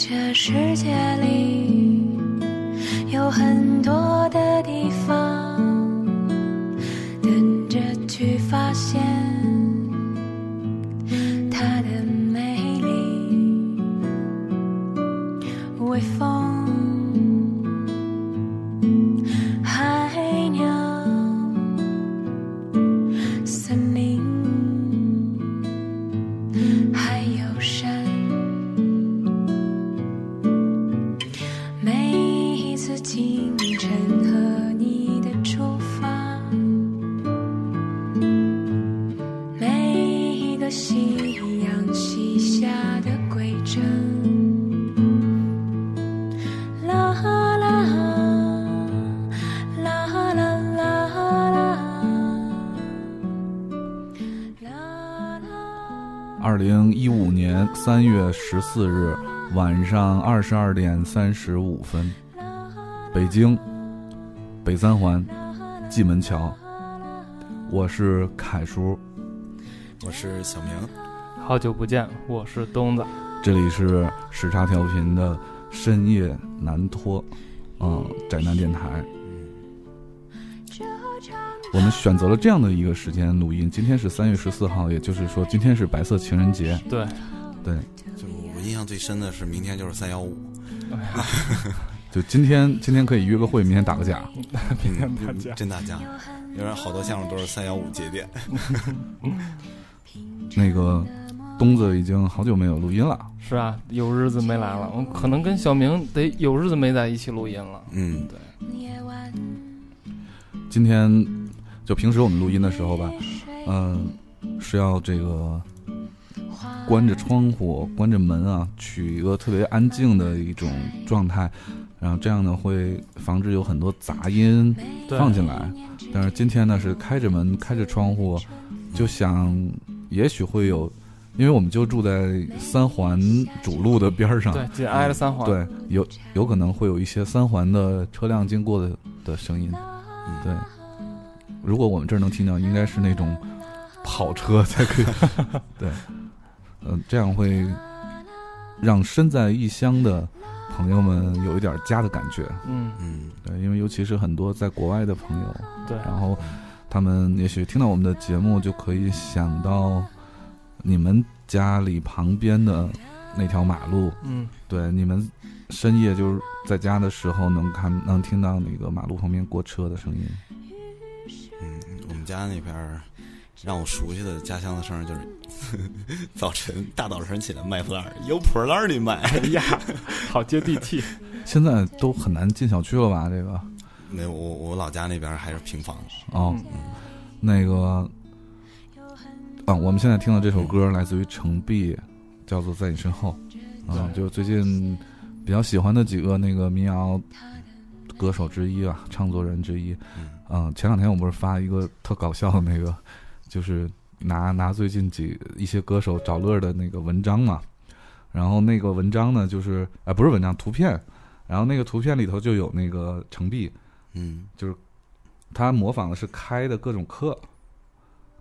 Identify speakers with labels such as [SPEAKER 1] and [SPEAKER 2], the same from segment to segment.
[SPEAKER 1] 这世界里有很多的地方，等着去发现它的美丽。微风，海鸟，森林，还有山。每一次清晨和你的出发，每一个夕阳西下的归程。啦啦啦啦啦啦啦啦啦。
[SPEAKER 2] 二零一五年三月十四日晚上二十二点三十五分，北京北三环蓟门桥，我是凯叔，
[SPEAKER 3] 我是小明，
[SPEAKER 4] 好久不见，我是东子。
[SPEAKER 2] 这里是时差调频的深夜难脱，嗯，宅男电台。我们选择了这样的一个时间录音，今天是三月十四号，也就是说今天是白色情人节。
[SPEAKER 4] 对，
[SPEAKER 2] 对，
[SPEAKER 3] 就我印象最深的是明天就是三幺五，
[SPEAKER 2] 就今天今天可以约个会，明天打个假。
[SPEAKER 4] 明天大家
[SPEAKER 3] 真打架，要不然嗯好多项目都是三幺五节点，
[SPEAKER 2] 那个东子已经好久没有录音了，
[SPEAKER 4] 是啊，有日子没来了，我可能跟小明得有日子没在一起录音了。
[SPEAKER 3] 嗯，
[SPEAKER 4] 对，
[SPEAKER 1] 夜晚
[SPEAKER 2] 今天就平时我们录音的时候吧，嗯、是要这个关着窗户、关着门啊，取一个特别安静的一种状态，然后这样呢会防止有很多杂音
[SPEAKER 4] 对
[SPEAKER 2] 放进来。但是今天呢是开着门、开着窗户，就想也许会有，因为我们就住在三环主路的边儿上，
[SPEAKER 4] 啊对，紧挨着三环。，
[SPEAKER 2] 对，有有可能会有一些三环的车辆经过的的声音。对，如果我们这儿能听嗯到，应该是那种跑车才可以。对，嗯、这样会让身在异乡的朋友们有一点儿家的感觉。
[SPEAKER 4] 嗯，
[SPEAKER 3] 嗯，
[SPEAKER 2] 对，因为尤其是很多在国外的朋友，
[SPEAKER 4] 对，
[SPEAKER 2] 然后他们也许听到我们的节目，就可以想到你们家里旁边的那条马路。
[SPEAKER 4] 嗯，
[SPEAKER 2] 对，你们深夜就是在家的时候能看能听到那个马路旁边过车的声音。
[SPEAKER 3] 嗯，我们家那边儿让我熟悉的家乡的声儿就是早晨大早晨起来卖破烂儿，有破烂儿你买，
[SPEAKER 4] 哎呀，好接地气。
[SPEAKER 2] 现在都很难进小区了吧？这个
[SPEAKER 3] 没有我我老家那边儿还是平房，
[SPEAKER 2] 哦
[SPEAKER 4] 嗯，
[SPEAKER 2] 那个啊，我们现在听的这首歌来自于程璧，叫做《在你身后》啊，就是最近比较喜欢的几个那个民谣歌手之一吧，唱作人之一。
[SPEAKER 3] 嗯
[SPEAKER 2] 嗯，前两天我不是发一个特搞笑的那个，就是拿拿最近几一些歌手找乐儿的那个文章嘛，然后那个文章呢，就是啊、不是文章，图片，然后那个图片里头就有那个程璧，
[SPEAKER 3] 嗯
[SPEAKER 2] 他模仿的是开的各种课，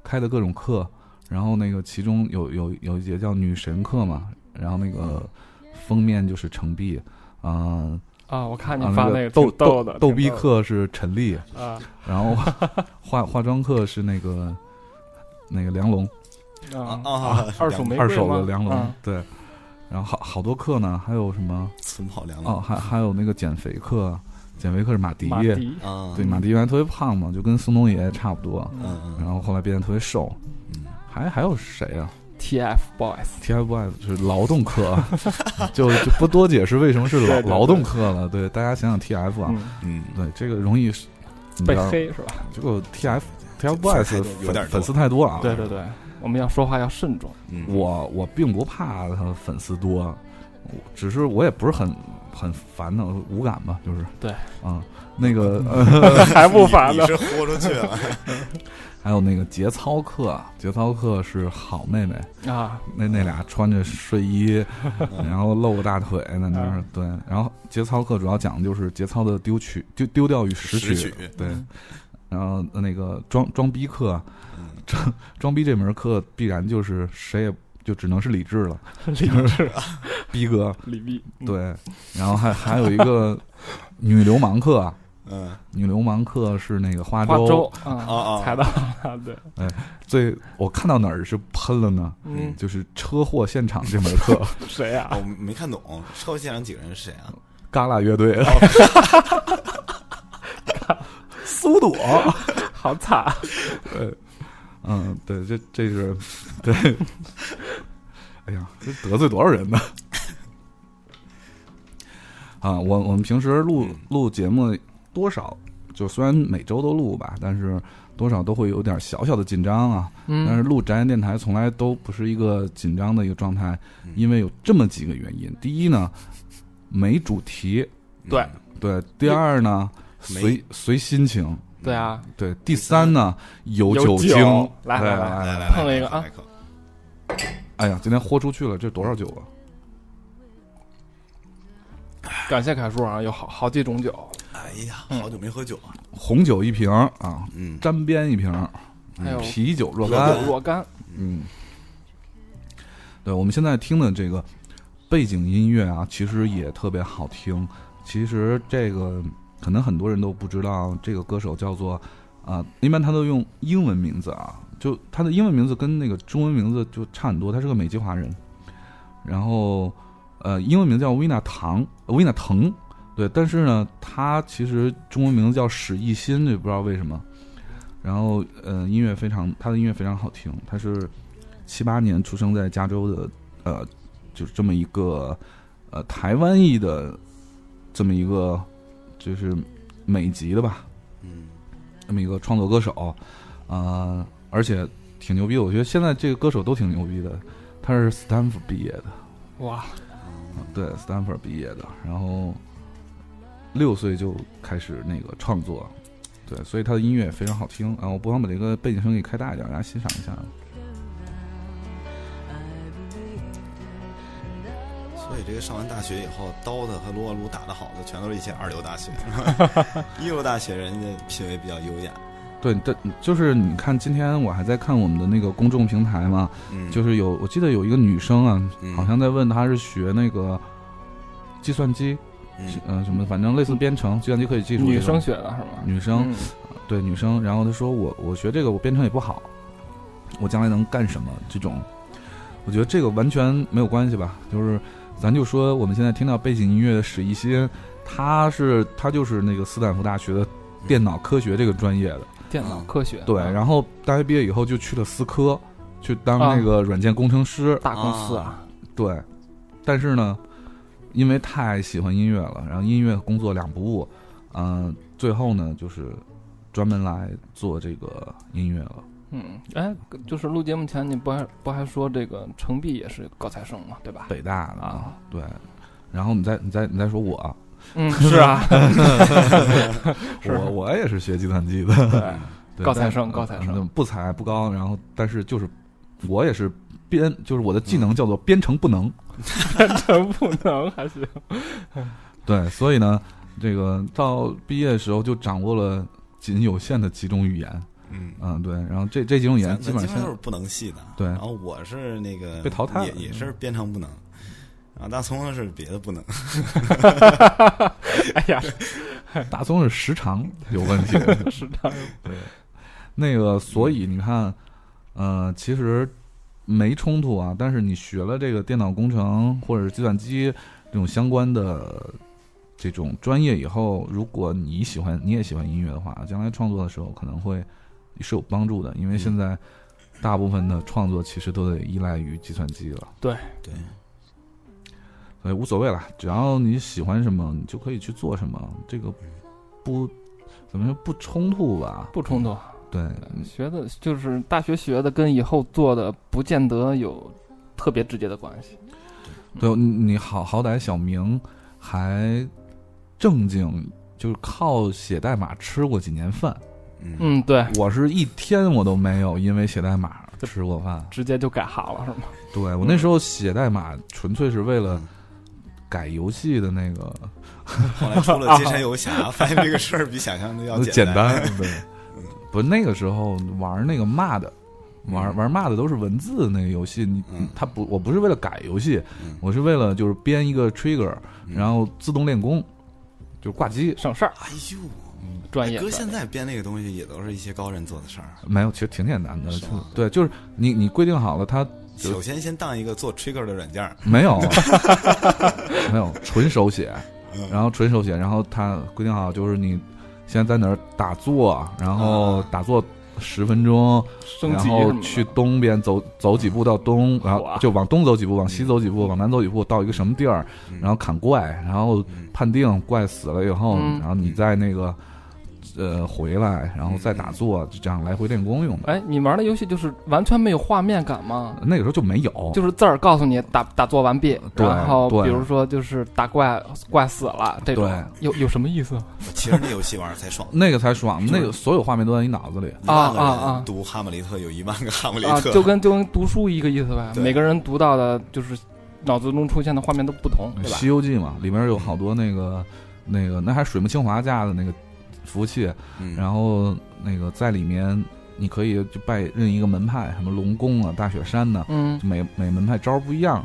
[SPEAKER 2] 开的各种课，然后那个其中有有有一节叫女神课嘛，然后那个封面就是程璧，嗯、
[SPEAKER 4] 啊，我看你
[SPEAKER 2] 啊，
[SPEAKER 4] 发
[SPEAKER 2] 那
[SPEAKER 4] 个
[SPEAKER 2] 逗
[SPEAKER 4] 挺
[SPEAKER 2] 逗
[SPEAKER 4] 的，
[SPEAKER 2] 逗
[SPEAKER 4] 挺
[SPEAKER 2] 逼
[SPEAKER 4] 的
[SPEAKER 2] 课是陈丽，
[SPEAKER 4] 啊
[SPEAKER 2] 然 后化化妆课是那个那个梁龙，
[SPEAKER 4] 啊
[SPEAKER 3] 啊
[SPEAKER 4] 二手玫瑰
[SPEAKER 2] 二手的
[SPEAKER 4] 吗
[SPEAKER 2] 梁龙，
[SPEAKER 4] 啊
[SPEAKER 2] 对。然后好好多课呢，还有什么
[SPEAKER 3] 存跑粮
[SPEAKER 2] 哦，
[SPEAKER 3] 了
[SPEAKER 2] 还还有那个减肥课，减肥课是马迪，
[SPEAKER 4] 嗯马迪，
[SPEAKER 3] 啊，
[SPEAKER 2] 对，马迪原来特别胖嘛，就跟宋冬野差不多，
[SPEAKER 3] 嗯嗯
[SPEAKER 2] 然后后来变得特别瘦。
[SPEAKER 3] 嗯
[SPEAKER 2] 还还有谁啊
[SPEAKER 4] TFBOYS，
[SPEAKER 2] ？TFBOYS 是劳动课啊， 就就不多解释为什么是劳
[SPEAKER 4] 对对对
[SPEAKER 2] 劳动课了。对，大家想想 TF 啊，
[SPEAKER 4] 嗯，
[SPEAKER 3] 嗯，
[SPEAKER 2] 对这个容易是你知
[SPEAKER 4] 被
[SPEAKER 2] 道
[SPEAKER 4] 黑是吧？
[SPEAKER 2] 这个 TF
[SPEAKER 3] 太
[SPEAKER 2] TFBOYS
[SPEAKER 3] 多有点
[SPEAKER 2] 粉
[SPEAKER 3] 多
[SPEAKER 2] 粉丝太多了啊，
[SPEAKER 4] 对对对，我们要说话要慎重。
[SPEAKER 3] 嗯
[SPEAKER 2] 我我并不怕他粉丝多，我只是我也不是很很烦的无感吧，就是
[SPEAKER 4] 对
[SPEAKER 2] 啊、那个、 呃、
[SPEAKER 4] 还不烦
[SPEAKER 3] 你
[SPEAKER 4] 呢
[SPEAKER 3] 是豁出去了，
[SPEAKER 2] 还有那个节操课，啊节操课是好妹妹，
[SPEAKER 4] 啊！
[SPEAKER 2] 那那俩穿着睡衣，然后露个大腿在那儿、
[SPEAKER 4] 啊
[SPEAKER 2] 对，然后节操课主要讲的就是节操的丢取丢丢掉与拾取，
[SPEAKER 3] 拾取
[SPEAKER 2] 对，然后那个装装逼课，
[SPEAKER 3] 嗯
[SPEAKER 2] 装装逼这门课必然就是谁也。就只能是李志了，
[SPEAKER 4] 李志、
[SPEAKER 2] 逼哥
[SPEAKER 4] 李碧，
[SPEAKER 2] 对，然后还还有一个女流氓客啊，
[SPEAKER 3] 嗯
[SPEAKER 2] 女流氓客是那个花
[SPEAKER 4] 花粥
[SPEAKER 2] 粥，
[SPEAKER 3] 啊
[SPEAKER 4] 啊，
[SPEAKER 3] 啊，
[SPEAKER 4] 踩到了，对，
[SPEAKER 2] 最我看到哪儿是喷了呢？
[SPEAKER 4] 嗯，
[SPEAKER 2] 就是车祸现场这门课，
[SPEAKER 4] 谁
[SPEAKER 3] 啊
[SPEAKER 4] 呀？
[SPEAKER 3] 我没看懂，车祸现场几个人是谁啊？
[SPEAKER 2] 嘎啦乐队，哦
[SPEAKER 4] 苏朵，好惨，
[SPEAKER 2] 对，嗯，对，这这是对，哎呀，这得罪多少人呢？啊，我我们平时录录节目，多少就虽然每周都录吧，但是多少都会有点小小的紧张啊。但是
[SPEAKER 4] 嗯，
[SPEAKER 2] 录宅人电台从来都不是一个紧张的一个状态
[SPEAKER 3] 嗯，
[SPEAKER 2] 因为有这么几个原因：第一呢，没主题；
[SPEAKER 4] 对
[SPEAKER 3] 嗯
[SPEAKER 2] 对，第二呢，
[SPEAKER 3] 没
[SPEAKER 2] 随随心情；
[SPEAKER 4] 对啊，
[SPEAKER 2] 对，第三呢，有
[SPEAKER 4] 有
[SPEAKER 2] 酒
[SPEAKER 4] 酒
[SPEAKER 2] 精。
[SPEAKER 4] 来
[SPEAKER 2] 对
[SPEAKER 4] 来来
[SPEAKER 3] 来来来，
[SPEAKER 4] 碰了一个啊
[SPEAKER 3] 来，来来
[SPEAKER 2] 哎呀，今天豁出去了，这多少酒啊？
[SPEAKER 4] 感谢凯叔啊，有好好几种酒，
[SPEAKER 3] 哎呀，好久没喝酒了，啊
[SPEAKER 2] 红酒一瓶儿啊，
[SPEAKER 3] 嗯，
[SPEAKER 2] 沾边一瓶儿，
[SPEAKER 4] 还有
[SPEAKER 2] 嗯啤酒若
[SPEAKER 3] 若
[SPEAKER 2] 干
[SPEAKER 3] 干。
[SPEAKER 4] 若干，
[SPEAKER 2] 嗯，对，我们现在听的这个背景音乐啊，其实也特别好听。其实这个可能很多人都不知道，这个歌手叫做啊、一般他都用英文名字啊，就他的英文名字跟那个中文名字就差很多。他是个美籍华人，然后呃，英文名叫维纳唐，呃维纳腾，对，但是呢，他其实中文名字叫史一新，这不知道为什么。然后，呃，音乐非常，他的音乐非常好听。他是七八年出生在加州的，呃，就是这么一个，呃，台湾裔的这么一个，就是美籍的吧，
[SPEAKER 3] 嗯
[SPEAKER 2] 这么一个创作歌手，呃，而且挺牛逼的。我觉得现在这个歌手都挺牛逼的。他是斯坦福毕业的，
[SPEAKER 4] 哇，
[SPEAKER 3] 嗯
[SPEAKER 2] 对，斯坦福毕业的，然后六岁就开始那个创作，对，所以他的音乐也非常好听啊！我不妨把这个背景声给开大一点，大家欣赏一下。
[SPEAKER 3] 所以这个上完大学以后，刀子和撸啊撸打得好的，全都是一些二流大 学，一流大学人家品味比较优雅，
[SPEAKER 2] 对，但就是你看，今天我还在看我们的那个公众平台嘛，
[SPEAKER 3] 嗯，
[SPEAKER 2] 就是有我记得有一个女生啊，
[SPEAKER 3] 嗯
[SPEAKER 2] 好像在问她是学那个计算机，
[SPEAKER 3] 嗯
[SPEAKER 2] 嗯、什么，反正类似编程，计算机可以技术。
[SPEAKER 4] 女生
[SPEAKER 2] 这
[SPEAKER 4] 学的是吗
[SPEAKER 2] 种，？女生，
[SPEAKER 4] 嗯
[SPEAKER 2] 对女生，然后她说我我学这个我编程也不好，我将来能干什么？这种，我觉得这个完全没有关系吧。就是咱就说我们现在听到背景音乐的史一新，他是他就是那个斯坦福大学的
[SPEAKER 3] 嗯
[SPEAKER 2] 电脑科学这个专业的，
[SPEAKER 4] 电脑科学，
[SPEAKER 2] 对，
[SPEAKER 4] 啊
[SPEAKER 2] 然后大学毕业以后就去了思科，去当那个软件工程师，
[SPEAKER 4] 大公司啊，
[SPEAKER 2] 对，但是呢，因为太喜欢音乐了，然后音乐和工作两不误，嗯、最后呢就是专门来做这个音乐了。
[SPEAKER 4] 嗯，哎，就是录节目前你不还不还说这个程璧也是高材生嘛，对吧？
[SPEAKER 2] 北大的
[SPEAKER 4] 啊，
[SPEAKER 2] 对，然后你再你再你再说我，
[SPEAKER 4] 嗯，是啊，是
[SPEAKER 2] 我我也是学计算机的，
[SPEAKER 4] 对，
[SPEAKER 2] 对
[SPEAKER 4] 高材
[SPEAKER 2] 但
[SPEAKER 4] 生高材生
[SPEAKER 2] 嗯不才不高，然后但是就是我也是编，就是我的技能叫做编程不能。
[SPEAKER 4] 真不能嗯还 行，
[SPEAKER 2] 对，所以呢，这个到毕业的时候就掌握了仅有限的几种语言，
[SPEAKER 3] 嗯。
[SPEAKER 2] 嗯，对，然后这这几种语言
[SPEAKER 3] 咱
[SPEAKER 2] 基
[SPEAKER 3] 咱
[SPEAKER 2] 本
[SPEAKER 3] 基
[SPEAKER 2] 上
[SPEAKER 3] 本都是
[SPEAKER 2] 现
[SPEAKER 3] 不能系的，
[SPEAKER 2] 对
[SPEAKER 3] 然后我是那个
[SPEAKER 2] 被淘汰了嗯
[SPEAKER 3] 也也是编程不能，然后大葱是别的不能，
[SPEAKER 4] 哎呀，
[SPEAKER 2] 大宗是时长有问题，
[SPEAKER 4] 是这样，
[SPEAKER 2] 对，那个所以你看，呃，其实没冲突啊，但是你学了这个电脑工程或者是计算机这种相关的这种专业以后，如果你喜欢你也喜欢音乐的话，将来创作的时候可能会是有帮助的，因为现在大部分的创作其实都得依赖于计算机了。
[SPEAKER 3] 对，
[SPEAKER 2] 所以哎无所谓了，只要你喜欢什么，你就可以去做什么，这个不怎么说不冲突吧？
[SPEAKER 4] 不冲突。
[SPEAKER 2] 对，
[SPEAKER 4] 学的就是大学学的，跟以后做的不见得有特别直接的关系。
[SPEAKER 2] 对你你好好歹小明还正经，就是靠写代码吃过几年饭，
[SPEAKER 3] 嗯
[SPEAKER 4] 嗯，对，
[SPEAKER 2] 我是一天我都没有因为写代码吃过饭。
[SPEAKER 4] 直接就改行了是吗？
[SPEAKER 2] 对我那时候写代码纯粹是为了改游戏的那个
[SPEAKER 3] 后来出了《金山 游侠》，发现这个事儿比想象的要
[SPEAKER 2] 简
[SPEAKER 3] 单。
[SPEAKER 2] 单，对，不，那个时候玩那个 MUD，玩玩骂的都是文字那个游戏，你
[SPEAKER 3] 嗯
[SPEAKER 2] 他不，我不是为了改游戏
[SPEAKER 3] 嗯，
[SPEAKER 2] 我是为了就是编一个 trigger，
[SPEAKER 3] 嗯
[SPEAKER 2] 然后自动练功，就是挂机。
[SPEAKER 4] 省事儿，
[SPEAKER 3] 哎呦，
[SPEAKER 4] 专业
[SPEAKER 3] 哎
[SPEAKER 4] 的
[SPEAKER 3] 哥现在编那个东西也都是一些高人做的事儿。
[SPEAKER 2] 没有，其实挺简单的，
[SPEAKER 3] 是啊
[SPEAKER 2] 就
[SPEAKER 3] 吗
[SPEAKER 2] 对，就是你你规定好了，它就
[SPEAKER 3] 首先先当一个做 trigger 的软件儿，
[SPEAKER 2] 没有 没有纯手写，
[SPEAKER 3] 嗯
[SPEAKER 2] 然后纯手写，然后它规定好就是你先在哪儿打坐，然后
[SPEAKER 3] 啊
[SPEAKER 2] 打坐十分钟，
[SPEAKER 4] 升
[SPEAKER 2] 然
[SPEAKER 4] 级
[SPEAKER 2] 后
[SPEAKER 4] 什么的
[SPEAKER 2] 去东边走走几步到东，然后
[SPEAKER 4] 哇嗯
[SPEAKER 2] 就往东走几步，往西走几步，往南走几步，到一个什么地儿，
[SPEAKER 3] 嗯
[SPEAKER 2] 然后砍怪，然后
[SPEAKER 3] 嗯
[SPEAKER 2] 判定怪死了以后，
[SPEAKER 4] 嗯
[SPEAKER 2] 然后你再那个呃回来，然后再
[SPEAKER 4] 嗯
[SPEAKER 2] 打坐，就这样来回练功用的。
[SPEAKER 4] 哎，你玩的游戏就是完全没有画面感吗？
[SPEAKER 2] 那个时候就没有，
[SPEAKER 4] 就是字儿告诉你打打坐完毕，
[SPEAKER 2] 对
[SPEAKER 4] 然后
[SPEAKER 2] 对
[SPEAKER 4] 比如说就是打怪怪死了这种
[SPEAKER 2] 对，。
[SPEAKER 4] 有有什么意思？
[SPEAKER 3] 其实那游戏玩儿才爽
[SPEAKER 2] 那个才爽，
[SPEAKER 3] 是
[SPEAKER 2] 那个所有画面都在你脑子里。
[SPEAKER 3] 一万个人
[SPEAKER 4] 啊啊啊
[SPEAKER 3] 读《哈姆雷特》有一万个 哈姆雷
[SPEAKER 4] 啊，
[SPEAKER 3] 特，
[SPEAKER 4] 就跟就跟读书一个意思呗。
[SPEAKER 3] 对
[SPEAKER 4] 每个人读到的就是脑子中出现的画面都不同，对
[SPEAKER 2] 《
[SPEAKER 4] 吧
[SPEAKER 2] 西？游记》嘛，里面有好多那个那个那还水木清华家的那个服务器，
[SPEAKER 3] 嗯
[SPEAKER 2] 然后那个在里面你可以就拜任一个门派，什么龙宫啊、大雪山呐、
[SPEAKER 4] 嗯，
[SPEAKER 2] 每每门派招儿不一样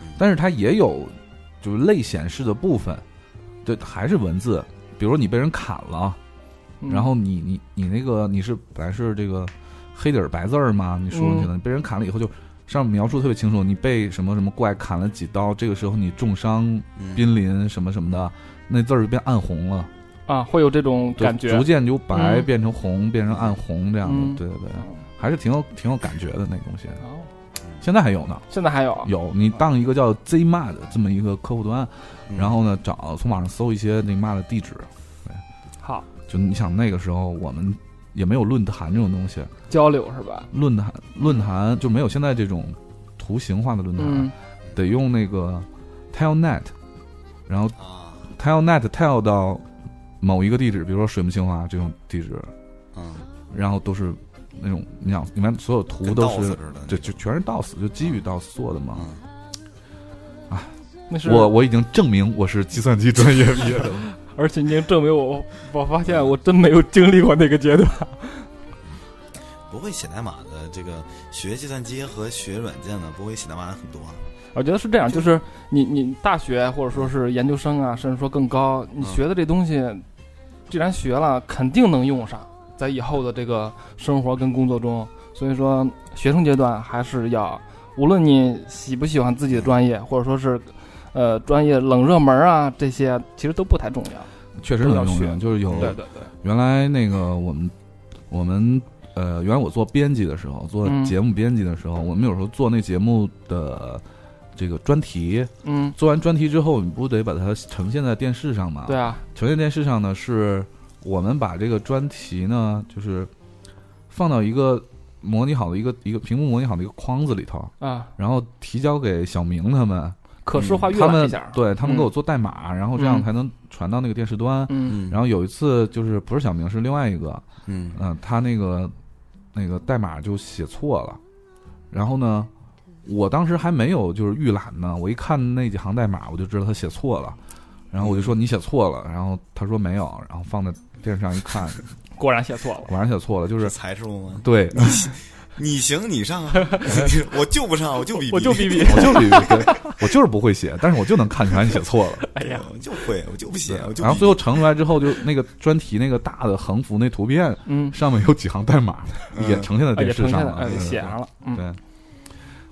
[SPEAKER 3] 嗯，
[SPEAKER 2] 但是它也有就是类显示的部分，对，还是文字。比如说你被人砍了，
[SPEAKER 4] 嗯
[SPEAKER 2] 然后你你你那个你是本来是这个黑底儿白字儿嘛，你输进
[SPEAKER 4] 嗯
[SPEAKER 2] 去的，你被人砍了以后就上面描述特别清楚，你被什么什么怪砍了几刀，这个时候你重伤
[SPEAKER 3] 嗯
[SPEAKER 2] 濒临什么什么的，那字儿就变暗红了，
[SPEAKER 4] 啊，会有这种
[SPEAKER 2] 就
[SPEAKER 4] 感觉
[SPEAKER 2] 逐。渐由白
[SPEAKER 4] 嗯
[SPEAKER 2] 变成红，变成暗红这样
[SPEAKER 4] 嗯
[SPEAKER 2] 的，对对对，还是挺有挺有感觉的那东西，
[SPEAKER 4] 哦
[SPEAKER 2] 现在还有呢。
[SPEAKER 4] 现在还有
[SPEAKER 2] 有，你当一个叫 Zmad 这么一个客户端，
[SPEAKER 3] 嗯
[SPEAKER 2] 然后呢，找从网上搜一些那 mad 的地址。
[SPEAKER 4] 好
[SPEAKER 2] 就你想那个时候我们也没有论坛这种东西，
[SPEAKER 4] 交流是吧？
[SPEAKER 2] 论坛论坛就没有现在这种图形化的论坛，
[SPEAKER 4] 嗯，
[SPEAKER 2] 得用那个 telnet，然后
[SPEAKER 3] 啊，
[SPEAKER 2] telnet tel 到某一个地址，比如说水木清华这种地址，
[SPEAKER 3] 嗯，
[SPEAKER 2] 然后都是那种你想里面所有图
[SPEAKER 3] 跟
[SPEAKER 2] 都
[SPEAKER 3] DOS
[SPEAKER 2] 是
[SPEAKER 3] 似的，
[SPEAKER 2] 就就啊全是 DOS 就基于 DOS 做的嘛。
[SPEAKER 3] 嗯，
[SPEAKER 4] 那是
[SPEAKER 2] 我，我已经证明我是计算机专业毕业的了。
[SPEAKER 4] 而且已经证明我，我发现我真没有经历过那个阶段。
[SPEAKER 3] 不会写代码的这个学计算机和学软件的，不会写代码的很多。啊
[SPEAKER 4] 我觉得是这样，就是你你大学或者说是研究生啊，甚至说更高，你
[SPEAKER 3] 嗯
[SPEAKER 4] 学的这东西，既然学了，肯定能用上，在以后的这个生活跟工作中。所以说，学生阶段还是要，无论你喜不喜欢自己的专业，或者说是，呃，专业冷热门啊，这些其实都不太重要。
[SPEAKER 2] 确实很
[SPEAKER 4] 都要
[SPEAKER 2] 重
[SPEAKER 4] 学
[SPEAKER 2] 要，就是有
[SPEAKER 4] 对对对，
[SPEAKER 2] 原来那个我们我们呃，原来我做编辑的时候，做
[SPEAKER 4] 嗯
[SPEAKER 2] 节目编辑的时候，我们有时候做那节目的这个专题，
[SPEAKER 4] 嗯，
[SPEAKER 2] 做完专题之后，你不得把它呈现在电视上吗？
[SPEAKER 4] 对，啊，
[SPEAKER 2] 呈现电视上呢，是我们把这个专题呢，就是放到一个模拟好的一个一个屏幕模拟好的一个框子里头，
[SPEAKER 4] 啊，
[SPEAKER 2] 然后提交给小明他们，
[SPEAKER 4] 可视化阅
[SPEAKER 2] 他
[SPEAKER 4] 览
[SPEAKER 2] 们
[SPEAKER 4] 一下，
[SPEAKER 2] 对他们
[SPEAKER 4] 嗯
[SPEAKER 2] 给我做代码，然后这样
[SPEAKER 4] 嗯
[SPEAKER 2] 才能传到那个电视端。
[SPEAKER 4] 嗯
[SPEAKER 2] 然
[SPEAKER 3] 后，
[SPEAKER 2] 后有一次就是不是小明是另外一个，
[SPEAKER 3] 嗯
[SPEAKER 2] 嗯、他那个那个代码就写错了，然后呢，我当时还没有就是预览呢，我一看那几行代码我就知道他写错了，然后我就说你写错
[SPEAKER 4] 嗯
[SPEAKER 2] 了，然后他说没有，然后放在电视上一 看，
[SPEAKER 4] 果然写错了。
[SPEAKER 2] 果然写错了，就是
[SPEAKER 3] 是才数吗？
[SPEAKER 2] 对，
[SPEAKER 3] 你行 你上啊，我就不上，我就比
[SPEAKER 4] 我就比 比，
[SPEAKER 2] 我就是对我就是不会写，但是我就能看出来你写错 了。
[SPEAKER 4] 哎呀，
[SPEAKER 3] 我就会，我就不
[SPEAKER 4] 啊
[SPEAKER 3] 写，我就
[SPEAKER 2] 然后
[SPEAKER 3] 比
[SPEAKER 2] 最后呈出来之后，就那个专题那个大的横幅那图片
[SPEAKER 4] 嗯，
[SPEAKER 2] 上面有几行代码，
[SPEAKER 3] 嗯
[SPEAKER 2] 也呈现在
[SPEAKER 4] 哎
[SPEAKER 2] 电
[SPEAKER 4] 也
[SPEAKER 2] 视
[SPEAKER 4] 呈
[SPEAKER 2] 上
[SPEAKER 4] 现了，
[SPEAKER 2] 了，
[SPEAKER 4] 哎
[SPEAKER 2] 对
[SPEAKER 4] 写上了，嗯。
[SPEAKER 2] 对，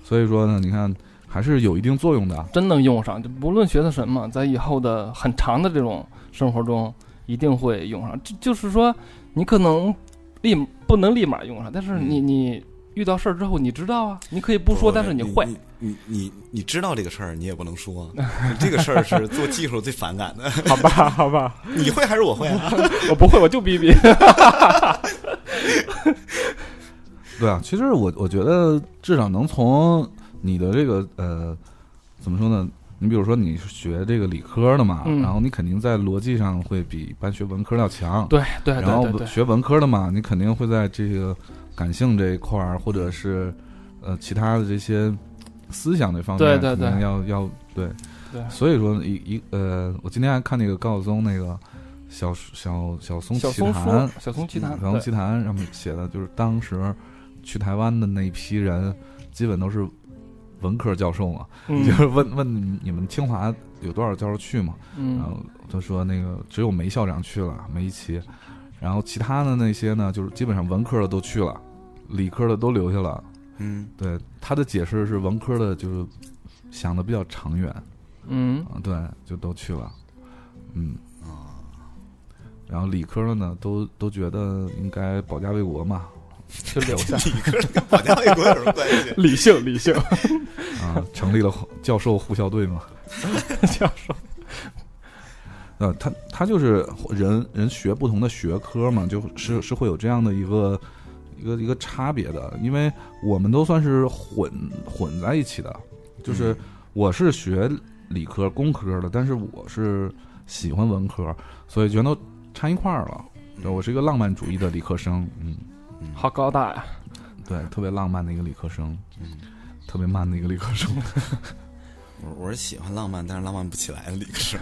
[SPEAKER 2] 所以说呢，你看还是有一定作用的。
[SPEAKER 4] 真能用上，就不论学的什么，在以后的很长的这种生活中，一定会用上。这就是说，你可能立不能立马用上，但是你你遇到事儿之后，你知道啊，你可以嗯不说，但是
[SPEAKER 3] 你
[SPEAKER 4] 会。
[SPEAKER 3] 你你你你知道这个事儿，你也不能说，这个事儿是做技术最反感的。
[SPEAKER 4] 好吧，好吧，
[SPEAKER 3] 你会还是我会啊？
[SPEAKER 4] 我不会，我就逼 逼。
[SPEAKER 2] 对啊，其实我我觉得至少能从你的这个呃，怎么说呢？你比如说你是学这个理科的嘛，
[SPEAKER 4] 嗯
[SPEAKER 2] 然后你肯定在逻辑上会比一般学文科要强。
[SPEAKER 4] 对对
[SPEAKER 2] 然
[SPEAKER 4] 对对
[SPEAKER 2] 后
[SPEAKER 4] 对，
[SPEAKER 2] 学文科的嘛，你肯定会在这个感性这一块儿，或者是呃其他的这些思想这方面，
[SPEAKER 4] 对对对
[SPEAKER 2] 可能要要对
[SPEAKER 4] 对
[SPEAKER 2] 所以说一一呃，我今天还看那个高晓松那个小小小松
[SPEAKER 4] 小
[SPEAKER 2] 奇
[SPEAKER 4] 松
[SPEAKER 2] 谈嗯
[SPEAKER 4] 说，，小松奇谈，
[SPEAKER 2] 然后
[SPEAKER 4] 对
[SPEAKER 2] 奇谈上面写的就是当时去台湾的那一批人，基本都是文科教授嘛，
[SPEAKER 4] 嗯
[SPEAKER 2] 就是问问你们清华有多少教授去嘛，然后
[SPEAKER 4] 嗯
[SPEAKER 2] 他说那个只有梅校长去了，梅一奇，然后其他的那些呢，就是基本上文科的都去了，理科的都留下了。
[SPEAKER 3] 嗯
[SPEAKER 2] 对他的解释是文科的就是想的比较长远
[SPEAKER 4] 嗯
[SPEAKER 2] 啊，对，就都去了，嗯，
[SPEAKER 3] 啊，
[SPEAKER 2] 然后理科的呢，都都觉得应该保家卫国嘛，
[SPEAKER 4] 就留下
[SPEAKER 3] 理科跟保家卫国有什么关系？
[SPEAKER 4] 理性理性
[SPEAKER 2] 啊，成立了 教授护校队嘛，
[SPEAKER 4] 教授，
[SPEAKER 2] 呃，他他就是人人学不同的学科嘛，就是是会有这样的一个一个一个差别的，因为我们都算是混混在一起的，
[SPEAKER 4] 嗯
[SPEAKER 2] 就是我是学理科工科的，但是我是喜欢文科，所以全都掺一块儿了。对我是一个浪漫主义的理科生，嗯，
[SPEAKER 3] 嗯
[SPEAKER 4] 好高大呀！
[SPEAKER 2] 对，特别浪漫的一个理科生，
[SPEAKER 3] 嗯
[SPEAKER 2] 特别慢的一个理科生。
[SPEAKER 3] 我我是喜欢浪漫，但是浪漫不起来的理科生。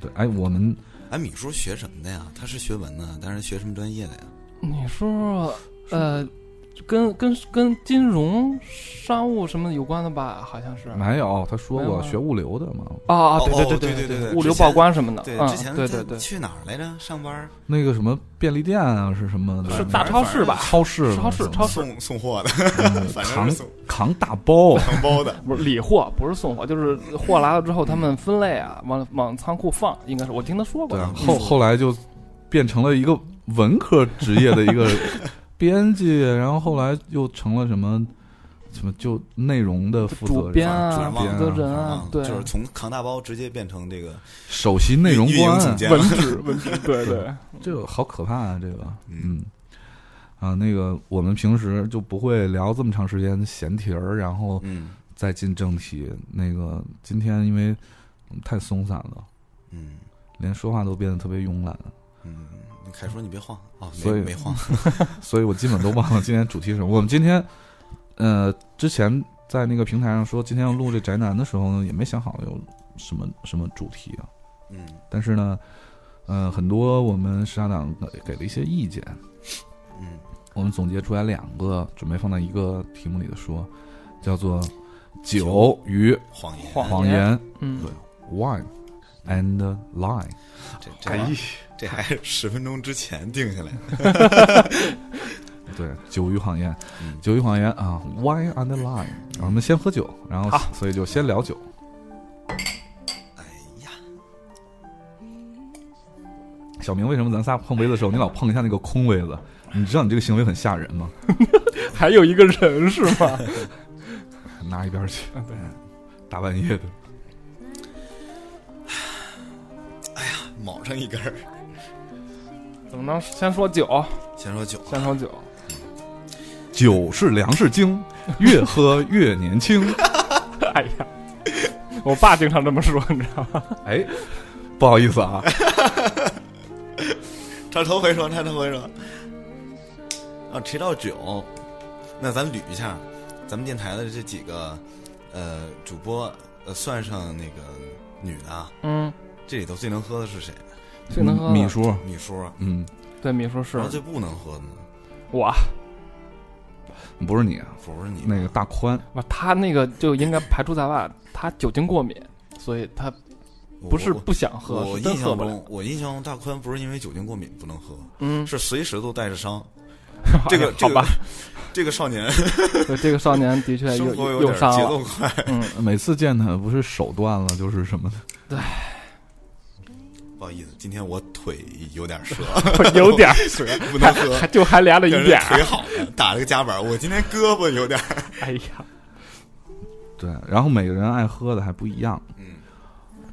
[SPEAKER 2] 对，哎，我们
[SPEAKER 3] 哎，米叔学什么的呀？他是学文的，但是学什么专业的呀？
[SPEAKER 4] 你说呃，跟跟跟金融、商务什么有关的吧？好像是。
[SPEAKER 2] 没有，他说
[SPEAKER 4] 没有
[SPEAKER 2] 过
[SPEAKER 4] 吗
[SPEAKER 2] 学物流的嘛，
[SPEAKER 4] 啊啊，
[SPEAKER 3] 哦哦
[SPEAKER 4] 对
[SPEAKER 3] 对
[SPEAKER 4] 对
[SPEAKER 3] 对对对
[SPEAKER 4] 物流
[SPEAKER 3] 之前
[SPEAKER 4] 报关什么的，
[SPEAKER 3] 对，
[SPEAKER 4] 嗯
[SPEAKER 3] 之前
[SPEAKER 4] 对
[SPEAKER 3] 在
[SPEAKER 4] 对对，
[SPEAKER 3] 去哪儿来着？上班
[SPEAKER 2] 那个什么便利店啊，是什么的？
[SPEAKER 4] 是大超市吧？
[SPEAKER 2] 超市，
[SPEAKER 4] 超市超市
[SPEAKER 3] 送送货的，
[SPEAKER 2] 嗯
[SPEAKER 3] 反正
[SPEAKER 2] 扛
[SPEAKER 3] 是送
[SPEAKER 2] 扛大包，
[SPEAKER 3] 扛包的。
[SPEAKER 4] 不是理货，不是送货，就是货来了之后，他们分类啊，往往仓库放，应该是我听他说过
[SPEAKER 2] 对
[SPEAKER 4] 的
[SPEAKER 2] 啊，。
[SPEAKER 4] 嗯
[SPEAKER 2] 后后来就变成了一个文科职业的一 个编辑，然后后来又成了什么什么就内容的负责
[SPEAKER 4] 主
[SPEAKER 2] 人
[SPEAKER 4] 编啊
[SPEAKER 2] 主
[SPEAKER 3] 主
[SPEAKER 2] 编
[SPEAKER 3] 编
[SPEAKER 4] 负责人啊
[SPEAKER 3] 啊
[SPEAKER 4] 对
[SPEAKER 3] 就是从扛大包直接变成这个
[SPEAKER 2] 首席内容
[SPEAKER 3] 运营总
[SPEAKER 2] 官，
[SPEAKER 3] 监
[SPEAKER 4] 文
[SPEAKER 3] 了。
[SPEAKER 4] 职文职，对对，
[SPEAKER 2] 这个好可怕啊！这个，嗯，
[SPEAKER 3] 嗯
[SPEAKER 2] 啊，那个我们平时就不会聊这么长时间闲题儿，然后
[SPEAKER 3] 嗯
[SPEAKER 2] 再进正题。那个今天因为嗯太松散了，
[SPEAKER 3] 嗯
[SPEAKER 2] 连说话都变得特别慵懒，
[SPEAKER 3] 嗯，那凯叔你别晃哦，没
[SPEAKER 2] 所以
[SPEAKER 3] 没 晃。
[SPEAKER 2] 所以我基本都忘了今天主题是什么。我们今天，呃，之前在那个平台上说今天要录这宅男的时候呢，也没想好有什么什么主题啊。
[SPEAKER 3] 嗯
[SPEAKER 2] 但是呢，呃，很多我们时尚党给给了一些意见，
[SPEAKER 3] 嗯
[SPEAKER 2] 我们总结出来两个，准备放在一个题目里的说，叫做“酒
[SPEAKER 3] 酒
[SPEAKER 2] 与
[SPEAKER 3] 谎言，
[SPEAKER 4] 谎
[SPEAKER 2] 谎言
[SPEAKER 4] 嗯，
[SPEAKER 2] ”（Wine and Lie）。
[SPEAKER 3] 这这玩意儿这还是十分钟之前定下来的。
[SPEAKER 2] 对，酒与谎言
[SPEAKER 3] 嗯，
[SPEAKER 2] 酒与谎言啊，Wine and Lie。然后我们先喝酒，然后所以就先聊酒。
[SPEAKER 3] 哎呀，
[SPEAKER 2] 小明，为什么咱仨碰杯子的时候，你老碰一下那个空杯子？你知道你这个行为很吓人吗？
[SPEAKER 4] 还有一个人是吗？
[SPEAKER 2] 拿一边去，
[SPEAKER 3] 啊
[SPEAKER 2] 大半夜的。
[SPEAKER 3] 卯上一根儿。
[SPEAKER 4] 怎么能先说酒，
[SPEAKER 3] 先说酒，啊
[SPEAKER 4] 先说酒？
[SPEAKER 2] 酒是粮食精，越喝越年 轻。
[SPEAKER 4] 哎呀，我爸经常这么说，你知道吗？
[SPEAKER 2] 哎，不好意思啊，
[SPEAKER 3] 插头回说，插头回说。啊，提到酒，那咱捋一下，咱们电台的这几个呃主播，呃，算上那个女的啊，
[SPEAKER 4] 嗯，
[SPEAKER 3] 这里头最能喝的是谁？
[SPEAKER 4] 最能喝的
[SPEAKER 2] 米叔，
[SPEAKER 3] 米叔。啊
[SPEAKER 2] 嗯，
[SPEAKER 4] 对米叔是
[SPEAKER 3] 然后最不能喝的呢，
[SPEAKER 4] 我，
[SPEAKER 2] 不是你啊，
[SPEAKER 3] 不是你
[SPEAKER 2] 那个大宽，
[SPEAKER 4] 不他那个就应该排除在外，他酒精过敏，所以他
[SPEAKER 3] 我
[SPEAKER 4] 不是
[SPEAKER 3] 我
[SPEAKER 4] 不想喝，
[SPEAKER 3] 我
[SPEAKER 4] 是
[SPEAKER 3] 印
[SPEAKER 4] 真喝
[SPEAKER 3] 象
[SPEAKER 4] 不了。
[SPEAKER 3] 中，我印象中大宽不是因为酒精过敏不能喝，
[SPEAKER 4] 嗯，
[SPEAKER 3] 是随时都带着伤。这个这
[SPEAKER 4] 好吧
[SPEAKER 3] 个，这个少年
[SPEAKER 4] 对这个少年的确
[SPEAKER 3] 生
[SPEAKER 4] 又
[SPEAKER 3] 活
[SPEAKER 4] 又
[SPEAKER 3] 点
[SPEAKER 4] 又伤
[SPEAKER 3] 节
[SPEAKER 4] 了。
[SPEAKER 3] 奏快。
[SPEAKER 4] 嗯，
[SPEAKER 2] 每次见他不是手断了就是什么的，
[SPEAKER 3] 不好意思，今天我腿有点折，
[SPEAKER 4] 有 点儿
[SPEAKER 3] 腿不能喝，
[SPEAKER 4] 还就还连了一
[SPEAKER 3] 但是
[SPEAKER 4] 点儿。
[SPEAKER 3] 腿好了，打了个夹板。我今天胳膊有点儿，
[SPEAKER 4] 哎呀，
[SPEAKER 2] 对。然后每个人爱喝的还不一样，
[SPEAKER 3] 嗯，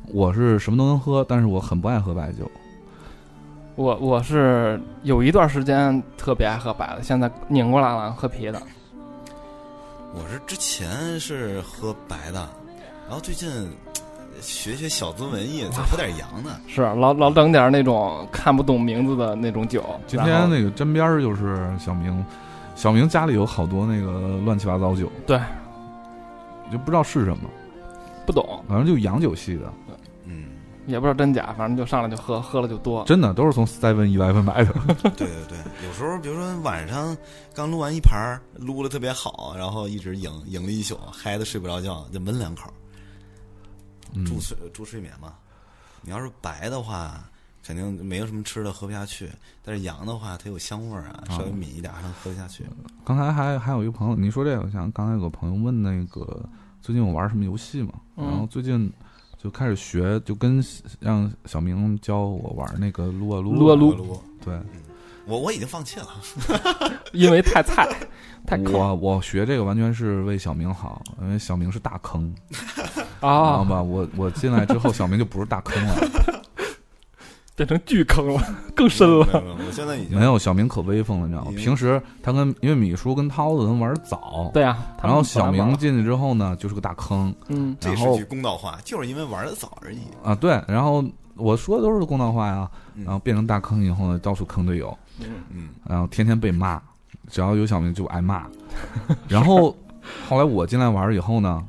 [SPEAKER 2] 我是什么都能喝，但是我很不爱喝白酒。
[SPEAKER 4] 我我是有一段时间特别爱喝白的，现在拧过来了，喝啤的。
[SPEAKER 3] 我是之前是喝白的，然后最近呃学学小资文艺，再喝点洋的。
[SPEAKER 4] 是老老整点儿那种看不懂名字的那种酒。
[SPEAKER 2] 今
[SPEAKER 4] 然
[SPEAKER 2] 天
[SPEAKER 4] 后
[SPEAKER 2] 那个沾边儿就是小明，小明家里有好多那个乱七八糟酒，
[SPEAKER 4] 对，
[SPEAKER 2] 就不知道是什么，
[SPEAKER 4] 不懂，
[SPEAKER 2] 哦反正就洋酒系的。
[SPEAKER 3] 嗯，
[SPEAKER 4] 也不知道真假，反正就上来就喝，喝了就多。
[SPEAKER 2] 真的都是从 Seven Eleven 买 的。
[SPEAKER 3] 对对对，有时候比如说晚上刚撸完一盘儿，撸的特别好，然后一直赢赢了一宿，嗨的睡不着觉，就闷两口，
[SPEAKER 2] 嗯
[SPEAKER 3] 助睡助睡眠嘛。你要是白的话，肯定没有什么吃的喝不下去；但是羊的话，它有香味儿啊，
[SPEAKER 2] 啊
[SPEAKER 3] 稍微抿一点儿还能喝得下去。
[SPEAKER 2] 刚才还还有一个朋友，你说这个，我想刚才有个朋友问那个最近我玩什么游戏嘛，
[SPEAKER 4] 嗯
[SPEAKER 2] 然后最近就开始学，就跟让小明教我玩那个撸啊撸，
[SPEAKER 4] 撸啊撸
[SPEAKER 3] 撸，
[SPEAKER 2] 对，
[SPEAKER 3] 我我已经放 弃了。
[SPEAKER 4] 因为太菜，太抠
[SPEAKER 2] 我我学这个完全是为小明好，因为小明是大坑，你知道
[SPEAKER 4] 啊，
[SPEAKER 2] 吧？我我进来之后，小明就不是大坑 了，
[SPEAKER 4] 变成巨坑了，更深了。
[SPEAKER 3] 没有，没有我现在已经
[SPEAKER 2] 没有小明可威风了，你知道吗？
[SPEAKER 3] 嗯
[SPEAKER 2] 平时他跟因为米叔跟涛子他们玩的早，
[SPEAKER 4] 对呀，他
[SPEAKER 2] 然
[SPEAKER 4] 们
[SPEAKER 2] 后
[SPEAKER 4] 本来
[SPEAKER 2] 小明
[SPEAKER 4] 玩
[SPEAKER 2] 进去之后呢，就是个大坑
[SPEAKER 4] 嗯，
[SPEAKER 3] 这
[SPEAKER 2] 然
[SPEAKER 3] 是
[SPEAKER 2] 后
[SPEAKER 3] 句公道话，就是因为玩的早而已。
[SPEAKER 2] 啊，对，然后我说的都是公道话呀，
[SPEAKER 3] 嗯
[SPEAKER 2] 然后变成大坑以后呢，到处坑队友。
[SPEAKER 3] 嗯，
[SPEAKER 2] 然后天天被骂，只要有小明就挨骂。 然后后来我进来玩以后呢，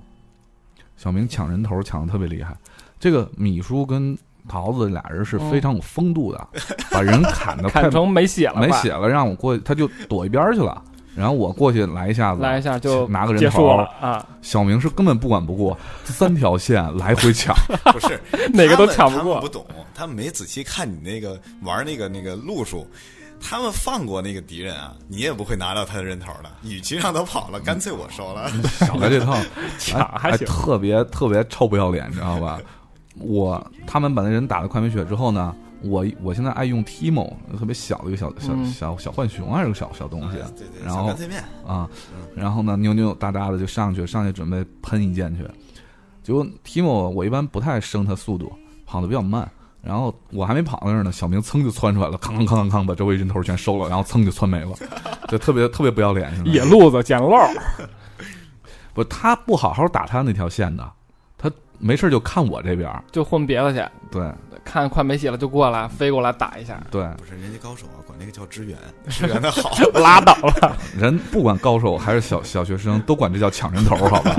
[SPEAKER 2] 小明抢人头抢的特别厉害。这个米叔跟桃子俩人是非常有风度的，把人 砍的快
[SPEAKER 4] 哦砍成没血了，
[SPEAKER 2] 没
[SPEAKER 4] 快
[SPEAKER 2] 血了，让我过去，他就躲一边儿去了。然后我过去来一下子，
[SPEAKER 4] 来一下就
[SPEAKER 2] 拿个人
[SPEAKER 4] 结束
[SPEAKER 2] 头
[SPEAKER 4] 了， 啊，
[SPEAKER 2] 小明是根本不管不顾，三条线来回抢。
[SPEAKER 3] 不 是
[SPEAKER 4] 哪个都
[SPEAKER 3] 他
[SPEAKER 4] 抢
[SPEAKER 3] 们
[SPEAKER 4] 不
[SPEAKER 3] 他们
[SPEAKER 4] 过
[SPEAKER 3] 不懂，他们没仔细看你那个玩那个那个路数，他们放过那个敌人啊，你也不会拿到他的人头的。与其让他跑了，干脆我收了。
[SPEAKER 2] 少来这套，
[SPEAKER 4] 抢啊还
[SPEAKER 2] 哎
[SPEAKER 4] 行
[SPEAKER 2] 特别特别臭不要脸，你知道吧？我他们把那人打得快没血之后呢，我我现在爱用 Timo，特别小的一个小小
[SPEAKER 4] 嗯哎
[SPEAKER 2] 小小浣熊还啊是个小小东西，
[SPEAKER 3] 对对，
[SPEAKER 2] 然
[SPEAKER 3] 小
[SPEAKER 2] 后
[SPEAKER 3] 干脆面，
[SPEAKER 2] 啊，然后呢扭扭哒哒的就上去，上去准备喷一箭去，结果 Timo 我一般不太升他速度，跑得比较慢。然后我还没跑那儿呢，小明噌就窜出来了，哐哐哐哐哐把周围人头全收了，然后噌就窜没了，就特别特别不要脸。现在
[SPEAKER 4] 野路子捡漏 儿，
[SPEAKER 2] 不，他不好好打他那条线的，他没事儿就看我这边儿。
[SPEAKER 4] 就混别的去，
[SPEAKER 2] 对
[SPEAKER 4] 看快没血了就过来，飞过来打一下，
[SPEAKER 2] 对，
[SPEAKER 3] 不是人家高手啊，管这个叫支 援，支援的好。
[SPEAKER 4] 拉倒了。
[SPEAKER 2] 人不管高手还是小小学生，都管这叫抢人头，好吧？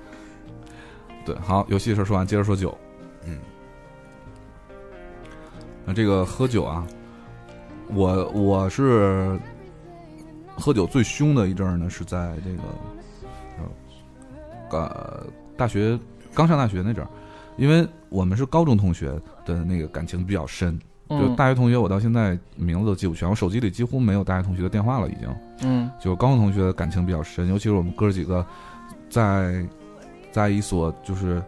[SPEAKER 2] 对，好，游戏事儿说完，接着说酒。
[SPEAKER 3] 嗯，
[SPEAKER 2] 那这个喝酒啊，我我是喝酒最凶的一阵儿呢，是在这个呃大学刚上大学那阵儿，因为我们是高中同学的那个感情比较深，就
[SPEAKER 4] 嗯
[SPEAKER 2] 大学同学，我到现在名字都记不全，我手机里几乎没有大学同学的电话了，已经。
[SPEAKER 4] 嗯
[SPEAKER 2] 就高中同学的感情比较深，尤其是我们哥几个在在一所就是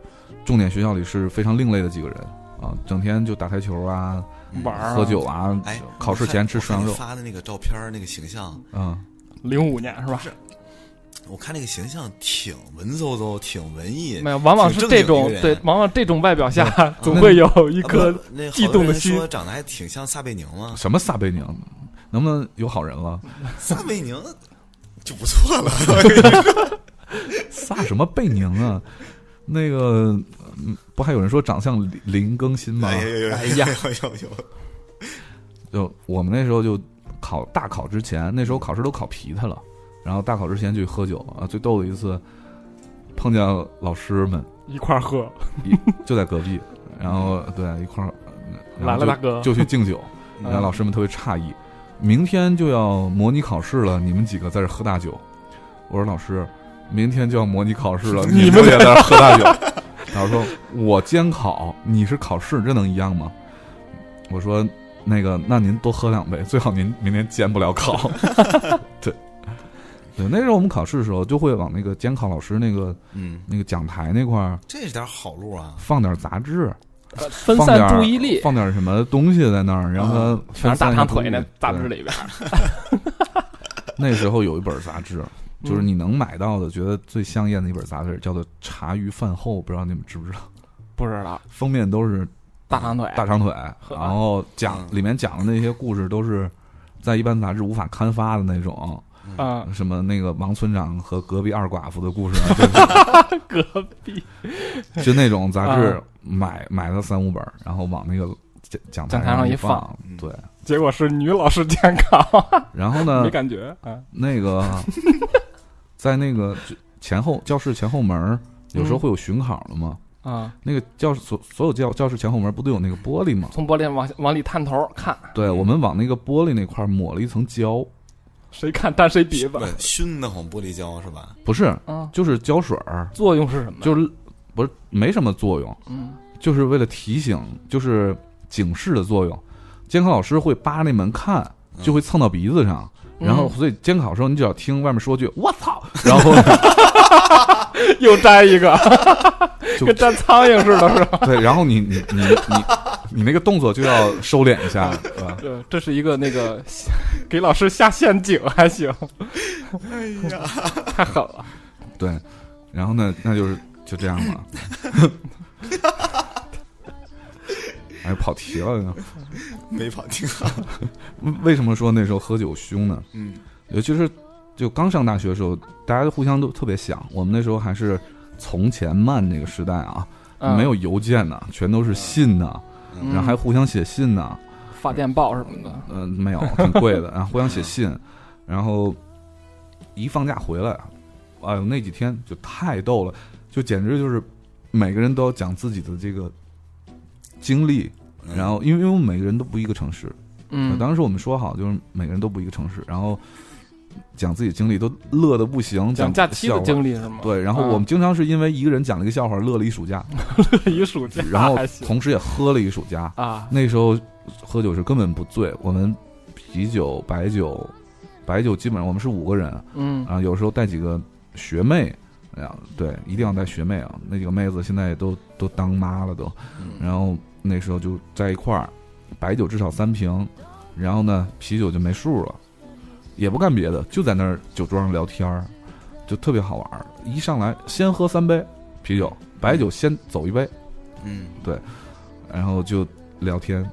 [SPEAKER 2] 重点学校里是非常另类的几个人啊，整天就打台球啊、
[SPEAKER 3] 嗯
[SPEAKER 4] 玩儿啊
[SPEAKER 2] 喝酒啊、
[SPEAKER 3] 哎，
[SPEAKER 2] 考试前吃
[SPEAKER 3] 我
[SPEAKER 2] 涮羊
[SPEAKER 3] 看你
[SPEAKER 2] 肉，
[SPEAKER 3] 发的那个照片儿，那个形象，
[SPEAKER 2] 嗯，
[SPEAKER 4] 零五年是吧？
[SPEAKER 3] 我看那个形象挺文绉绉，挺文艺。啊
[SPEAKER 4] 没有，往往是这种
[SPEAKER 3] 挺正经一个
[SPEAKER 4] 对
[SPEAKER 3] 人，
[SPEAKER 4] 往往这种外表下，
[SPEAKER 2] 嗯
[SPEAKER 4] 总会有一
[SPEAKER 3] 啊
[SPEAKER 4] 颗
[SPEAKER 3] 不那
[SPEAKER 4] 悸
[SPEAKER 3] 好多
[SPEAKER 4] 动的
[SPEAKER 3] 人
[SPEAKER 4] 心
[SPEAKER 3] 说长得还挺像撒贝宁嘛，
[SPEAKER 2] 什么撒贝宁，能不能有好人了？
[SPEAKER 3] 撒贝宁就不 错了。
[SPEAKER 2] 撒什么贝宁啊？那个嗯不还有人说长相林林更新吗？
[SPEAKER 3] 哎呦呦，哎呀，有有有，
[SPEAKER 2] 就我们那时候就考大考之前，那时候考试都考皮他了，然后大考之前就去喝酒啊。最逗的一次，碰见老师们
[SPEAKER 4] 一块儿喝。
[SPEAKER 2] 就在隔壁，然后对一块儿嗯然
[SPEAKER 4] 来
[SPEAKER 2] 后
[SPEAKER 4] 了，
[SPEAKER 2] 就
[SPEAKER 4] 大哥，
[SPEAKER 2] 就去敬酒，
[SPEAKER 4] 嗯
[SPEAKER 2] 然后老师们特别诧异，明天就要模拟考试了，你们几个在这喝大酒。我说老师，明天就要模拟考试了，
[SPEAKER 4] 你
[SPEAKER 2] 你
[SPEAKER 4] 们
[SPEAKER 2] 们也在这喝大酒。老师说，我监考，你是考试，这能一样吗？我说那个，那您多喝两杯，最好您明天监不了考。 对，对，那时候我们考试的时候就会往那个监考老师那个
[SPEAKER 3] 嗯，
[SPEAKER 2] 那个讲台那块儿
[SPEAKER 3] 这是点好路啊。
[SPEAKER 2] 放点杂志。
[SPEAKER 4] 呃分
[SPEAKER 2] 放点
[SPEAKER 4] 散
[SPEAKER 2] 儿
[SPEAKER 4] 注意力，
[SPEAKER 2] 放点儿什么东西在那儿，让他
[SPEAKER 4] 啊全
[SPEAKER 2] 分散
[SPEAKER 4] 是大
[SPEAKER 2] 一
[SPEAKER 4] 长
[SPEAKER 2] 下
[SPEAKER 4] 腿那
[SPEAKER 2] 注意力
[SPEAKER 4] 杂志
[SPEAKER 2] 对
[SPEAKER 4] 里边，
[SPEAKER 2] 那时候有一本杂志，就是
[SPEAKER 4] 嗯
[SPEAKER 2] 你能买到的，觉得最香艳的一本杂志，叫做《茶余饭后》，不知道你们知不知道？
[SPEAKER 4] 不知道
[SPEAKER 2] 封面都是
[SPEAKER 4] 大长腿，
[SPEAKER 2] 大长腿，
[SPEAKER 4] 呵
[SPEAKER 2] 然后讲
[SPEAKER 3] 嗯
[SPEAKER 2] 里面讲的那些故事都是在一般杂志无法刊发的那种，
[SPEAKER 4] 啊，
[SPEAKER 2] 什么那个王村长和隔壁二寡妇的故事啊，就
[SPEAKER 4] 隔壁
[SPEAKER 2] 就 那种杂志
[SPEAKER 4] 啊
[SPEAKER 2] 买买了三五本，然后往那个讲讲
[SPEAKER 4] 讲
[SPEAKER 2] 台
[SPEAKER 4] 台上
[SPEAKER 2] 一
[SPEAKER 4] 一放
[SPEAKER 2] 放
[SPEAKER 3] 嗯
[SPEAKER 2] 对，
[SPEAKER 4] 结果是女老师监考，
[SPEAKER 2] 然后呢
[SPEAKER 4] 没，感觉啊，
[SPEAKER 2] 那 个
[SPEAKER 4] 嗯
[SPEAKER 2] 在那个前后教室前后门儿，有时候会有巡考的嘛。
[SPEAKER 4] 啊，
[SPEAKER 2] 那个教室所所有教教室前后门不都有那个玻璃吗？
[SPEAKER 4] 从玻璃往往里探头看，
[SPEAKER 2] 对，我们往那个玻璃那块儿抹了一层胶，
[SPEAKER 4] 谁看但谁鼻子
[SPEAKER 3] 不，熏得慌玻璃胶是吧？
[SPEAKER 2] 不是，
[SPEAKER 4] 啊，
[SPEAKER 2] 就是胶水儿，
[SPEAKER 4] 作用是什么？
[SPEAKER 2] 就是不是没什么作用，
[SPEAKER 4] 嗯，
[SPEAKER 2] 就是为了提醒，就是警示的作用。监考老师会扒那门看，
[SPEAKER 3] 嗯
[SPEAKER 2] 就会蹭到鼻子上，然后
[SPEAKER 4] 嗯
[SPEAKER 2] 所以监考的时候，你只要听外面说句“我操”，然后
[SPEAKER 4] 又摘一 个，
[SPEAKER 2] 就
[SPEAKER 4] 跟摘苍蝇似的，是吧？
[SPEAKER 2] 对，然后你你你你你那个动作就要收敛一下，对吧？
[SPEAKER 4] 对，这是一个那个 给老师下陷阱，还行，
[SPEAKER 3] 哎呀，
[SPEAKER 4] 太狠了。
[SPEAKER 2] 对，然后呢，那就是就这样嘛。哎，跑题了。
[SPEAKER 3] 没跑挺好。
[SPEAKER 2] 为什么说那时候喝酒凶呢？
[SPEAKER 3] 嗯
[SPEAKER 2] 尤其是就刚上大学的时候，大家互相都特别想。我们那时候还是从前慢那个时代啊，
[SPEAKER 4] 嗯
[SPEAKER 2] 没有邮件呢，全都是信呢，
[SPEAKER 3] 嗯
[SPEAKER 2] 然后还互相写信呢。
[SPEAKER 4] 发电报什么的，
[SPEAKER 2] 嗯、没有，挺贵的。然后互相写信，然后一放假回来，哎呦，那几天就太逗了，就简直就是每个人都要讲自己的这个经历。
[SPEAKER 3] 嗯
[SPEAKER 2] 然后，因为因为我们每个人都不一个城市，
[SPEAKER 4] 嗯，
[SPEAKER 2] 当时我们说好就是每个人都不一个城市，然后讲自己经历都乐的不行，
[SPEAKER 4] 讲假期的
[SPEAKER 2] 笑话
[SPEAKER 4] 经历嗯是吗？
[SPEAKER 2] 对，然后我们经常是因为一个人讲了一个笑话乐了一暑 假，
[SPEAKER 4] 这一暑假
[SPEAKER 2] 然后
[SPEAKER 4] 还行
[SPEAKER 2] 同时也喝了一暑假。
[SPEAKER 4] 啊，
[SPEAKER 2] 那时候喝酒是根本不醉，我们啤酒、白酒、白酒基本上我们是五个人，
[SPEAKER 4] 嗯
[SPEAKER 2] 啊，有时候带几个学妹，啊，对，一定要带学妹啊。那几个妹子现在都都当妈了都，
[SPEAKER 3] 嗯
[SPEAKER 2] 然后那时候就在一块儿，白酒至少三瓶，然后呢啤酒就没数了，也不干别的，就在那儿酒桌上聊天儿，就特别好玩儿。一上来先喝三杯啤酒，白酒先走一杯，
[SPEAKER 3] 嗯
[SPEAKER 2] 然后就聊天。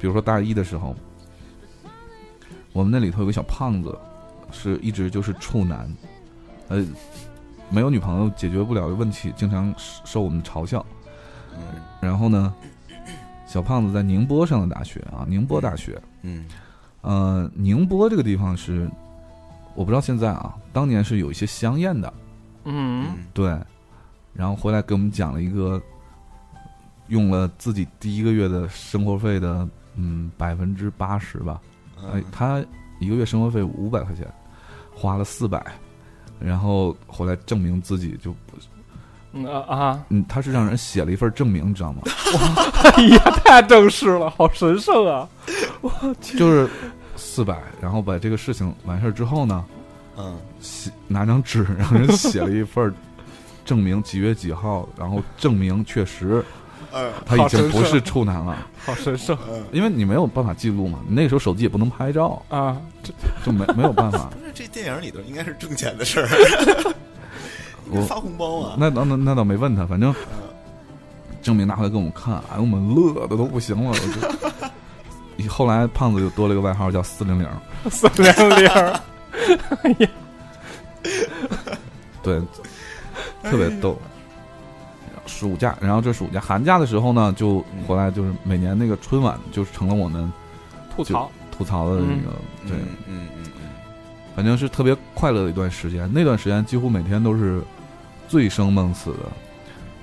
[SPEAKER 2] 比如说大一的时候，我们那里头有个小胖子，是一直就是处男，呃，没有女朋友解决不了的问题，经常受我们嘲笑。
[SPEAKER 3] 嗯
[SPEAKER 2] 然后呢，小胖子在宁波上的大学啊，宁波大学。
[SPEAKER 3] 嗯
[SPEAKER 2] 呃，宁波这个地方是，我不知道现在啊，当年是有一些香艳的，
[SPEAKER 4] 嗯，
[SPEAKER 3] 嗯
[SPEAKER 2] 对。然后回来给我们讲了一个，用了自己第一个月的生活费的，嗯，百分之八十吧，
[SPEAKER 3] 嗯
[SPEAKER 2] 哎，他一个月生活费五百块钱，花了四百，然后后来证明自己就，
[SPEAKER 4] 嗯啊啊，
[SPEAKER 2] 嗯，他是让人写了一份证明，你知道吗？
[SPEAKER 4] 哎呀，太正式了，好神圣啊！
[SPEAKER 2] 就是四百，然后把这个事情完事儿之后呢，
[SPEAKER 3] 嗯
[SPEAKER 2] 写拿张纸让人写了一份儿证明几月几号，然后证明确实
[SPEAKER 3] 嗯
[SPEAKER 2] 他已经不是处男了，
[SPEAKER 4] 好神圣
[SPEAKER 3] 嗯，
[SPEAKER 2] 因为你没有办法记录嘛，你那个时候手机也不能拍照，
[SPEAKER 4] 啊！
[SPEAKER 2] 就没 没有办法。
[SPEAKER 3] 不是这电影里头应该是挣钱的事儿，
[SPEAKER 2] 我
[SPEAKER 3] 发红包啊。
[SPEAKER 2] 那倒那那倒没问他，反正证明拿回来给我们看，哎，我们乐的都不行了。我就以后来胖子就多了一个外号叫四零零，
[SPEAKER 4] 四零零， 哎呀，
[SPEAKER 2] 对，特别逗。暑假，然后这暑假、寒假的时候呢，就回来就是每年那个春晚，就是成了我们
[SPEAKER 4] 吐槽
[SPEAKER 2] 吐槽的那个，对，
[SPEAKER 3] 嗯嗯嗯嗯
[SPEAKER 2] 反正是特别快乐的一段时间。那段时间几乎每天都是醉生梦死的，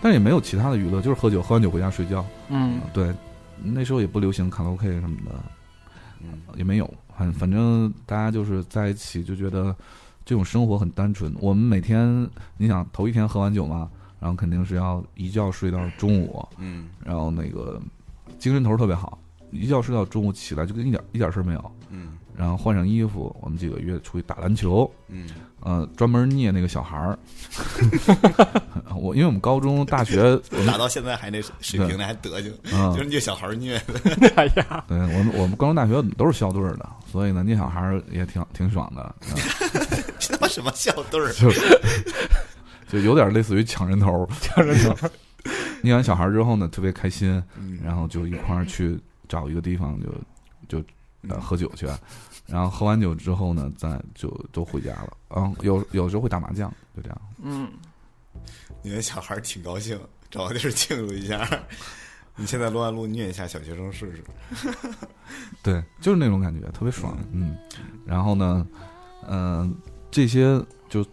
[SPEAKER 2] 但是也没有其他的娱乐，就是喝酒，喝完酒回家睡觉。
[SPEAKER 4] 嗯
[SPEAKER 2] 对，那时候也不流行卡拉 OK 什么的，
[SPEAKER 3] 嗯
[SPEAKER 2] 也没有，反反正大家就是在一起就觉得这种生活很单纯。我们每天，你想头一天喝完酒嘛，然后肯定是要一觉睡到中午，
[SPEAKER 3] 嗯
[SPEAKER 2] 然后那个精神头儿特别好，一觉睡到中午起来就跟一点一点事儿没有。
[SPEAKER 3] 嗯
[SPEAKER 2] 然后换上衣服，我们几个约出去打篮球，
[SPEAKER 3] 嗯
[SPEAKER 2] 呃，专门捏那个小孩儿。 我因为我们高中、大学， 我们
[SPEAKER 3] 嗯，打到现在还那水平呢，还德行，
[SPEAKER 2] 嗯
[SPEAKER 3] 就是虐小孩儿虐的。
[SPEAKER 4] 哎呀，
[SPEAKER 2] 对我们，我们高中、大学都是校队儿的，所以呢，捏小孩儿也挺挺爽的， 嗯
[SPEAKER 3] 这他妈什么校队儿？
[SPEAKER 2] 就就有点类似于抢人头， 抢人头。捏完小孩儿之后呢，特别开心，
[SPEAKER 3] 嗯
[SPEAKER 2] 然后就一块儿去找一个地方就就呃喝酒去，然后喝完酒之后呢，再就都回家了。嗯，有有时候会打麻将，就这样。
[SPEAKER 4] 嗯，
[SPEAKER 3] 你们小孩儿挺高兴，找个地儿庆祝一下。你现在撸啊撸虐一下小学生试试？
[SPEAKER 2] 对，就是那种感觉，特别爽。嗯，然后呢，呃嗯、这些就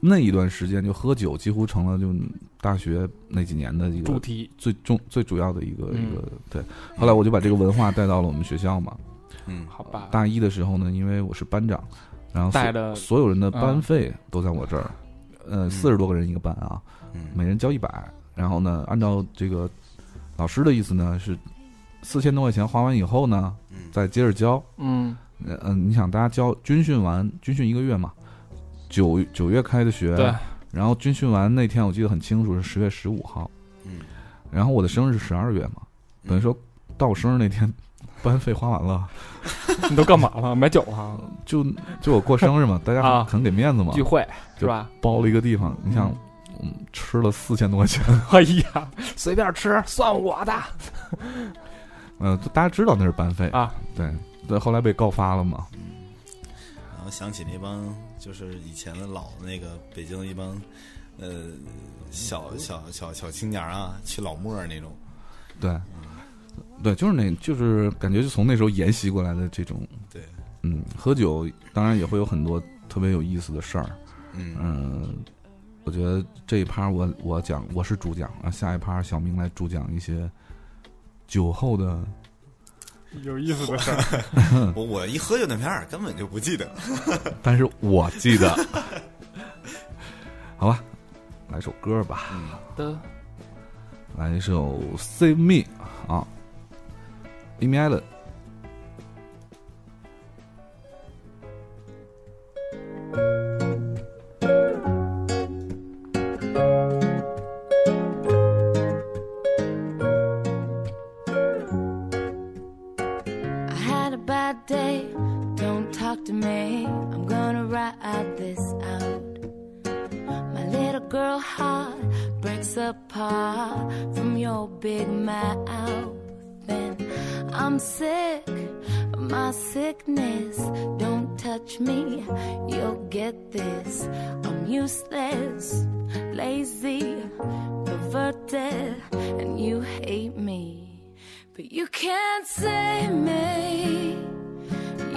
[SPEAKER 2] 那一段时间就喝酒几乎成了就大学那几年的一
[SPEAKER 4] 主
[SPEAKER 2] 个
[SPEAKER 4] 题，
[SPEAKER 2] 最重最主要的一个
[SPEAKER 4] 嗯
[SPEAKER 2] 一个对。后来我就把这个文化带到了我们学校嘛。
[SPEAKER 3] 嗯
[SPEAKER 4] 好吧？
[SPEAKER 2] 大一的时候呢，因为我是班长，然后所
[SPEAKER 4] 带着
[SPEAKER 2] 所有人的班费都在我这儿，呃，四十多个人一个班啊，
[SPEAKER 3] 嗯
[SPEAKER 2] 每人交一百。然后呢，按照这个老师的意思呢，是四千多块钱花完以后呢，
[SPEAKER 3] 嗯
[SPEAKER 2] 再接着交。
[SPEAKER 4] 嗯，
[SPEAKER 2] 嗯、呃，你想大家交军训完，军训一个月嘛，九九月开的学，
[SPEAKER 4] 对，啊
[SPEAKER 2] 然后军训完那天我记得很清楚是十月十五号，
[SPEAKER 3] 嗯，
[SPEAKER 2] 然后我的生日是十二月嘛，
[SPEAKER 3] 嗯
[SPEAKER 2] 等于说到我生日那天，班费花完了，
[SPEAKER 4] 你都干嘛了？买酒啊了？
[SPEAKER 2] 就就我过生日嘛，大家
[SPEAKER 4] 啊
[SPEAKER 2] 很很给面子嘛
[SPEAKER 4] 聚，会是
[SPEAKER 2] 就
[SPEAKER 4] 吧？
[SPEAKER 2] 包了一个地方，你想，嗯，吃了四千多块钱，
[SPEAKER 4] 哎呀，随便吃，算我的
[SPEAKER 2] 嗯，就大家知道那是班费，
[SPEAKER 4] 啊！
[SPEAKER 2] 对，对，后来被告发了嘛，
[SPEAKER 3] 然后想起那帮就是以前的老的那个北京的一帮，呃，小小小小青年儿啊，去老莫儿那种，
[SPEAKER 2] 对，对，就是那，就是感觉就从那时候沿袭过来的这种，
[SPEAKER 3] 对，
[SPEAKER 2] 嗯，喝酒当然也会有很多特别有意思的事儿，
[SPEAKER 3] 嗯
[SPEAKER 2] 嗯，我觉得这一趴我我讲我是主讲啊，下一趴小明来主讲一些酒后的，
[SPEAKER 4] 有意思的 事儿，
[SPEAKER 3] 我我一喝就那片儿，根本就不记得。
[SPEAKER 2] 但是我记得，好吧，来首歌吧，
[SPEAKER 3] 嗯
[SPEAKER 4] 的
[SPEAKER 2] 来一首《Save Me》啊，Amy Allen。
[SPEAKER 5] I had a bad day, don't talk to me. I'm gonna ride this out. My little girl heart breaks apart from your big mouth. And I'm sick of my sickness. Don't touch me, you'll get this. I'm useless, lazy, perverted, and you hate me. But you can't save me.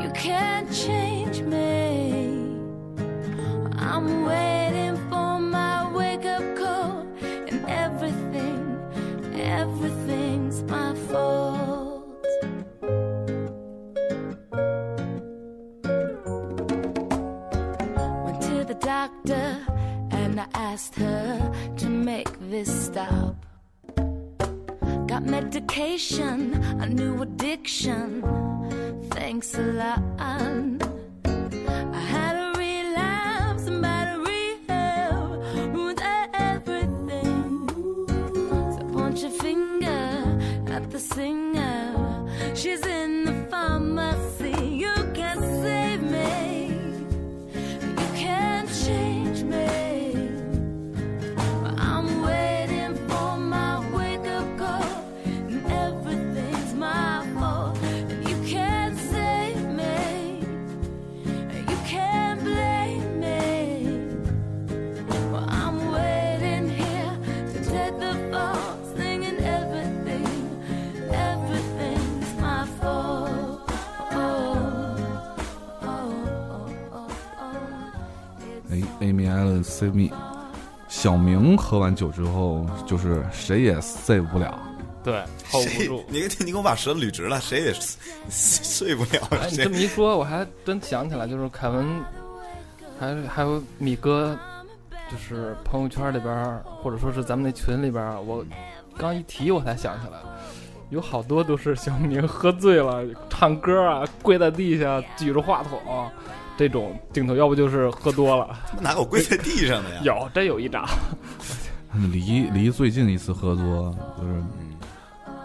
[SPEAKER 5] You can't change me. I'm waiting for my wake up call, and everything, everything's my fault. Went to the doctor, and I asked her to make this stop. Got medication, a new addiction. Thanks a lot. I had a relapse, and battery rehab ruined everything. So point your finger at the singer. She's in the pharmacy. You can't save me. You can't change me. I'm waiting for my wake up call, and everything's my fault. And you can't save me, and you can't blame me. Well, I'm waiting here to take the fall, singing everything, everything's my fault. Oh, oh, oh, oh, oh.
[SPEAKER 2] 哎，Amy Allen Save Me，小明喝完酒之后，就是谁也 save 不了。
[SPEAKER 4] 对，hold 不
[SPEAKER 3] 谁
[SPEAKER 4] 住？。
[SPEAKER 3] 你给你给我把舌头捋直了，谁也睡 睡不
[SPEAKER 4] 哎
[SPEAKER 3] 了。，
[SPEAKER 4] 你
[SPEAKER 3] 谁
[SPEAKER 4] 这么一说，我还真想起来，就是凯文，还还有米哥，就是朋友圈里边儿，或者说是咱们那群里边儿，我刚一提我才想起来，有好多都是小明喝醉了唱歌啊，跪在地下举着话筒、这种镜头，要不就是喝多了，
[SPEAKER 3] 他妈拿我跪在地上
[SPEAKER 2] 啊
[SPEAKER 3] 的呀？
[SPEAKER 4] 有真有一张，
[SPEAKER 2] 离离最近一次喝多，就是
[SPEAKER 3] 嗯，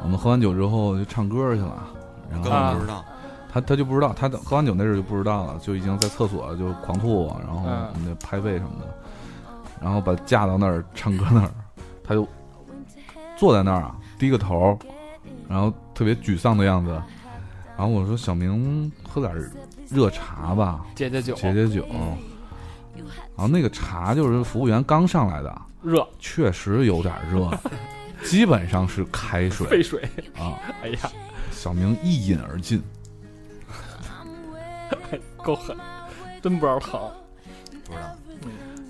[SPEAKER 2] 我们喝完酒之后就唱歌去了，然
[SPEAKER 3] 根
[SPEAKER 2] 后
[SPEAKER 3] 本不知
[SPEAKER 4] 啊
[SPEAKER 3] 道。
[SPEAKER 2] 他他就不知道，他喝完酒那阵儿就不知道了，就已经在厕所就狂吐，啊然后
[SPEAKER 4] 嗯
[SPEAKER 2] 我们就拍背什么的，然后把架到那儿唱歌那儿，他就坐在那儿啊，低个头，然后特别沮丧的样子。然后我说：“小明，喝点儿热茶吧。”
[SPEAKER 4] 解解酒，
[SPEAKER 2] 解解酒。然后那个茶就是服务员刚上来的，
[SPEAKER 4] 热
[SPEAKER 2] 确实有点热，基本上是开水
[SPEAKER 4] 沸水，
[SPEAKER 2] 啊。
[SPEAKER 4] 哎呀，
[SPEAKER 2] 小明一饮而尽，
[SPEAKER 4] 够狠，真不知道疼。
[SPEAKER 3] 不知道，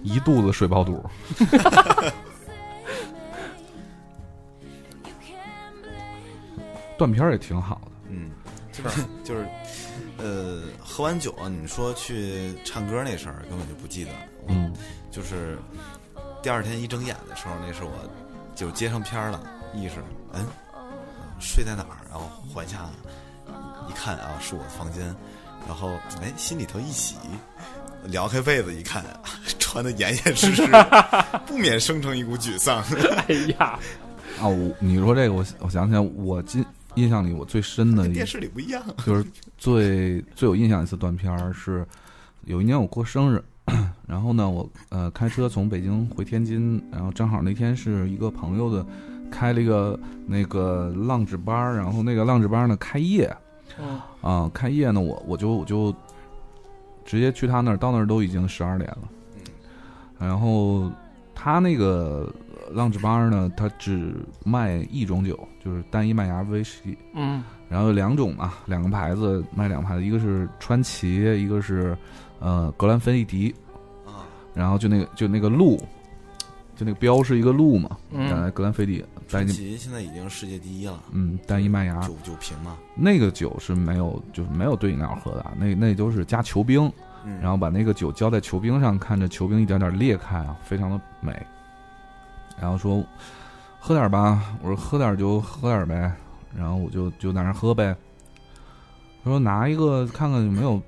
[SPEAKER 2] 一肚子水爆肚。断片儿也挺好的。
[SPEAKER 3] 嗯， 就是就是，呃，喝完酒啊，你们说去唱歌那事儿根本就不记得，我
[SPEAKER 2] 嗯，
[SPEAKER 3] 就是第二天一睁眼的时候，那是我就接上片儿了，意识嗯、睡在哪儿，然后环下一看啊是我的房间，然后哎心里头一喜，撩开被子一看， 穿的严严实实，不免生成一股沮丧。
[SPEAKER 4] 哎呀，
[SPEAKER 2] 啊，我你说这个，我我想起来，我今印象里我最深的
[SPEAKER 3] 跟
[SPEAKER 2] 一
[SPEAKER 3] 电视里不一样，
[SPEAKER 2] 就是最最有印象一次断片儿是有一年我过生日， 然后呢，我呃开车从北京回天津，然后正好那天是一个朋友的开了一个那个浪纸班儿，然后那个浪纸班儿呢开业
[SPEAKER 4] 嗯，
[SPEAKER 2] 啊、开业呢我我就我就直接去他那儿，到那儿都已经十二点了，然后他那个浪纸班儿呢，他只卖一种酒，就是单一麦芽威士忌。
[SPEAKER 4] 嗯，
[SPEAKER 2] 然后有两种嘛，两个牌子卖两个牌子，一个是川崎，一个是呃格兰芬迪迪，
[SPEAKER 3] 啊，
[SPEAKER 2] 然后就那个就那个鹿，就那个标是一个鹿嘛，
[SPEAKER 4] 嗯
[SPEAKER 2] 呃格兰菲迪
[SPEAKER 3] 传
[SPEAKER 2] 单一
[SPEAKER 3] 奇现在已经世界第一了，
[SPEAKER 2] 嗯单一麦芽
[SPEAKER 3] 酒酒瓶嘛，
[SPEAKER 2] 那个酒是没有就是没有兑饮料喝的啊，那那都是加球冰，
[SPEAKER 3] 嗯，
[SPEAKER 2] 然后把那个酒浇在球冰上，看着球冰一点点裂开啊，非常的美。然后说喝点儿吧，我说喝点儿就喝点儿呗，然后我就就在那儿喝呗。他说拿一个看看有没有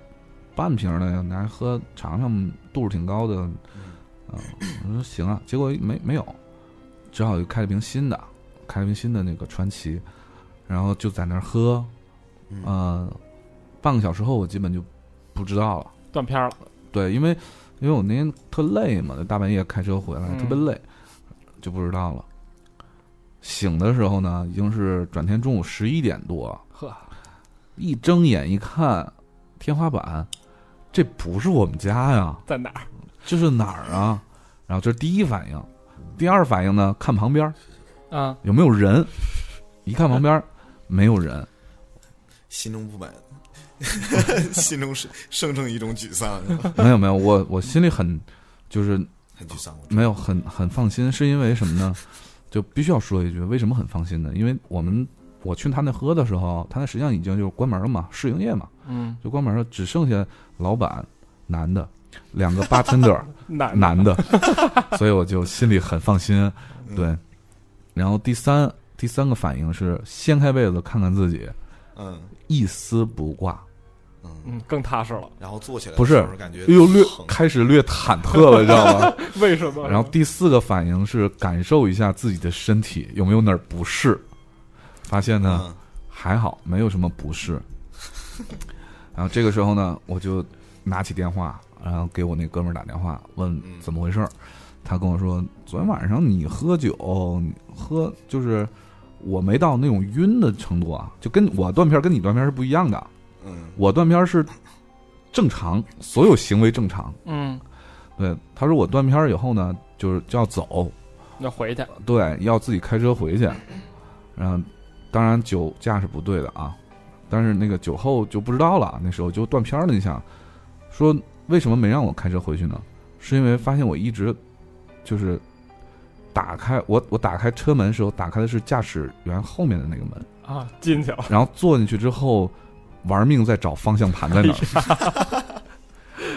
[SPEAKER 2] 半瓶儿的，拿来喝尝尝，度数挺高的。啊、我说行啊，结果没没有，只好就开了瓶新的，开了瓶新的那个传奇，然后就在那儿喝，
[SPEAKER 3] 嗯
[SPEAKER 2] 呃，半个小时后我基本就不知道了。
[SPEAKER 4] 断片儿了，
[SPEAKER 2] 对，因为因为我那天特累嘛，大半夜开车回来，
[SPEAKER 4] 嗯
[SPEAKER 2] 特别累，就不知道了。醒的时候呢，已经是转天中午十一点多，
[SPEAKER 4] 呵，
[SPEAKER 2] 一睁眼一看，天花板，这不是我们家呀，
[SPEAKER 4] 在哪儿？
[SPEAKER 2] 这是哪儿啊？然后这是第一反应，第二反应呢，看旁边儿
[SPEAKER 4] 啊，
[SPEAKER 2] 有没有人，一看旁边儿没有人，
[SPEAKER 3] 心中不满， 心中是生成一种沮丧，
[SPEAKER 2] 没有没有，我我心里很就是
[SPEAKER 3] 很沮丧。
[SPEAKER 2] 没有很很放心，是因为什么呢？ 就必须要说一句，为什么很放心呢？因为我们我去他那喝的时候，他那实际上已经就是关门了嘛，试营业嘛，
[SPEAKER 4] 嗯，
[SPEAKER 2] 就关门了，只剩下老板男的，两个 bartender
[SPEAKER 4] 哪儿？
[SPEAKER 2] 男的，所以我就心里很放心。
[SPEAKER 3] 嗯
[SPEAKER 2] 对，然后第三第三个反应是掀开被子看看自己，
[SPEAKER 3] 嗯
[SPEAKER 2] 一丝不挂，
[SPEAKER 3] 嗯，
[SPEAKER 4] 嗯，更踏实了。
[SPEAKER 3] 然后坐起来的
[SPEAKER 2] 不是
[SPEAKER 3] 时候感觉
[SPEAKER 2] 哎呦略
[SPEAKER 3] 疼
[SPEAKER 2] 开始略忐忑了，你知道吗？
[SPEAKER 4] 为什么？
[SPEAKER 2] 然后第四个反应是感受一下自己的身体有没有哪儿不适，发现呢
[SPEAKER 3] 嗯
[SPEAKER 2] 还好没有什么不适。然后这个时候呢，我就拿起电话，然后给我那哥们儿打电话问
[SPEAKER 3] 嗯
[SPEAKER 2] 怎么回事儿。他跟我说，昨天晚上你喝酒，你喝就是我没到那种晕的程度啊，就跟我断片儿跟你断片儿是不一样的。
[SPEAKER 3] 嗯
[SPEAKER 2] 我断片儿是正常，所有行为正常。
[SPEAKER 4] 嗯，
[SPEAKER 2] 对，他说我断片儿以后呢，就是就要走，
[SPEAKER 4] 要回去。
[SPEAKER 2] 对，要自己开车回去。然后，当然酒驾是不对的啊，但是那个酒后就不知道了，那时候就断片儿了。你想，说为什么没让我开车回去呢？是因为发现我一直就是打开我我打开车门的时候，打开的是驾驶员后面的那个门，
[SPEAKER 4] 啊，进去了。
[SPEAKER 2] 然后坐进去之后，玩命在找方向盘在哪儿，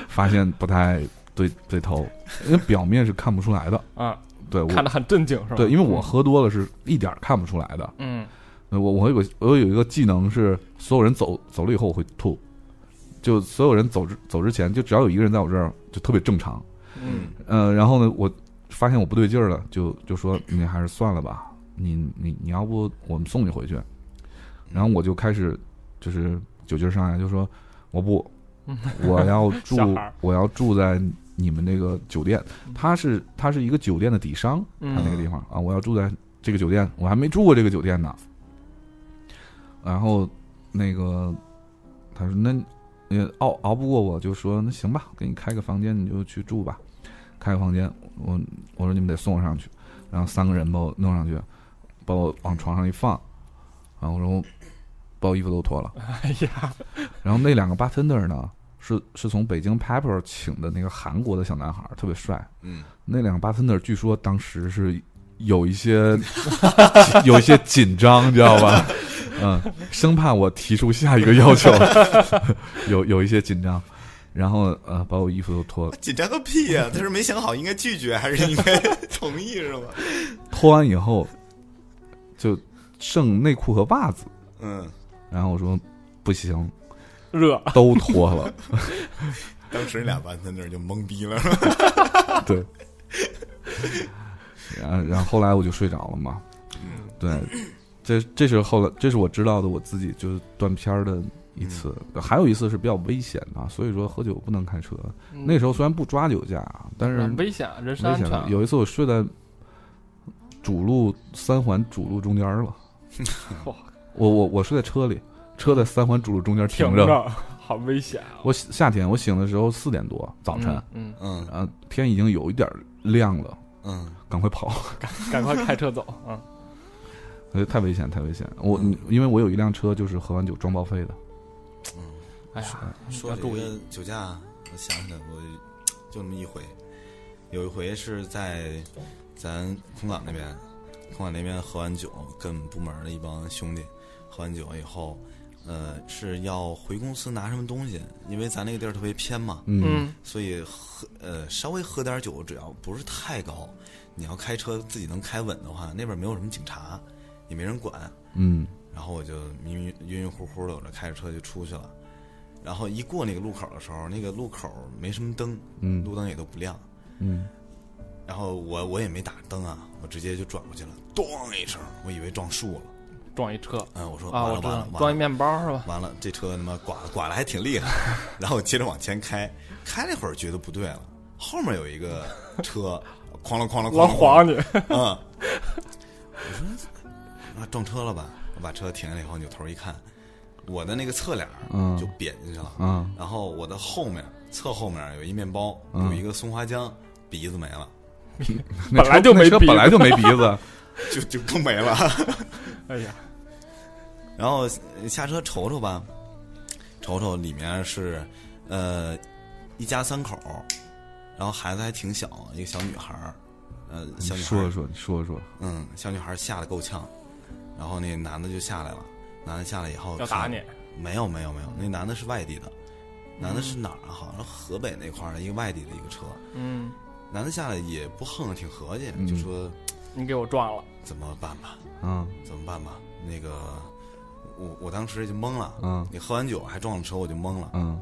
[SPEAKER 2] 发现不太对对头，因为表面是看不出来的。
[SPEAKER 4] 啊，
[SPEAKER 2] 对，我
[SPEAKER 4] 看着很震惊，是吧？
[SPEAKER 2] 对，因为我喝多了是一点儿看不出来的。
[SPEAKER 4] 嗯，
[SPEAKER 2] 呃我我有个我有一个技能是，所有人走走了以后我会吐，就所有人走之走之前，就只要有一个人在我这儿就特别正常。
[SPEAKER 4] 嗯
[SPEAKER 2] 嗯、然后呢，我发现我不对劲儿了，就就说你还是算了吧，你你你要不我们送你回去。然后我就开始就是酒劲儿上来，就说我不
[SPEAKER 4] 嗯，
[SPEAKER 2] 我要住
[SPEAKER 4] 小孩儿
[SPEAKER 2] 我要住在你们那个酒店，它是它是一个酒店的底商，他那个
[SPEAKER 4] 嗯，
[SPEAKER 2] 地方啊，我要住在这个酒店，我还没住过这个酒店呢。然后那个他说那也熬熬不过我，就说那行吧，给你开个房间，你就去住吧。开个房间，我我说你们得送我上去，然后三个人把我弄上去，把我往床上一放，然后我说把我衣服都脱了。
[SPEAKER 4] 哎呀，
[SPEAKER 2] 然后那两个 bartender 呢，是是从北京 Pepper 请的那个韩国的小男孩，特别帅。
[SPEAKER 3] 嗯，
[SPEAKER 2] 那两个 bartender 据说 当时是有一些有一些紧张，你知道吧？嗯，生怕我提出下一个要求， 有有一些紧张，然后呃，把我衣服都脱了，
[SPEAKER 3] 紧张个屁呀、他是没想好应该拒绝还是应该同意是吗？
[SPEAKER 2] 脱完以后就剩内裤和袜子，
[SPEAKER 3] 嗯，
[SPEAKER 2] 然后我说不行，
[SPEAKER 4] 热，
[SPEAKER 2] 都脱了，
[SPEAKER 3] 当时俩班在那儿就懵逼了，
[SPEAKER 2] 对，然然后后来我就睡着了嘛，对，这这是后来，这是我知道的我自己就是断片儿的一次，还有一次是比较危险的啊，所以说喝酒不能开车。嗯那时候虽然不抓酒驾啊，但是
[SPEAKER 4] 嗯危险，人身
[SPEAKER 2] 危
[SPEAKER 4] 安
[SPEAKER 2] 险的。
[SPEAKER 4] 全。啊
[SPEAKER 2] 有一次我睡在主路三环主路中间了
[SPEAKER 4] 哇，
[SPEAKER 2] 我我我睡在车里，车在三环主路中间停着。，
[SPEAKER 4] 好危险啊！
[SPEAKER 2] 我夏夏天我醒的时候四点多早晨，
[SPEAKER 4] 嗯，
[SPEAKER 3] 嗯
[SPEAKER 2] 啊天已经有一点亮了，
[SPEAKER 3] 嗯，
[SPEAKER 2] 赶快跑，
[SPEAKER 4] 嗯，赶快开车走，嗯，
[SPEAKER 2] 呃太危险太危险。我
[SPEAKER 3] 嗯
[SPEAKER 2] 因为我有一辆车就是喝完酒装报废的，
[SPEAKER 4] 哎呀，
[SPEAKER 3] 说
[SPEAKER 4] 要
[SPEAKER 3] 这
[SPEAKER 4] 注意
[SPEAKER 3] 个酒驾，我想起来我就那么一回，有一回是在咱空港那边，空港那边喝完酒，跟部门的一帮兄弟喝完酒以后，呃，是要回公司拿什么东西，因为咱那个地儿特别偏嘛，
[SPEAKER 4] 嗯，
[SPEAKER 3] 所以喝呃稍微喝点酒，只要不是太高，你要开车自己能开稳的话，那边没有什么警察，也没人管，
[SPEAKER 2] 嗯
[SPEAKER 3] 然后我就迷迷晕晕乎乎的，我就开着车就出去了。然后一过那个路口的时候，那个路口没什么灯，
[SPEAKER 2] 嗯
[SPEAKER 3] 路灯也都不亮。
[SPEAKER 2] 嗯
[SPEAKER 3] 然后我我也没打灯啊，我直接就转过去了，咚一声，我以为撞树了。
[SPEAKER 4] 撞一车
[SPEAKER 3] 嗯，我说
[SPEAKER 4] 啊，
[SPEAKER 3] 完
[SPEAKER 4] 我
[SPEAKER 3] 了
[SPEAKER 4] 知
[SPEAKER 3] 完了
[SPEAKER 4] 道
[SPEAKER 3] 完，
[SPEAKER 4] 撞一
[SPEAKER 3] 了
[SPEAKER 4] 面包是吧？
[SPEAKER 3] 完了，这车他妈剐剐的还挺厉害。 然后我接着往前开，开了一会儿觉得不对了，后面有一个车，哐啷哐啷哐啷
[SPEAKER 4] 我
[SPEAKER 3] 哐啷
[SPEAKER 4] 晃你，
[SPEAKER 3] 啊，我说啊撞车了吧？我把车停下来以后扭头一看，我的那个侧脸
[SPEAKER 2] 嗯
[SPEAKER 3] 就扁进去了，
[SPEAKER 2] 啊
[SPEAKER 3] 然后我的后面侧后面有一面包，
[SPEAKER 2] 嗯
[SPEAKER 3] 有一个松花江，鼻子没了，
[SPEAKER 2] 那
[SPEAKER 4] 本来
[SPEAKER 2] 车
[SPEAKER 4] 就没
[SPEAKER 2] 那车
[SPEAKER 4] 鼻子
[SPEAKER 2] 本来就没鼻 子，
[SPEAKER 3] 就就更没了。
[SPEAKER 4] 哎呀，
[SPEAKER 3] 然后呃下车瞅瞅吧，瞅瞅里面是呃一家三口，然后孩子还挺小，一个小女孩儿，呃
[SPEAKER 2] 你
[SPEAKER 3] 小女孩儿
[SPEAKER 2] 说说你说说，
[SPEAKER 3] 嗯，小女孩吓得够呛，然后那男的就下来了，男的下来以后
[SPEAKER 4] 要
[SPEAKER 3] 看
[SPEAKER 4] 打你，
[SPEAKER 3] 没有没有没有，那男的是外地的，男的是哪儿啊？好像是河北那块儿的一个外地的一个车，
[SPEAKER 4] 嗯，
[SPEAKER 3] 男的下来也不横，挺合计，
[SPEAKER 2] 嗯
[SPEAKER 3] 就说
[SPEAKER 4] 你给我撞了，
[SPEAKER 3] 怎么办吧，
[SPEAKER 2] 嗯
[SPEAKER 3] 怎么办吧？那个，我我当时就懵了，
[SPEAKER 2] 嗯
[SPEAKER 3] 你喝完酒还撞了车，我就懵了
[SPEAKER 2] 嗯，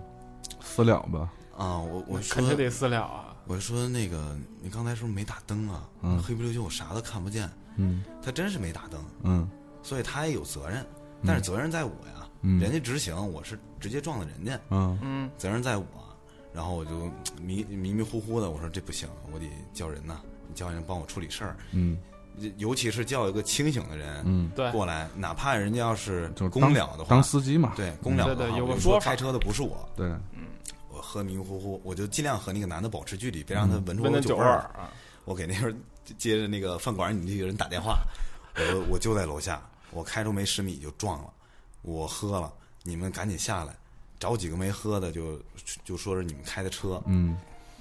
[SPEAKER 2] 私了吧，
[SPEAKER 3] 啊！我我说
[SPEAKER 4] 肯定得私了啊，
[SPEAKER 3] 我说那个，你刚才是不是没打灯啊？
[SPEAKER 2] 嗯
[SPEAKER 3] 黑不溜秋，我啥都看不见。
[SPEAKER 2] 嗯
[SPEAKER 3] 他真是没打灯，
[SPEAKER 2] 嗯
[SPEAKER 3] 所以他也有责任，但是责任在我呀，
[SPEAKER 2] 嗯
[SPEAKER 3] 人家执行，我是直接撞的人家，
[SPEAKER 2] 嗯
[SPEAKER 4] 嗯，
[SPEAKER 3] 责任在我。然后我就嗯迷迷迷糊糊的，我说这不行，我得叫人呐、你叫人帮我处理事儿，
[SPEAKER 2] 嗯
[SPEAKER 3] 尤其是叫一个清醒的人
[SPEAKER 2] 嗯，
[SPEAKER 4] 对，
[SPEAKER 3] 过来，哪怕人家要是
[SPEAKER 2] 就是
[SPEAKER 3] 公
[SPEAKER 2] 当
[SPEAKER 3] 了的话
[SPEAKER 2] 当，司机嘛，嗯
[SPEAKER 3] 对公了的话，
[SPEAKER 4] 对对有
[SPEAKER 3] 我
[SPEAKER 4] 个
[SPEAKER 3] 就
[SPEAKER 4] 说
[SPEAKER 3] 说
[SPEAKER 4] 法
[SPEAKER 3] 开车的不是我，
[SPEAKER 2] 对，
[SPEAKER 3] 我喝迷迷糊糊，我就尽量和那个男的保持距离，别让他闻出
[SPEAKER 4] 闻那
[SPEAKER 3] 我的
[SPEAKER 4] 酒
[SPEAKER 3] 酒
[SPEAKER 4] 味
[SPEAKER 3] 味
[SPEAKER 4] 儿
[SPEAKER 3] 儿。
[SPEAKER 4] 啊，
[SPEAKER 3] 我给那边接着那个饭馆你那个人打电话，我说我就在楼下，我开出没十米就撞了，我喝了，你们赶紧下来，找几个没喝的就就说是你们开的车，
[SPEAKER 2] 嗯，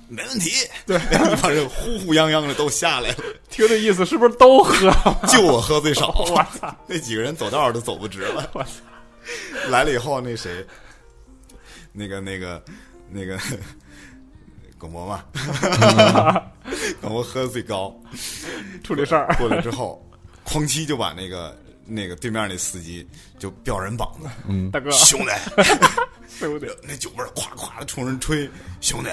[SPEAKER 3] 没问题， 对，一帮人呼呼泱泱的都下来了，
[SPEAKER 4] 听这意思是不是都喝？
[SPEAKER 3] 就我喝最少，
[SPEAKER 4] 我操，
[SPEAKER 3] 那几个人走道儿都走不直了，来了以后那谁，那个那个那个广 播嘛，广播喝的最高。
[SPEAKER 4] 处理事儿，
[SPEAKER 3] 过来之后，哐叽就把那个那个对面那司机就吊人膀子，
[SPEAKER 4] 大哥，
[SPEAKER 3] 兄弟，
[SPEAKER 4] 对不对？
[SPEAKER 3] 那酒味儿咵咵的冲人吹，兄弟，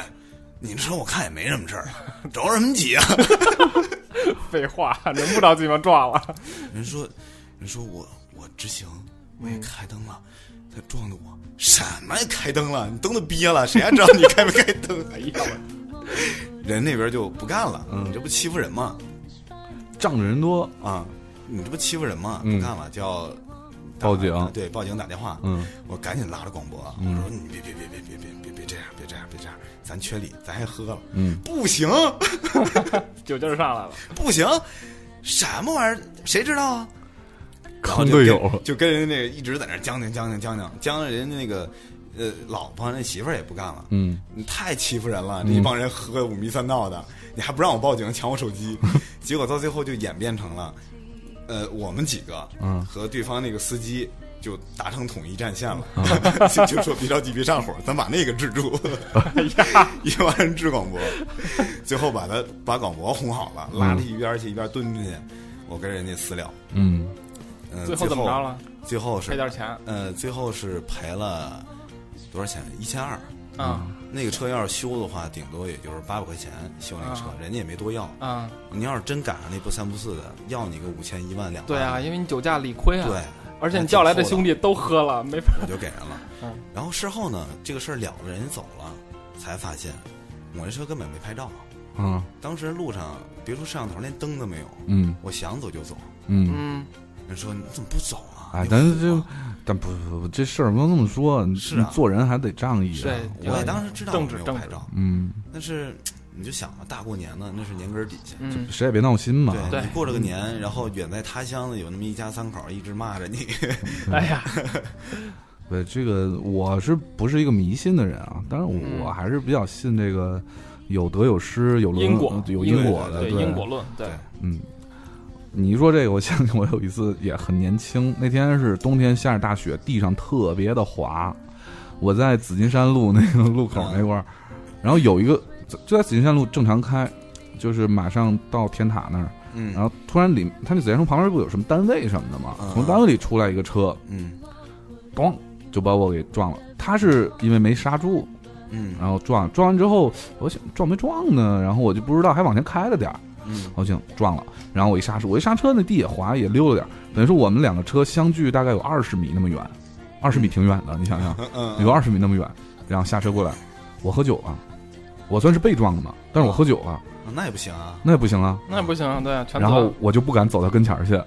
[SPEAKER 3] 你这车我看也没什么事儿，着什么急啊？
[SPEAKER 4] 废话，人不着急吗？撞了，
[SPEAKER 3] 人说，人说我我执行，我也开灯了，他撞的我，什么呀开灯了？你灯都憋了，谁还知道你开没开灯？哎呀，人那边就不干了，你这不欺负人吗？
[SPEAKER 2] 仗着人多，
[SPEAKER 3] 啊，你这不欺负人吗？
[SPEAKER 2] 嗯
[SPEAKER 3] 不干了，就要打
[SPEAKER 2] 报警
[SPEAKER 3] 对，报警打电话。
[SPEAKER 2] 嗯，
[SPEAKER 3] 我赶紧拉着广播，我说你别别别别别别别别这样，别这样，别这样，咱缺礼，咱还喝了。
[SPEAKER 2] 嗯，
[SPEAKER 3] 不行
[SPEAKER 4] 酒劲儿上来了，
[SPEAKER 3] 不行，什么玩意儿？谁知道啊？然后
[SPEAKER 2] 坑
[SPEAKER 3] 就
[SPEAKER 2] 队
[SPEAKER 3] 跟
[SPEAKER 2] 友，
[SPEAKER 3] 就跟人家那个一直在那儿将将将将将将将着人家那个呃老婆那媳妇儿也不干了。
[SPEAKER 2] 嗯，
[SPEAKER 3] 你太欺负人了！这一帮人喝五迷三道的，你还不让我报警，抢我手机，结果到最后就演变成了，呃，我们几个
[SPEAKER 2] 嗯
[SPEAKER 3] 和对方那个司机就达成统一战线了，
[SPEAKER 2] 啊
[SPEAKER 3] 就就说别着急，别上火，咱把那个制住， 一帮人治广播，最后把他把广播哄好了，拉着一边去一边蹲着去，我跟人家私了，
[SPEAKER 2] 嗯，
[SPEAKER 3] 嗯，
[SPEAKER 4] 最
[SPEAKER 3] 后
[SPEAKER 4] 后怎么着？了？
[SPEAKER 3] 最后
[SPEAKER 4] 赔
[SPEAKER 3] 是
[SPEAKER 4] 点钱
[SPEAKER 3] 呃，最后是赔了多少钱？一千二。
[SPEAKER 4] 啊
[SPEAKER 3] 那个车要是修的话，顶多也就是八百块钱修那个车
[SPEAKER 4] 啊，
[SPEAKER 3] 人家也没多要。
[SPEAKER 4] 啊！
[SPEAKER 3] 你要是真赶上那不三不四的，要你个五千一万两万。
[SPEAKER 4] 对啊，，因为你酒驾理亏啊。
[SPEAKER 3] 嗯对，
[SPEAKER 4] 而且你叫来的兄弟都喝了，没法。
[SPEAKER 3] 我就给人了
[SPEAKER 4] 嗯。
[SPEAKER 3] 然后事后呢，这个事儿了了，人家走了，才发现我这车根本没拍照。
[SPEAKER 2] 啊，
[SPEAKER 3] 当时路上别说摄像头，连灯都没有，
[SPEAKER 2] 嗯
[SPEAKER 3] 我想走就走。
[SPEAKER 2] 嗯，
[SPEAKER 4] 嗯，
[SPEAKER 3] 人说你怎么不走啊？
[SPEAKER 2] 哎，
[SPEAKER 3] 你
[SPEAKER 2] 咱
[SPEAKER 3] 虎啊
[SPEAKER 2] 这，但不不不，这事儿不能这么说，你
[SPEAKER 3] 是啊
[SPEAKER 2] 做人还得仗义啊
[SPEAKER 4] 对，
[SPEAKER 3] 我也当时知道我
[SPEAKER 4] 政治
[SPEAKER 3] 没有
[SPEAKER 4] 政
[SPEAKER 3] 拍
[SPEAKER 4] 治
[SPEAKER 3] 照，
[SPEAKER 2] 嗯，
[SPEAKER 3] 但是你就想啊，大过年的，那是年根儿底下。
[SPEAKER 4] 嗯，
[SPEAKER 2] 谁也别闹心嘛，
[SPEAKER 3] 对
[SPEAKER 4] 对
[SPEAKER 3] 你过这个年，然后远在他乡的有那么一家三口一直骂着你，
[SPEAKER 4] 哎呀，
[SPEAKER 2] 对，这个我是不是一个迷信的人啊？但是
[SPEAKER 4] 嗯
[SPEAKER 2] 我还是比较信这个有得有失，有伦
[SPEAKER 4] 因果
[SPEAKER 2] 有
[SPEAKER 4] 因
[SPEAKER 2] 因
[SPEAKER 3] 果
[SPEAKER 2] 果的，
[SPEAKER 4] 对
[SPEAKER 2] 对
[SPEAKER 4] 因果论，对，
[SPEAKER 2] 嗯，你一说这个，我想起我有一次也很年轻，那天是冬天下着大雪，地上特别的滑，我在紫金山路那个路口那块儿，然后有一个就在紫金山路正常开，就是马上到天塔那儿，
[SPEAKER 3] 嗯，
[SPEAKER 2] 然后突然里他那紫金山路旁边不有什么单位什么的吗
[SPEAKER 3] 嗯？
[SPEAKER 2] 从单位里出来一个车，
[SPEAKER 3] 嗯
[SPEAKER 2] 咣就把我给撞了。他是因为没刹住，
[SPEAKER 3] 嗯
[SPEAKER 2] 然后撞撞完之后，我想撞没撞呢，然后我就不知道，还往前开了点儿。
[SPEAKER 3] 嗯
[SPEAKER 2] 好像撞了，然后我一刹车，我一刹车，那地也滑，也溜了点儿，等于说我们两个车相距大概有二十米那么远，二十米挺远的，你想想，
[SPEAKER 3] 嗯，
[SPEAKER 2] 有二十米那么远，然后下车过来，我喝酒了，我虽然是被撞的嘛，但是我喝酒了，
[SPEAKER 3] 那也不行啊，
[SPEAKER 2] 那也不行啊，
[SPEAKER 4] 那不行，对，全
[SPEAKER 2] 然后我就不敢走到跟前儿去，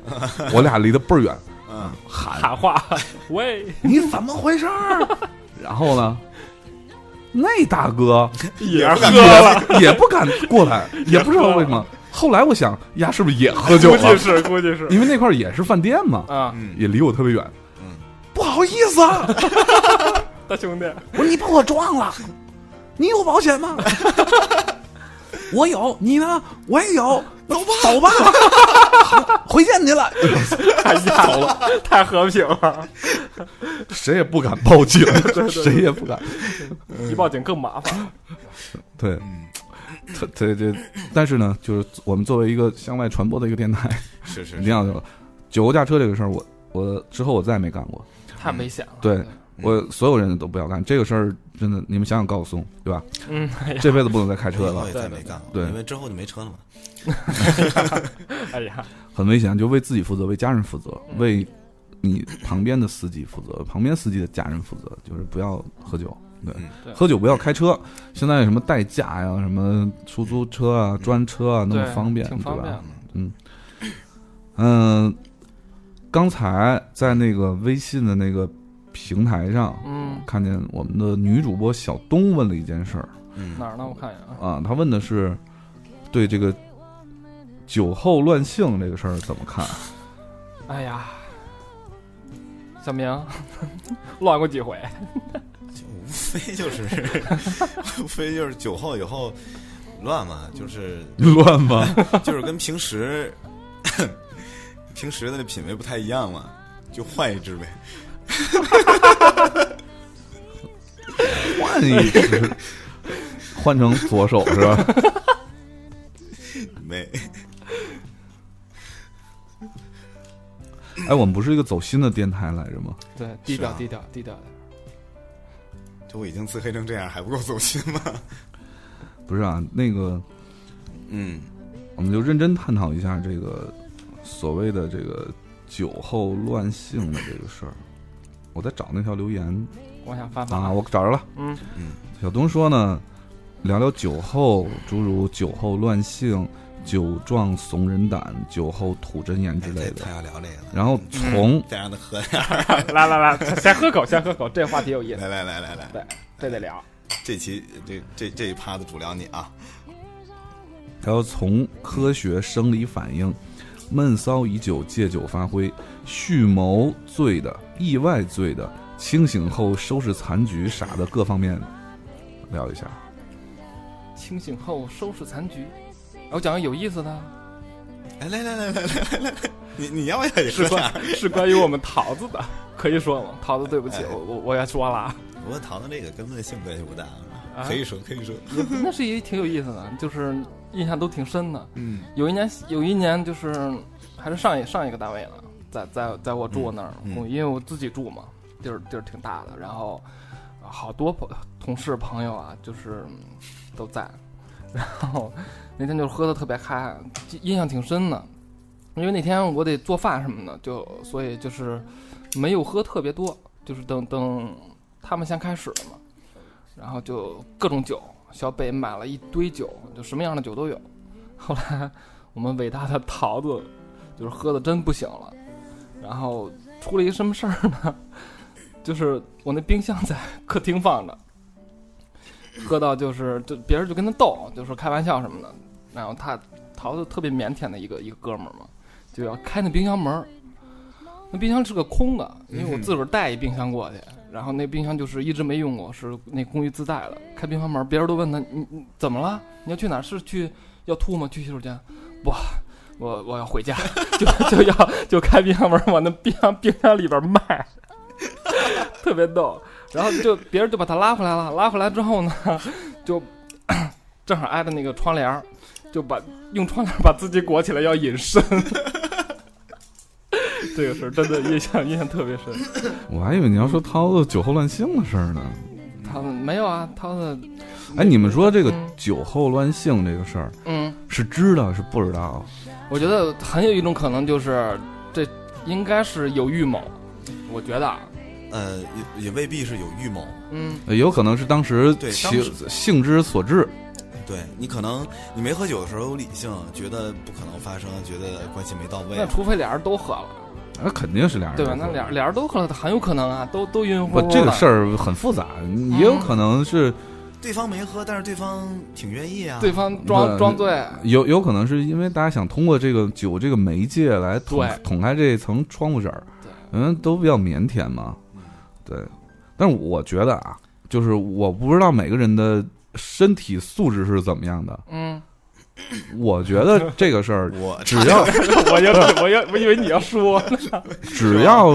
[SPEAKER 2] 我俩离得倍儿远，
[SPEAKER 3] 嗯，
[SPEAKER 2] 喊
[SPEAKER 4] 喊话， 喂，
[SPEAKER 2] 你怎么回事儿？然后呢，那大哥
[SPEAKER 4] 也
[SPEAKER 3] 喝
[SPEAKER 2] 也也不敢过来，也不知道为什 么。后来我想，呀，是不是也喝酒
[SPEAKER 4] 估计
[SPEAKER 2] 了？
[SPEAKER 4] 是，估计是
[SPEAKER 2] 因为那块儿也是饭店嘛，
[SPEAKER 4] 啊，
[SPEAKER 3] 嗯
[SPEAKER 2] 也离我特别远。
[SPEAKER 3] 嗯，
[SPEAKER 2] 不好意思啊，
[SPEAKER 4] 大兄弟，
[SPEAKER 2] 我说你把我撞了，你有保险吗？ 我有，你呢？我也有，走吧，走吧， 回见去了。
[SPEAKER 4] 太压了，太和平了，
[SPEAKER 2] 谁也不敢报 警，谁也不敢。嗯
[SPEAKER 4] 一报警更麻烦。
[SPEAKER 2] 对，
[SPEAKER 3] 嗯，
[SPEAKER 2] 他他这，但是呢，就是我们作为一个向外传播的一个电台，
[SPEAKER 3] 是是
[SPEAKER 2] 一定要酒后驾车这个事儿，我我之后我再也没干过。
[SPEAKER 4] 太危险了。
[SPEAKER 2] 对，我所有人都不要干这个事儿，真的，你们想想高晓松对吧？
[SPEAKER 4] 嗯，哎呀，
[SPEAKER 2] 这辈子不能再开车
[SPEAKER 3] 我
[SPEAKER 2] 了
[SPEAKER 3] 也，再没干过，
[SPEAKER 2] 对对
[SPEAKER 3] 因为之后就没车了嘛。
[SPEAKER 4] 哎呀，
[SPEAKER 2] 很危险，就为自己负责，为家人负责，
[SPEAKER 4] 嗯
[SPEAKER 2] 为你旁边的司机负责，旁边司机的家人负责，就是不要喝酒。对，
[SPEAKER 3] 嗯
[SPEAKER 4] 对
[SPEAKER 2] 喝酒不要开车。现在有什么代驾呀、什么出租车啊、专车啊，那么
[SPEAKER 4] 对
[SPEAKER 2] 方便，
[SPEAKER 4] 挺方
[SPEAKER 2] 对吧？
[SPEAKER 4] 便。
[SPEAKER 2] 嗯、刚才在那个微信的那个平台上，
[SPEAKER 4] 嗯，
[SPEAKER 2] 看见我们的女主播小东问了一件事儿
[SPEAKER 3] 嗯
[SPEAKER 4] 哪儿呢？我看一眼啊。
[SPEAKER 2] 啊，她问的是对这个酒后乱性这个事儿怎么看？
[SPEAKER 4] 哎呀，小明， 乱过几回？
[SPEAKER 3] 就无 非就是无非就是酒后以后乱嘛，就是
[SPEAKER 2] 乱吗？
[SPEAKER 3] 就是跟平时平时的品味不太一样嘛，就换一支呗。
[SPEAKER 2] 换一只，换成左手是吧？
[SPEAKER 3] 没，
[SPEAKER 2] 哎，我们不是一个走心的电台来着吗？
[SPEAKER 4] 对，低调
[SPEAKER 3] 是啊
[SPEAKER 4] 低调低调的。
[SPEAKER 3] 就我已经自黑成这样，还不够走心吗？
[SPEAKER 2] 不是啊，那个
[SPEAKER 3] 嗯
[SPEAKER 2] 我们就认真探讨一下这个所谓的这个酒后乱性的这个事儿。我在找那条留言
[SPEAKER 4] 往下翻翻
[SPEAKER 2] 啊，我找着了。
[SPEAKER 4] 嗯
[SPEAKER 2] 小东说呢，聊聊酒后，诸如酒后乱性、酒壮怂人胆、酒后吐真言之类的
[SPEAKER 3] 哎他。要聊这个了，
[SPEAKER 2] 然后从
[SPEAKER 3] 再让他喝，
[SPEAKER 4] 来来来，先喝口，先喝口，这话题有意思，
[SPEAKER 3] 来来来来来，
[SPEAKER 4] 对，这得聊。
[SPEAKER 3] 这期这这这一趴的主聊你啊，
[SPEAKER 2] 然后从科学生理反应、闷骚已久借酒发挥、蓄谋醉的、意外醉的、清醒后收拾残局啥的各方面聊一下。
[SPEAKER 4] 清醒后收拾残局，哎我讲个有意 思的，
[SPEAKER 3] 哎来来来来来来来，你你要不要也喝
[SPEAKER 4] 是
[SPEAKER 3] 点儿？
[SPEAKER 4] 关是关于我们桃子的，可以说吗？桃子，对不
[SPEAKER 2] 哎
[SPEAKER 4] 起，我我我也说了啊，
[SPEAKER 3] 不过桃子这个跟论性关系不大，
[SPEAKER 4] 啊
[SPEAKER 3] 可以说可以说，
[SPEAKER 4] 那是也挺有意思的，就是印象都挺深的。
[SPEAKER 3] 嗯，
[SPEAKER 4] 有一年，有一年就是还是上一上一个单位了，在在在我住那儿，
[SPEAKER 3] 嗯嗯
[SPEAKER 4] 我因为我自己住嘛，地儿地儿挺大的，然后呃好多朋同事朋友啊，就是嗯都在，然后那天就喝的特别嗨，记印象挺深的，因为那天我得做饭什么的，就所以就是没有喝特别多，就是等等他们先开始了嘛，然后就各种酒，小北买了一堆酒，就什么样的酒都有，后来。我们伟大的桃子就是喝的真不行了，然后出了一什么事儿呢？就是我那冰箱在客厅放着，喝到就是就别人就跟他斗，就说开玩笑什么的，然后他桃子特别腼腆的一个一个哥们儿嘛，就要开那冰箱门儿，那冰箱是个空的，因为我自个儿带一冰箱过去，然后那冰箱就是一直没用过，是那公寓自带的，开冰箱门儿，别人都问他你你怎么了？你要去哪儿？是去要吐吗？去洗手间？ 不，我我要回家， 就就要就开冰箱门往那冰箱冰箱里边卖， 特别逗。然后就别人就把他拉回来了，拉回来之后呢，就 正好挨着那个窗帘儿，就把用窗帘把自己裹起来要隐身。 这个事儿真的印象印象特别深。
[SPEAKER 2] 我还以为你要说涛子酒后乱性的事儿呢。
[SPEAKER 4] 他们没有啊，他们
[SPEAKER 2] 哎，你们说这个
[SPEAKER 4] 嗯
[SPEAKER 2] 酒后乱性这个事儿
[SPEAKER 4] 嗯，
[SPEAKER 2] 是知道是不知道？
[SPEAKER 4] 我觉得很有一种可能就是这应该是有预谋，我觉得啊，
[SPEAKER 3] 呃，也也未必是有预谋，
[SPEAKER 4] 嗯。
[SPEAKER 2] 呃有可能是当时
[SPEAKER 3] 对当
[SPEAKER 2] 情性之所致。
[SPEAKER 3] 对你可能你没喝酒的时候有理性，觉得不可能发生，觉得关系没到位
[SPEAKER 2] 啊
[SPEAKER 3] 啊
[SPEAKER 4] 那，除非俩人都喝了，
[SPEAKER 2] 那肯定是俩人
[SPEAKER 4] 对吧？
[SPEAKER 2] 都
[SPEAKER 4] 那
[SPEAKER 2] 喝
[SPEAKER 4] 俩俩人都喝了，很有可能啊，都都晕晕乎
[SPEAKER 2] 不
[SPEAKER 4] 乎，
[SPEAKER 2] 这个事
[SPEAKER 4] 儿，
[SPEAKER 2] 儿很复杂，也
[SPEAKER 4] 嗯
[SPEAKER 2] 有可能是
[SPEAKER 3] 对方没喝，但是对方挺愿意啊，，
[SPEAKER 4] 对方装
[SPEAKER 2] 那
[SPEAKER 4] 装醉，
[SPEAKER 2] 有有可能是因为大家想通过这个酒这个媒介来捅
[SPEAKER 4] 对
[SPEAKER 2] 捅开这层窗户纸儿
[SPEAKER 4] 对，嗯
[SPEAKER 2] 嗯，都比较腼腆嘛，对。但是我觉得啊，就是我不知道每个人的身体素质是怎么样的，
[SPEAKER 4] 嗯，
[SPEAKER 2] 我觉得这个事 儿
[SPEAKER 3] 我
[SPEAKER 2] 只要
[SPEAKER 4] 我以为我以为我以为你要说，
[SPEAKER 2] 只要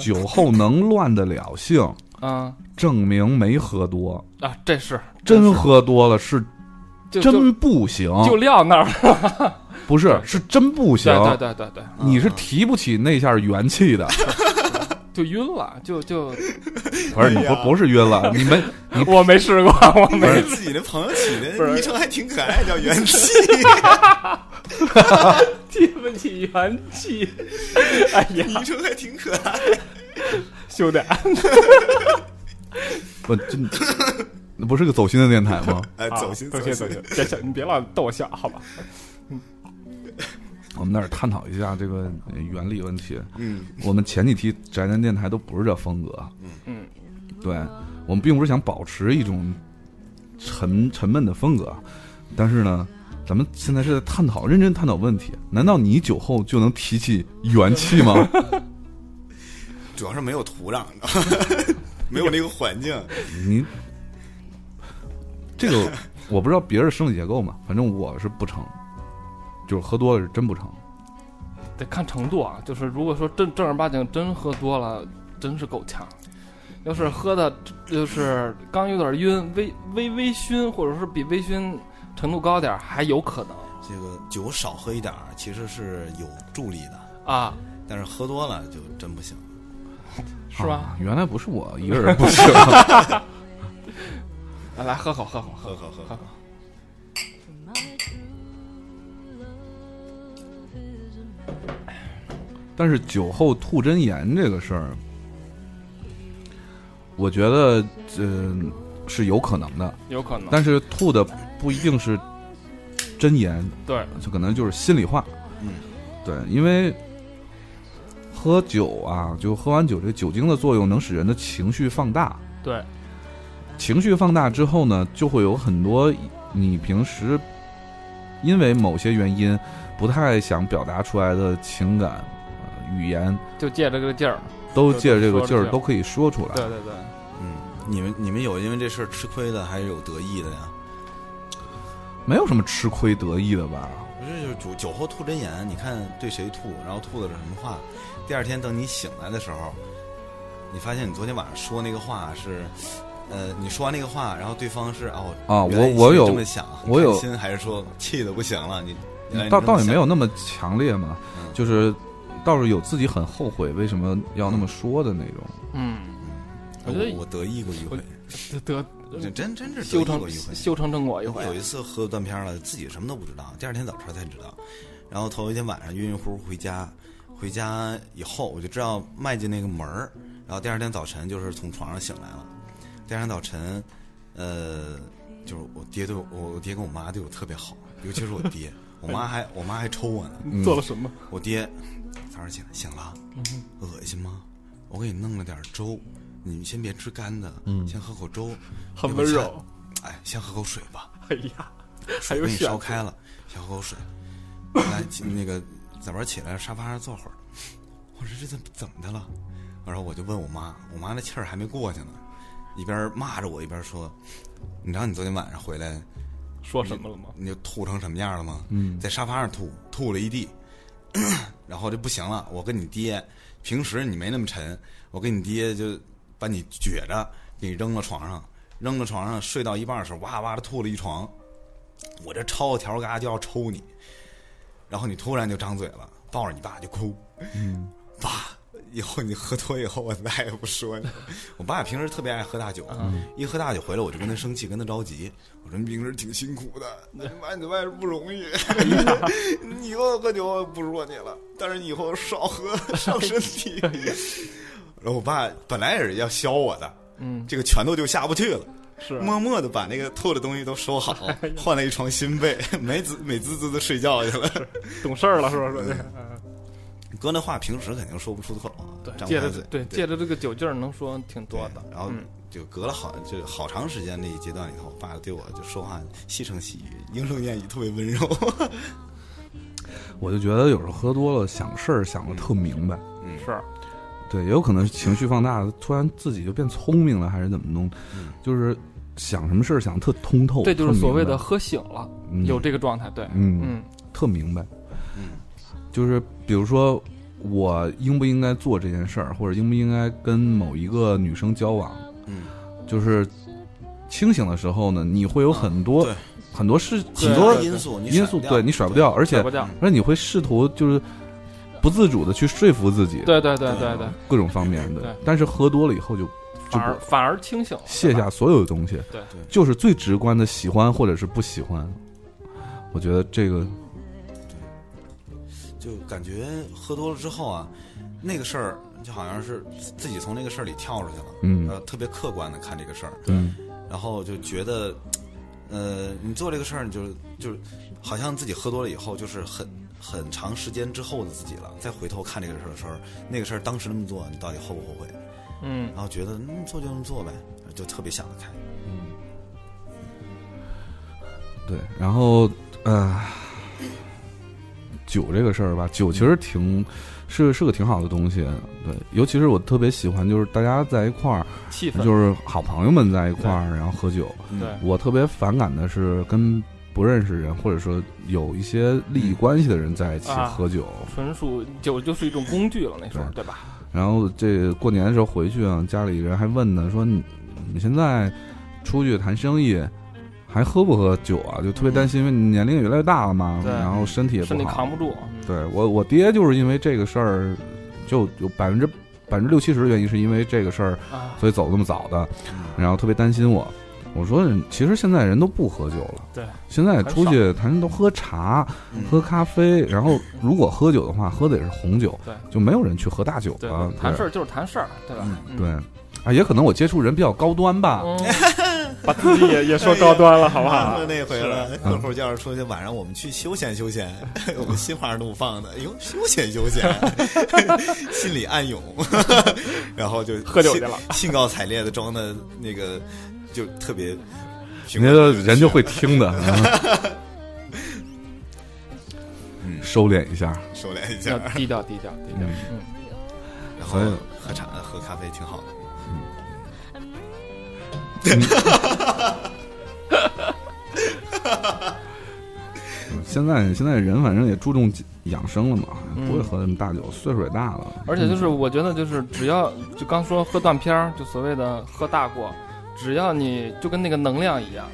[SPEAKER 2] 酒后能乱得了性，
[SPEAKER 4] 嗯
[SPEAKER 2] 证明没喝多，
[SPEAKER 4] 啊，这是
[SPEAKER 2] 真喝多了是
[SPEAKER 4] 就就
[SPEAKER 2] 真不行，
[SPEAKER 4] 就撂那儿了，
[SPEAKER 2] 不是是真不行
[SPEAKER 4] 对，对对对对，
[SPEAKER 2] 你是提不起那下元气 的。
[SPEAKER 4] 就晕了，就就
[SPEAKER 2] 不是你不不是晕了，你没你
[SPEAKER 4] 我没试 过，我
[SPEAKER 3] 你给
[SPEAKER 4] 没
[SPEAKER 3] 自己的朋友起
[SPEAKER 4] 不是
[SPEAKER 3] 的昵称还挺可爱，叫元气。
[SPEAKER 4] 哎提不起元气，哎呀，
[SPEAKER 3] 昵称还挺可爱。
[SPEAKER 4] 兄弟，
[SPEAKER 2] 不真，那不是个走心的电台吗？
[SPEAKER 3] 哎，走心
[SPEAKER 4] 啊走
[SPEAKER 3] 走
[SPEAKER 4] 心，别笑，你别老逗我笑，好吧？
[SPEAKER 2] 我们那儿探讨一下这个呃原理问题。
[SPEAKER 3] 嗯，
[SPEAKER 2] 我们前几期宅男电台都不是这风格，啊
[SPEAKER 4] 嗯
[SPEAKER 2] 对我们并不是想保持一种沉沉闷的风格，但是呢，咱们现在是在探讨认真探讨问题。难道你酒后就能提起元气吗？
[SPEAKER 3] 主要是没有土壤， 没有那个环境。
[SPEAKER 2] 你这个我不知道别人生理结构嘛，反正我是不成，就是喝多了是真不成。
[SPEAKER 4] 得看程度啊，就是如果说正正儿八经真喝多了，真是够呛。要是喝的，就是刚有点晕，微微微醺，或者是比微醺程度高点儿，还有可能
[SPEAKER 3] 这个酒少喝一点儿其实是有助力的，
[SPEAKER 4] 啊，
[SPEAKER 3] 但是喝多了就真不行。
[SPEAKER 4] 是吧
[SPEAKER 2] 啊？原来不是我一 个人不行，
[SPEAKER 4] 来来喝口，喝口，喝口
[SPEAKER 3] 喝喝喝喝，
[SPEAKER 2] 但是酒后吐真言这个事儿，我觉得嗯、是有可能的，
[SPEAKER 4] 有可能。
[SPEAKER 2] 但是吐的不一定是真言，
[SPEAKER 4] 对，
[SPEAKER 2] 就可能就是心里话。
[SPEAKER 3] 嗯，
[SPEAKER 2] 对，因为喝酒啊，就喝完酒，这酒精的作用能使人的情绪放大。
[SPEAKER 4] 对，
[SPEAKER 2] 情绪放大之后呢，就会有很多你平时因为某些原因不太想表达出来的情感、呃语言，
[SPEAKER 4] 就借着这个劲儿。
[SPEAKER 2] 都借着这个劲儿
[SPEAKER 4] 都说出来
[SPEAKER 2] 都可以说出来。
[SPEAKER 4] 对对对，
[SPEAKER 3] 嗯，你们你们有因为这事儿吃亏的，还是有得意的呀？
[SPEAKER 2] 没有什么吃亏得意的吧？
[SPEAKER 3] 不是，就是酒酒后吐真言，你看对谁吐，然后吐的是什么话。第二天等你醒来的时候，你发现你昨天晚上说那个话是，呃，你说完那个话，然后对方是哦
[SPEAKER 2] 啊
[SPEAKER 3] 原来
[SPEAKER 2] 我
[SPEAKER 3] 你
[SPEAKER 2] 我
[SPEAKER 3] 心里
[SPEAKER 2] 有
[SPEAKER 3] 这么想，很
[SPEAKER 2] 我有
[SPEAKER 3] 开心还是说气的不行了？你原来你
[SPEAKER 2] 倒
[SPEAKER 3] 这么
[SPEAKER 2] 倒也没有
[SPEAKER 3] 想
[SPEAKER 2] 那么强烈嘛，
[SPEAKER 3] 嗯
[SPEAKER 2] 就是倒是有自己很后悔为什么要那么说的那种。
[SPEAKER 4] 嗯，我觉得
[SPEAKER 3] 我我得意过一回，
[SPEAKER 4] 得
[SPEAKER 3] 这真真是得
[SPEAKER 4] 修
[SPEAKER 3] 意
[SPEAKER 4] 成
[SPEAKER 3] 过一回。
[SPEAKER 4] 修成正果一回
[SPEAKER 3] 有，一次喝断片了，自己什么都不知道，第二天早晨才知道。然后头一天晚上晕晕乎乎回家，回家以后我就知道迈进那个门儿，然后第二天早晨就是从床上醒来了。第二天早晨，呃，就是我爹对我，我爹跟我妈对我特别好，尤其是我爹，我妈还我妈还抽我呢。
[SPEAKER 2] 嗯
[SPEAKER 4] 你做了什么？
[SPEAKER 3] 我爹早上起来醒了，
[SPEAKER 4] 嗯
[SPEAKER 3] 恶心吗？我给你弄了点粥，你们先别吃干的，先喝口粥，
[SPEAKER 4] 嗯很
[SPEAKER 3] 有
[SPEAKER 4] 温
[SPEAKER 3] 菜
[SPEAKER 4] 柔。
[SPEAKER 3] 哎，先喝口水吧。
[SPEAKER 4] 哎呀，还
[SPEAKER 3] 我
[SPEAKER 4] 有
[SPEAKER 3] 给你
[SPEAKER 4] 选
[SPEAKER 3] 烧
[SPEAKER 4] 择
[SPEAKER 3] 开了，先喝口水。来，起那个早边起来沙发上坐会儿。我说这怎怎么的了？然后我就问我妈，我妈那气儿还没过去呢，一边骂着我一边说：“你知道你昨天晚上回来
[SPEAKER 4] 说什么了吗？
[SPEAKER 3] 你就吐成什么样了吗？嗯，在沙发上吐，吐了一地， 然后就不行了。我跟你爹，平时你没那么沉，我跟你爹就把你撅着，给你扔到床上，扔到床上睡到一半的时候，哇哇的吐了一床。我这抄个条儿嘎就要抽你，然后你突然就张嘴了，抱着你爸就哭，嗯，爸。以后你喝多以后，我再也不说你了。我爸平时特别爱喝大酒，
[SPEAKER 4] 嗯
[SPEAKER 3] 一喝大酒回来我就跟他生气，跟他着急。我说你平时挺辛苦的，那你妈你在外边不容易。 你以后喝酒我不说你了，但是你以后少喝， 伤身体。 然后我爸本来也是要削我的，
[SPEAKER 4] 嗯，
[SPEAKER 3] 这个拳头就下不去了。
[SPEAKER 4] 是啊哎
[SPEAKER 3] 默默的把那个偷的东西都收好，换了一床新被， 美滋美滋滋的睡觉去了。
[SPEAKER 4] 懂事儿了，是不是？嗯
[SPEAKER 3] 哥那话平时肯定说不出口，啊
[SPEAKER 4] 对，
[SPEAKER 3] 张不
[SPEAKER 4] 借
[SPEAKER 3] 开
[SPEAKER 4] 着
[SPEAKER 3] 嘴，
[SPEAKER 4] 对借着这个酒劲儿能说挺多的。
[SPEAKER 3] 然后
[SPEAKER 4] 嗯
[SPEAKER 3] 就隔了好就好长时间那一阶段里头，我爸对我就说话细声细语，莺声燕语，特别温柔。
[SPEAKER 2] 我就觉得有时候喝多了想事儿想的特明白，
[SPEAKER 3] 嗯
[SPEAKER 4] 是啊
[SPEAKER 2] 对，也有可能是情绪放大了，突然自己就变聪明了，还是怎么弄？
[SPEAKER 3] 嗯
[SPEAKER 2] 就是想什么事儿想得特通透，
[SPEAKER 4] 这就
[SPEAKER 2] 特
[SPEAKER 4] 是
[SPEAKER 2] 明白
[SPEAKER 4] 所谓的喝醒了，
[SPEAKER 2] 嗯
[SPEAKER 4] 有这个状态。对，
[SPEAKER 2] 哦嗯
[SPEAKER 4] 嗯
[SPEAKER 2] 特明白，
[SPEAKER 3] 嗯
[SPEAKER 2] 就是比如说我应不应该做这件事儿，或者应不应该跟某一个女生交往，
[SPEAKER 3] 嗯，
[SPEAKER 2] 就是清醒的时候呢，你会有很多、
[SPEAKER 3] 对
[SPEAKER 2] 很多事
[SPEAKER 4] 对
[SPEAKER 2] 很多
[SPEAKER 3] 因素你
[SPEAKER 2] 因素，对你甩不，掉，而且
[SPEAKER 4] 甩
[SPEAKER 3] 嗯
[SPEAKER 4] 不掉。
[SPEAKER 2] 而且你会试图就是不自主的去说服自己，
[SPEAKER 4] 对对对对对，
[SPEAKER 2] 各种方面
[SPEAKER 4] 对
[SPEAKER 2] 的。但是喝多了以后就就
[SPEAKER 4] 反而
[SPEAKER 2] 不
[SPEAKER 4] 反而清醒了，
[SPEAKER 2] 卸
[SPEAKER 4] 对
[SPEAKER 2] 下
[SPEAKER 4] 吧。
[SPEAKER 2] 所有的东西，
[SPEAKER 4] 对
[SPEAKER 3] 对
[SPEAKER 2] 就是最直观的喜欢或者是不喜欢。我觉得这个
[SPEAKER 3] 就感觉喝多了之后啊，那个事儿就好像是自己从那个事儿里跳出去了，
[SPEAKER 2] 嗯
[SPEAKER 3] 呃，特别客观的看这个事儿，
[SPEAKER 2] 嗯
[SPEAKER 3] 然后就觉得，呃，你做这个事儿，你就就好像自己喝多了以后，就是很很长时间之后的自己了，再回头看这个事儿的时候，那个事儿当时那么做，你到底后不后悔？
[SPEAKER 4] 嗯
[SPEAKER 3] 然，后觉得嗯，做就这么做呗，就特别想得开。
[SPEAKER 2] 嗯对，然后呃，酒这个事儿吧，酒其实挺是是个挺好的东西，对，尤其是我特别喜欢，就是大家在一块儿，
[SPEAKER 4] 气氛
[SPEAKER 2] 就是好朋友们在一块儿，然后喝酒。
[SPEAKER 3] 嗯
[SPEAKER 4] 对，
[SPEAKER 2] 我特别反感的是跟不认识人，或者说有一些利益关系的人在一起
[SPEAKER 4] 啊
[SPEAKER 2] 喝酒。
[SPEAKER 4] 纯属酒就是一种工具了，那时候对吧？
[SPEAKER 2] 然后这过年的时候回去啊，家里人还问呢，说你你现在出去谈生意。还喝不喝酒啊？就特别担心，因为你年龄越来越大了嘛，
[SPEAKER 4] 对
[SPEAKER 2] 然后身体也不
[SPEAKER 4] 身体
[SPEAKER 2] 好
[SPEAKER 4] 扛，不住，嗯
[SPEAKER 2] 对我，我爹就是因为这个事儿，就有百分之百分之六七十的原因是因为这个事儿，
[SPEAKER 4] 啊，
[SPEAKER 2] 所以走得那么早的，
[SPEAKER 3] 嗯
[SPEAKER 2] 然后特别担心我。我说，其实现在人都不喝酒了，
[SPEAKER 4] 对，
[SPEAKER 2] 现在出去谈人都喝茶、
[SPEAKER 3] 嗯
[SPEAKER 2] 喝咖啡，然后如果喝酒的话，喝的也是红酒，
[SPEAKER 4] 对，
[SPEAKER 2] 就没有人去喝大酒
[SPEAKER 4] 对
[SPEAKER 2] 了，，
[SPEAKER 4] 谈事
[SPEAKER 2] 啊对
[SPEAKER 4] 儿就是谈事儿，对吧？嗯
[SPEAKER 2] 对，啊，也可能我接触人比较高端吧，
[SPEAKER 4] 嗯，把自己也也说高端了，好不
[SPEAKER 3] 忘
[SPEAKER 4] 好
[SPEAKER 3] 了？那回了，
[SPEAKER 6] 嗯
[SPEAKER 4] 嗯
[SPEAKER 3] 那会儿叫着出去，晚上我们去休闲休闲，我们心花怒放的，哎呦，休闲休 闲，心里暗 涌，然后就
[SPEAKER 4] 喝酒去了
[SPEAKER 3] 兴兴高采烈的装的那个，就特别平
[SPEAKER 2] 人
[SPEAKER 3] 稳，
[SPEAKER 2] 家人就会听 的，
[SPEAKER 3] 嗯
[SPEAKER 2] 收敛一下，
[SPEAKER 3] 收敛一
[SPEAKER 4] 要
[SPEAKER 3] 下，
[SPEAKER 4] 低调低调低调，嗯，
[SPEAKER 3] 然后
[SPEAKER 2] 所以
[SPEAKER 3] 喝茶喝咖啡挺好的。
[SPEAKER 2] 现在现在人反正也注重养生了嘛，
[SPEAKER 4] 嗯
[SPEAKER 2] 不会喝那么大酒，岁数也大了。
[SPEAKER 4] 而且就是我觉得就是只要就刚说喝断片儿，就所谓的喝大过，只要你就跟那个能量一样，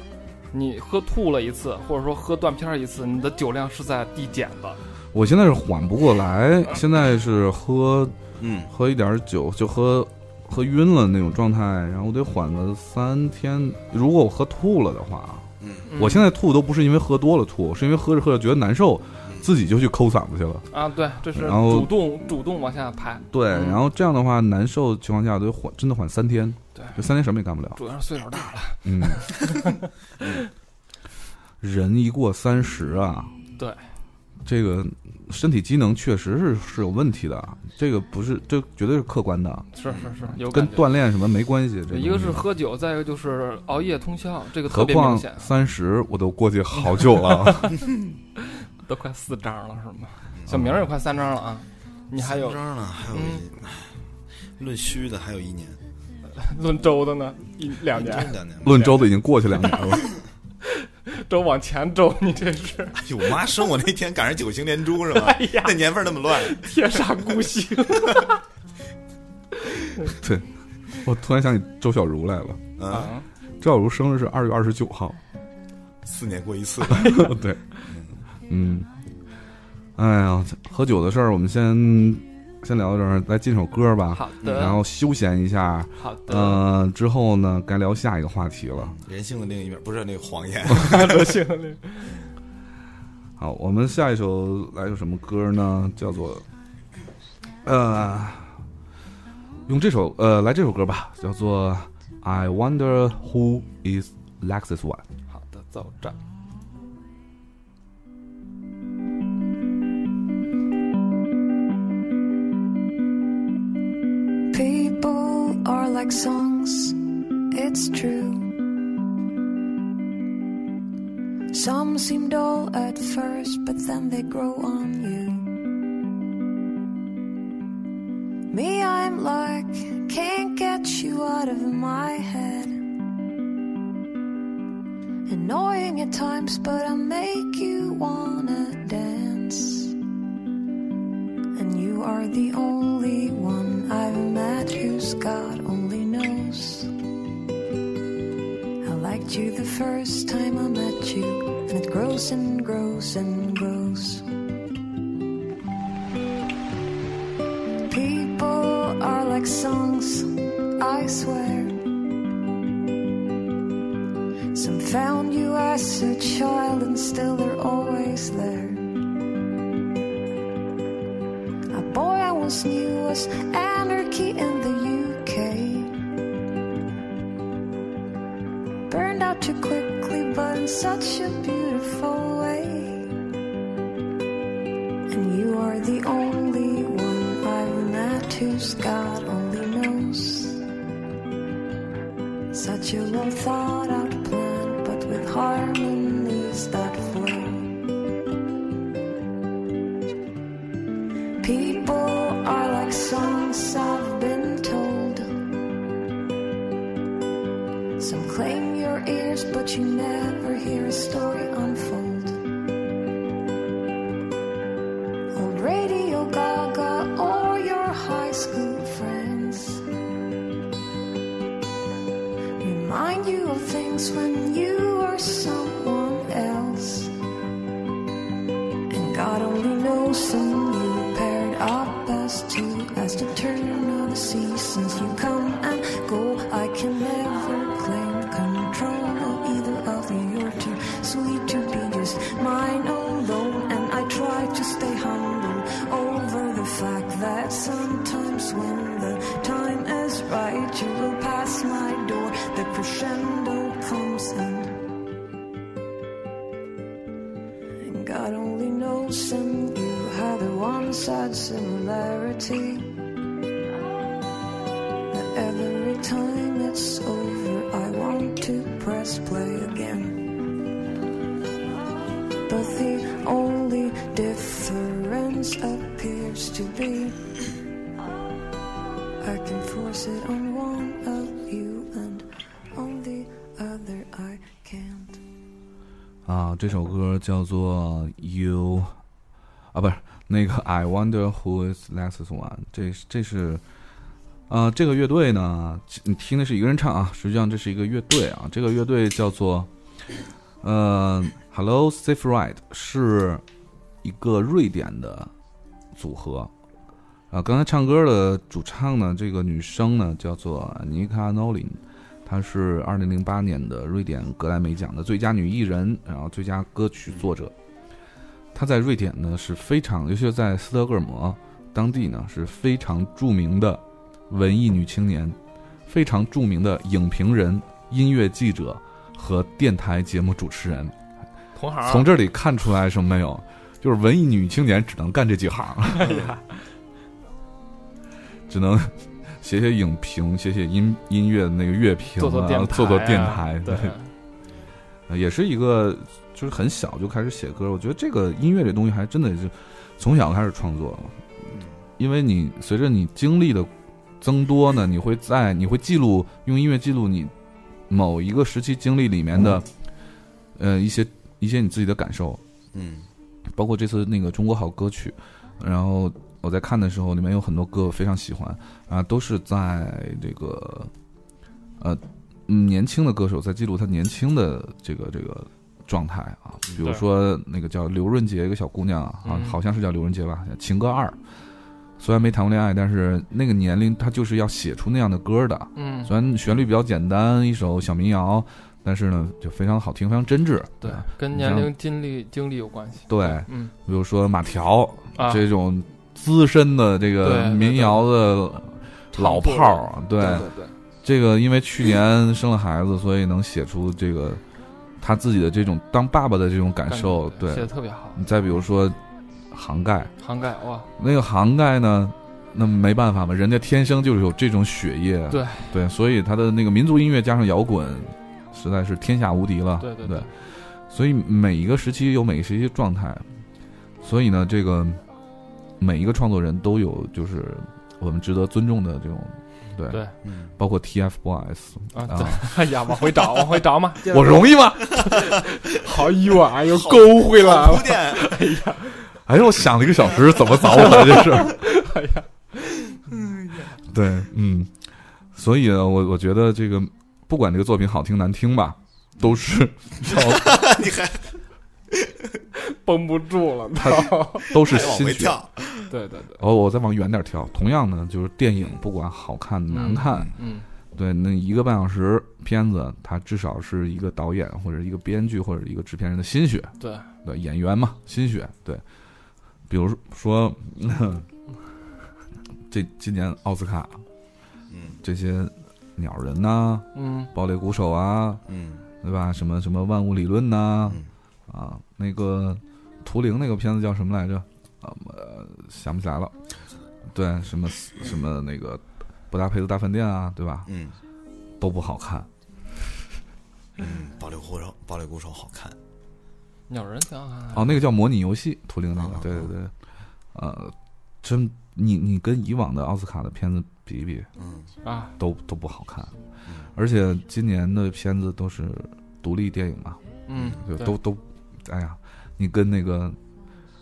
[SPEAKER 4] 你喝吐了一次，或者说喝断片儿一次，你的酒量是在递减的。
[SPEAKER 2] 我现在是缓不过来，现在是喝
[SPEAKER 6] 嗯，
[SPEAKER 2] 喝一点儿酒就喝喝晕了那种状态，然后我得缓个三天。如果我喝吐了的话，啊
[SPEAKER 4] 嗯
[SPEAKER 2] 我现在吐都不是因为喝多了吐，是因为喝着喝着觉得难受，
[SPEAKER 4] 嗯
[SPEAKER 2] 自己就去抠嗓子去了。
[SPEAKER 4] 啊，对，这是
[SPEAKER 2] 然后
[SPEAKER 4] 主动主动往下排，
[SPEAKER 2] 对，
[SPEAKER 4] 嗯
[SPEAKER 2] 然后这样的话，难受的情况下，就缓，真的缓三天，
[SPEAKER 4] 对
[SPEAKER 2] 就三天什么也干不了。
[SPEAKER 4] 主要是岁数大了。
[SPEAKER 2] 嗯，人一过三十啊，
[SPEAKER 4] 对，
[SPEAKER 2] 这个身体机能确实是是有问题的，这个不是，这绝对是客观的，
[SPEAKER 4] 是是是，有
[SPEAKER 2] 跟
[SPEAKER 4] 感觉。
[SPEAKER 2] 锻炼什么没关系。这
[SPEAKER 4] 一个
[SPEAKER 2] 东西
[SPEAKER 4] 是喝酒，再一个就是熬夜通宵，这个特
[SPEAKER 2] 何
[SPEAKER 4] 别明
[SPEAKER 2] 况
[SPEAKER 4] 显，啊
[SPEAKER 2] 三十，我都过去好久 了。
[SPEAKER 4] 都快四张了是吗？小明儿也快三张了啊，你还有嗯
[SPEAKER 6] 三张呢，还有一论虚的还有一年，
[SPEAKER 4] 论周的呢，一两
[SPEAKER 6] 真
[SPEAKER 4] 年，
[SPEAKER 6] 是两年。
[SPEAKER 2] 论周的已经过去两年了，
[SPEAKER 4] 周往前周，你这是。
[SPEAKER 6] 哎呦，我妈生我那天赶上九星连珠是吧？
[SPEAKER 7] 哎
[SPEAKER 4] 呀
[SPEAKER 6] 那年份那么乱，
[SPEAKER 4] 铁砂孤星。
[SPEAKER 2] 对，我突然想起周小茹来了。
[SPEAKER 4] 啊
[SPEAKER 6] 嗯，
[SPEAKER 2] 周小茹生日是二月二十九号，
[SPEAKER 6] 四年过一 次，
[SPEAKER 2] 对，嗯，哎呀，喝酒的事儿我们先先聊到这儿，来进首歌吧，
[SPEAKER 4] 好
[SPEAKER 2] 然
[SPEAKER 4] 的，
[SPEAKER 2] 后休闲一下。
[SPEAKER 4] 好的，
[SPEAKER 2] 嗯、之后呢，该聊下一个话题了。
[SPEAKER 6] 人性的另一面不是那个谎言，
[SPEAKER 4] 德性的
[SPEAKER 2] 好，我们下一首来首什么歌呢？叫做，呃，用这首呃来这首歌吧，叫做《I Wonder Who Is Lexus One》。
[SPEAKER 4] 好的，走着。
[SPEAKER 1] People are like songs, it's true. Some seem dull at first, but then they grow on you. Me, I'm like, can't get you out of my head. Annoying at times, but I make you wanna dance. And you are the only one I've met who's God only knows. I liked you the first time I met you, and it grows and grows and grows. People are like songs, I swear. Some found you as a child, and still they're always there. A boy I once knew was anarchy in the UK. Burned out too quickly, but in such a beautiful way. And you are the only one I've met who's God only knows. Such a well thought out plan, but with harmonies that flow. People are like songs I've been told. Some claim your ears, but you never hear a story unfold. Old Radio Gaga or your high school friends remind you of things when you were someone else. And God only knows when you paired up as two as the turn of the seasons. You come and go. I can never claim control of either of you. You're too sweet to be just mine alone. And I try to stay humble over the fact that sometimes when the time is right, you will pass my door. The crescendo comes and And God only knows and you had a one sad similarity. That every time it's over, I want to press play again. But the only difference appears to be I can force it on one of you, and on the other, I can't.
[SPEAKER 2] 啊，这首歌叫做 You，啊，不是那个 I Wonder Who Is Next One，这这是，呃，这个乐队呢，你听的是一个人唱啊，实际上这是一个乐队啊，这个乐队叫做呃 Hello Safe Ride，是一个瑞典的组合啊、刚才唱歌的主唱呢，这个女生呢叫做尼卡诺林，她是二零零八年的瑞典格莱美奖的最佳女艺人，然后最佳歌曲作者。她在瑞典呢是非常，尤其是在斯德哥尔摩当地呢是非常著名的文艺女青年，非常著名的影评人、音乐记者和电台节目主持人。
[SPEAKER 4] 同
[SPEAKER 7] 啊
[SPEAKER 4] 行儿
[SPEAKER 2] 从这里看出来什么没有？就是文艺女青年只能干这几 行，只能写写影评，写写音音乐的那个乐评啊，
[SPEAKER 7] 做做电台啊
[SPEAKER 2] 做做电台，
[SPEAKER 7] 对，
[SPEAKER 2] 也是一个就是很小就开始写歌。我觉得这个音乐这东西还真的是从小开始创作，
[SPEAKER 7] 嗯
[SPEAKER 2] 因为你随着你经历的增多呢，你会在你会记录用音乐记录你某一个时期经历里面的
[SPEAKER 7] 嗯
[SPEAKER 2] 呃一些一些你自己的感受。
[SPEAKER 3] 嗯
[SPEAKER 2] 包括这次那个中国好歌曲，然后我在看的时候，里面有很多歌我非常喜欢啊，都是在这个呃嗯年轻的歌手在记录他年轻的这个这个状态啊，比如
[SPEAKER 4] 对
[SPEAKER 2] 说那个叫刘润杰一个小姑娘啊，
[SPEAKER 4] 嗯
[SPEAKER 2] 好像是叫刘润杰吧，《情歌二》，虽然没谈过恋爱，但是那个年龄她就是要写出那样的歌的，
[SPEAKER 7] 嗯，
[SPEAKER 2] 虽然旋律比较简单，一首小民谣，但是呢就非常好听，非常真挚。
[SPEAKER 7] 对，跟年龄、经历、经历有关系。
[SPEAKER 2] 对，
[SPEAKER 7] 嗯
[SPEAKER 2] 比如说马条，
[SPEAKER 7] 啊，
[SPEAKER 2] 这种资深的这
[SPEAKER 7] 对
[SPEAKER 2] 个
[SPEAKER 7] 对
[SPEAKER 2] 民谣的老炮儿啊，对
[SPEAKER 7] 对，
[SPEAKER 2] 这个，因为去年生了孩子，所以能写出这个他自己的这种当爸爸的这种感受。对
[SPEAKER 7] 写的，特别好，
[SPEAKER 2] 你再比如说杭盖，
[SPEAKER 7] 涵盖哇，
[SPEAKER 2] 那个杭盖呢，那没办法嘛，人家天生就是有这种血液，啊
[SPEAKER 7] 对
[SPEAKER 2] 对，所以他的那个民族音乐加上摇滚，实在是天下无敌了。
[SPEAKER 7] 对对
[SPEAKER 2] 对，所以每一个时期有每一个时期的状态，所以呢，这个每一个创作人都有就是我们值得尊重的这种，对，
[SPEAKER 7] 对
[SPEAKER 3] 嗯，
[SPEAKER 2] 包括 TFBOYS
[SPEAKER 7] 啊，
[SPEAKER 2] 啊
[SPEAKER 7] 对， 哎呀，往回找，往回 找嘛，
[SPEAKER 2] 我容易吗？
[SPEAKER 4] 好远，又
[SPEAKER 3] 好
[SPEAKER 4] 勾回来
[SPEAKER 3] 好
[SPEAKER 4] 了
[SPEAKER 3] 铺。垫，
[SPEAKER 2] 哎呦，我想了一个小时，怎么找我来这事儿？ 哎呀，对，嗯，所以啊，我我觉得这个不管这个作品好听难听吧，都是要
[SPEAKER 3] 你还
[SPEAKER 7] 绷不住了。
[SPEAKER 2] 都是
[SPEAKER 3] 还哎往
[SPEAKER 2] 心
[SPEAKER 3] 回
[SPEAKER 2] 血。
[SPEAKER 3] 跳，
[SPEAKER 7] 对对对，
[SPEAKER 2] 哦，我再往远点跳。同样呢，就是电影不管好看难看，
[SPEAKER 7] 嗯，
[SPEAKER 2] 对，那一个半小时片子，它至少是一个导演或者一个编剧或者一个制片人的心血，
[SPEAKER 7] 对，
[SPEAKER 2] 对，演员嘛，心血，对。比如说， 这今年奥斯卡
[SPEAKER 3] 嗯
[SPEAKER 2] 这些鸟人呐、
[SPEAKER 7] 嗯，
[SPEAKER 2] 堡垒鼓手啊，
[SPEAKER 3] 嗯
[SPEAKER 2] 对吧？什么什么万物理论呐、
[SPEAKER 3] 嗯
[SPEAKER 2] 啊，那个图灵那个片子叫什么来着？啊呃，想不起来了。对，什么什么那个布达佩斯大饭店啊，对吧？
[SPEAKER 3] 嗯
[SPEAKER 2] 都不好看。
[SPEAKER 3] 嗯，暴力鼓手，暴力鼓手好看，
[SPEAKER 7] 鸟人啊挺好看的。
[SPEAKER 2] 哦，那个叫模拟游戏，图灵那个
[SPEAKER 3] 啊，
[SPEAKER 2] 对对对，呃，真你你跟以往的奥斯卡的片子比一比，
[SPEAKER 3] 嗯
[SPEAKER 7] 啊，
[SPEAKER 2] 都都不好看，
[SPEAKER 3] 嗯
[SPEAKER 2] 而且今年的片子都是独立电影嘛，
[SPEAKER 7] 嗯，
[SPEAKER 2] 就
[SPEAKER 7] 对
[SPEAKER 2] 都都，哎呀，你跟那个，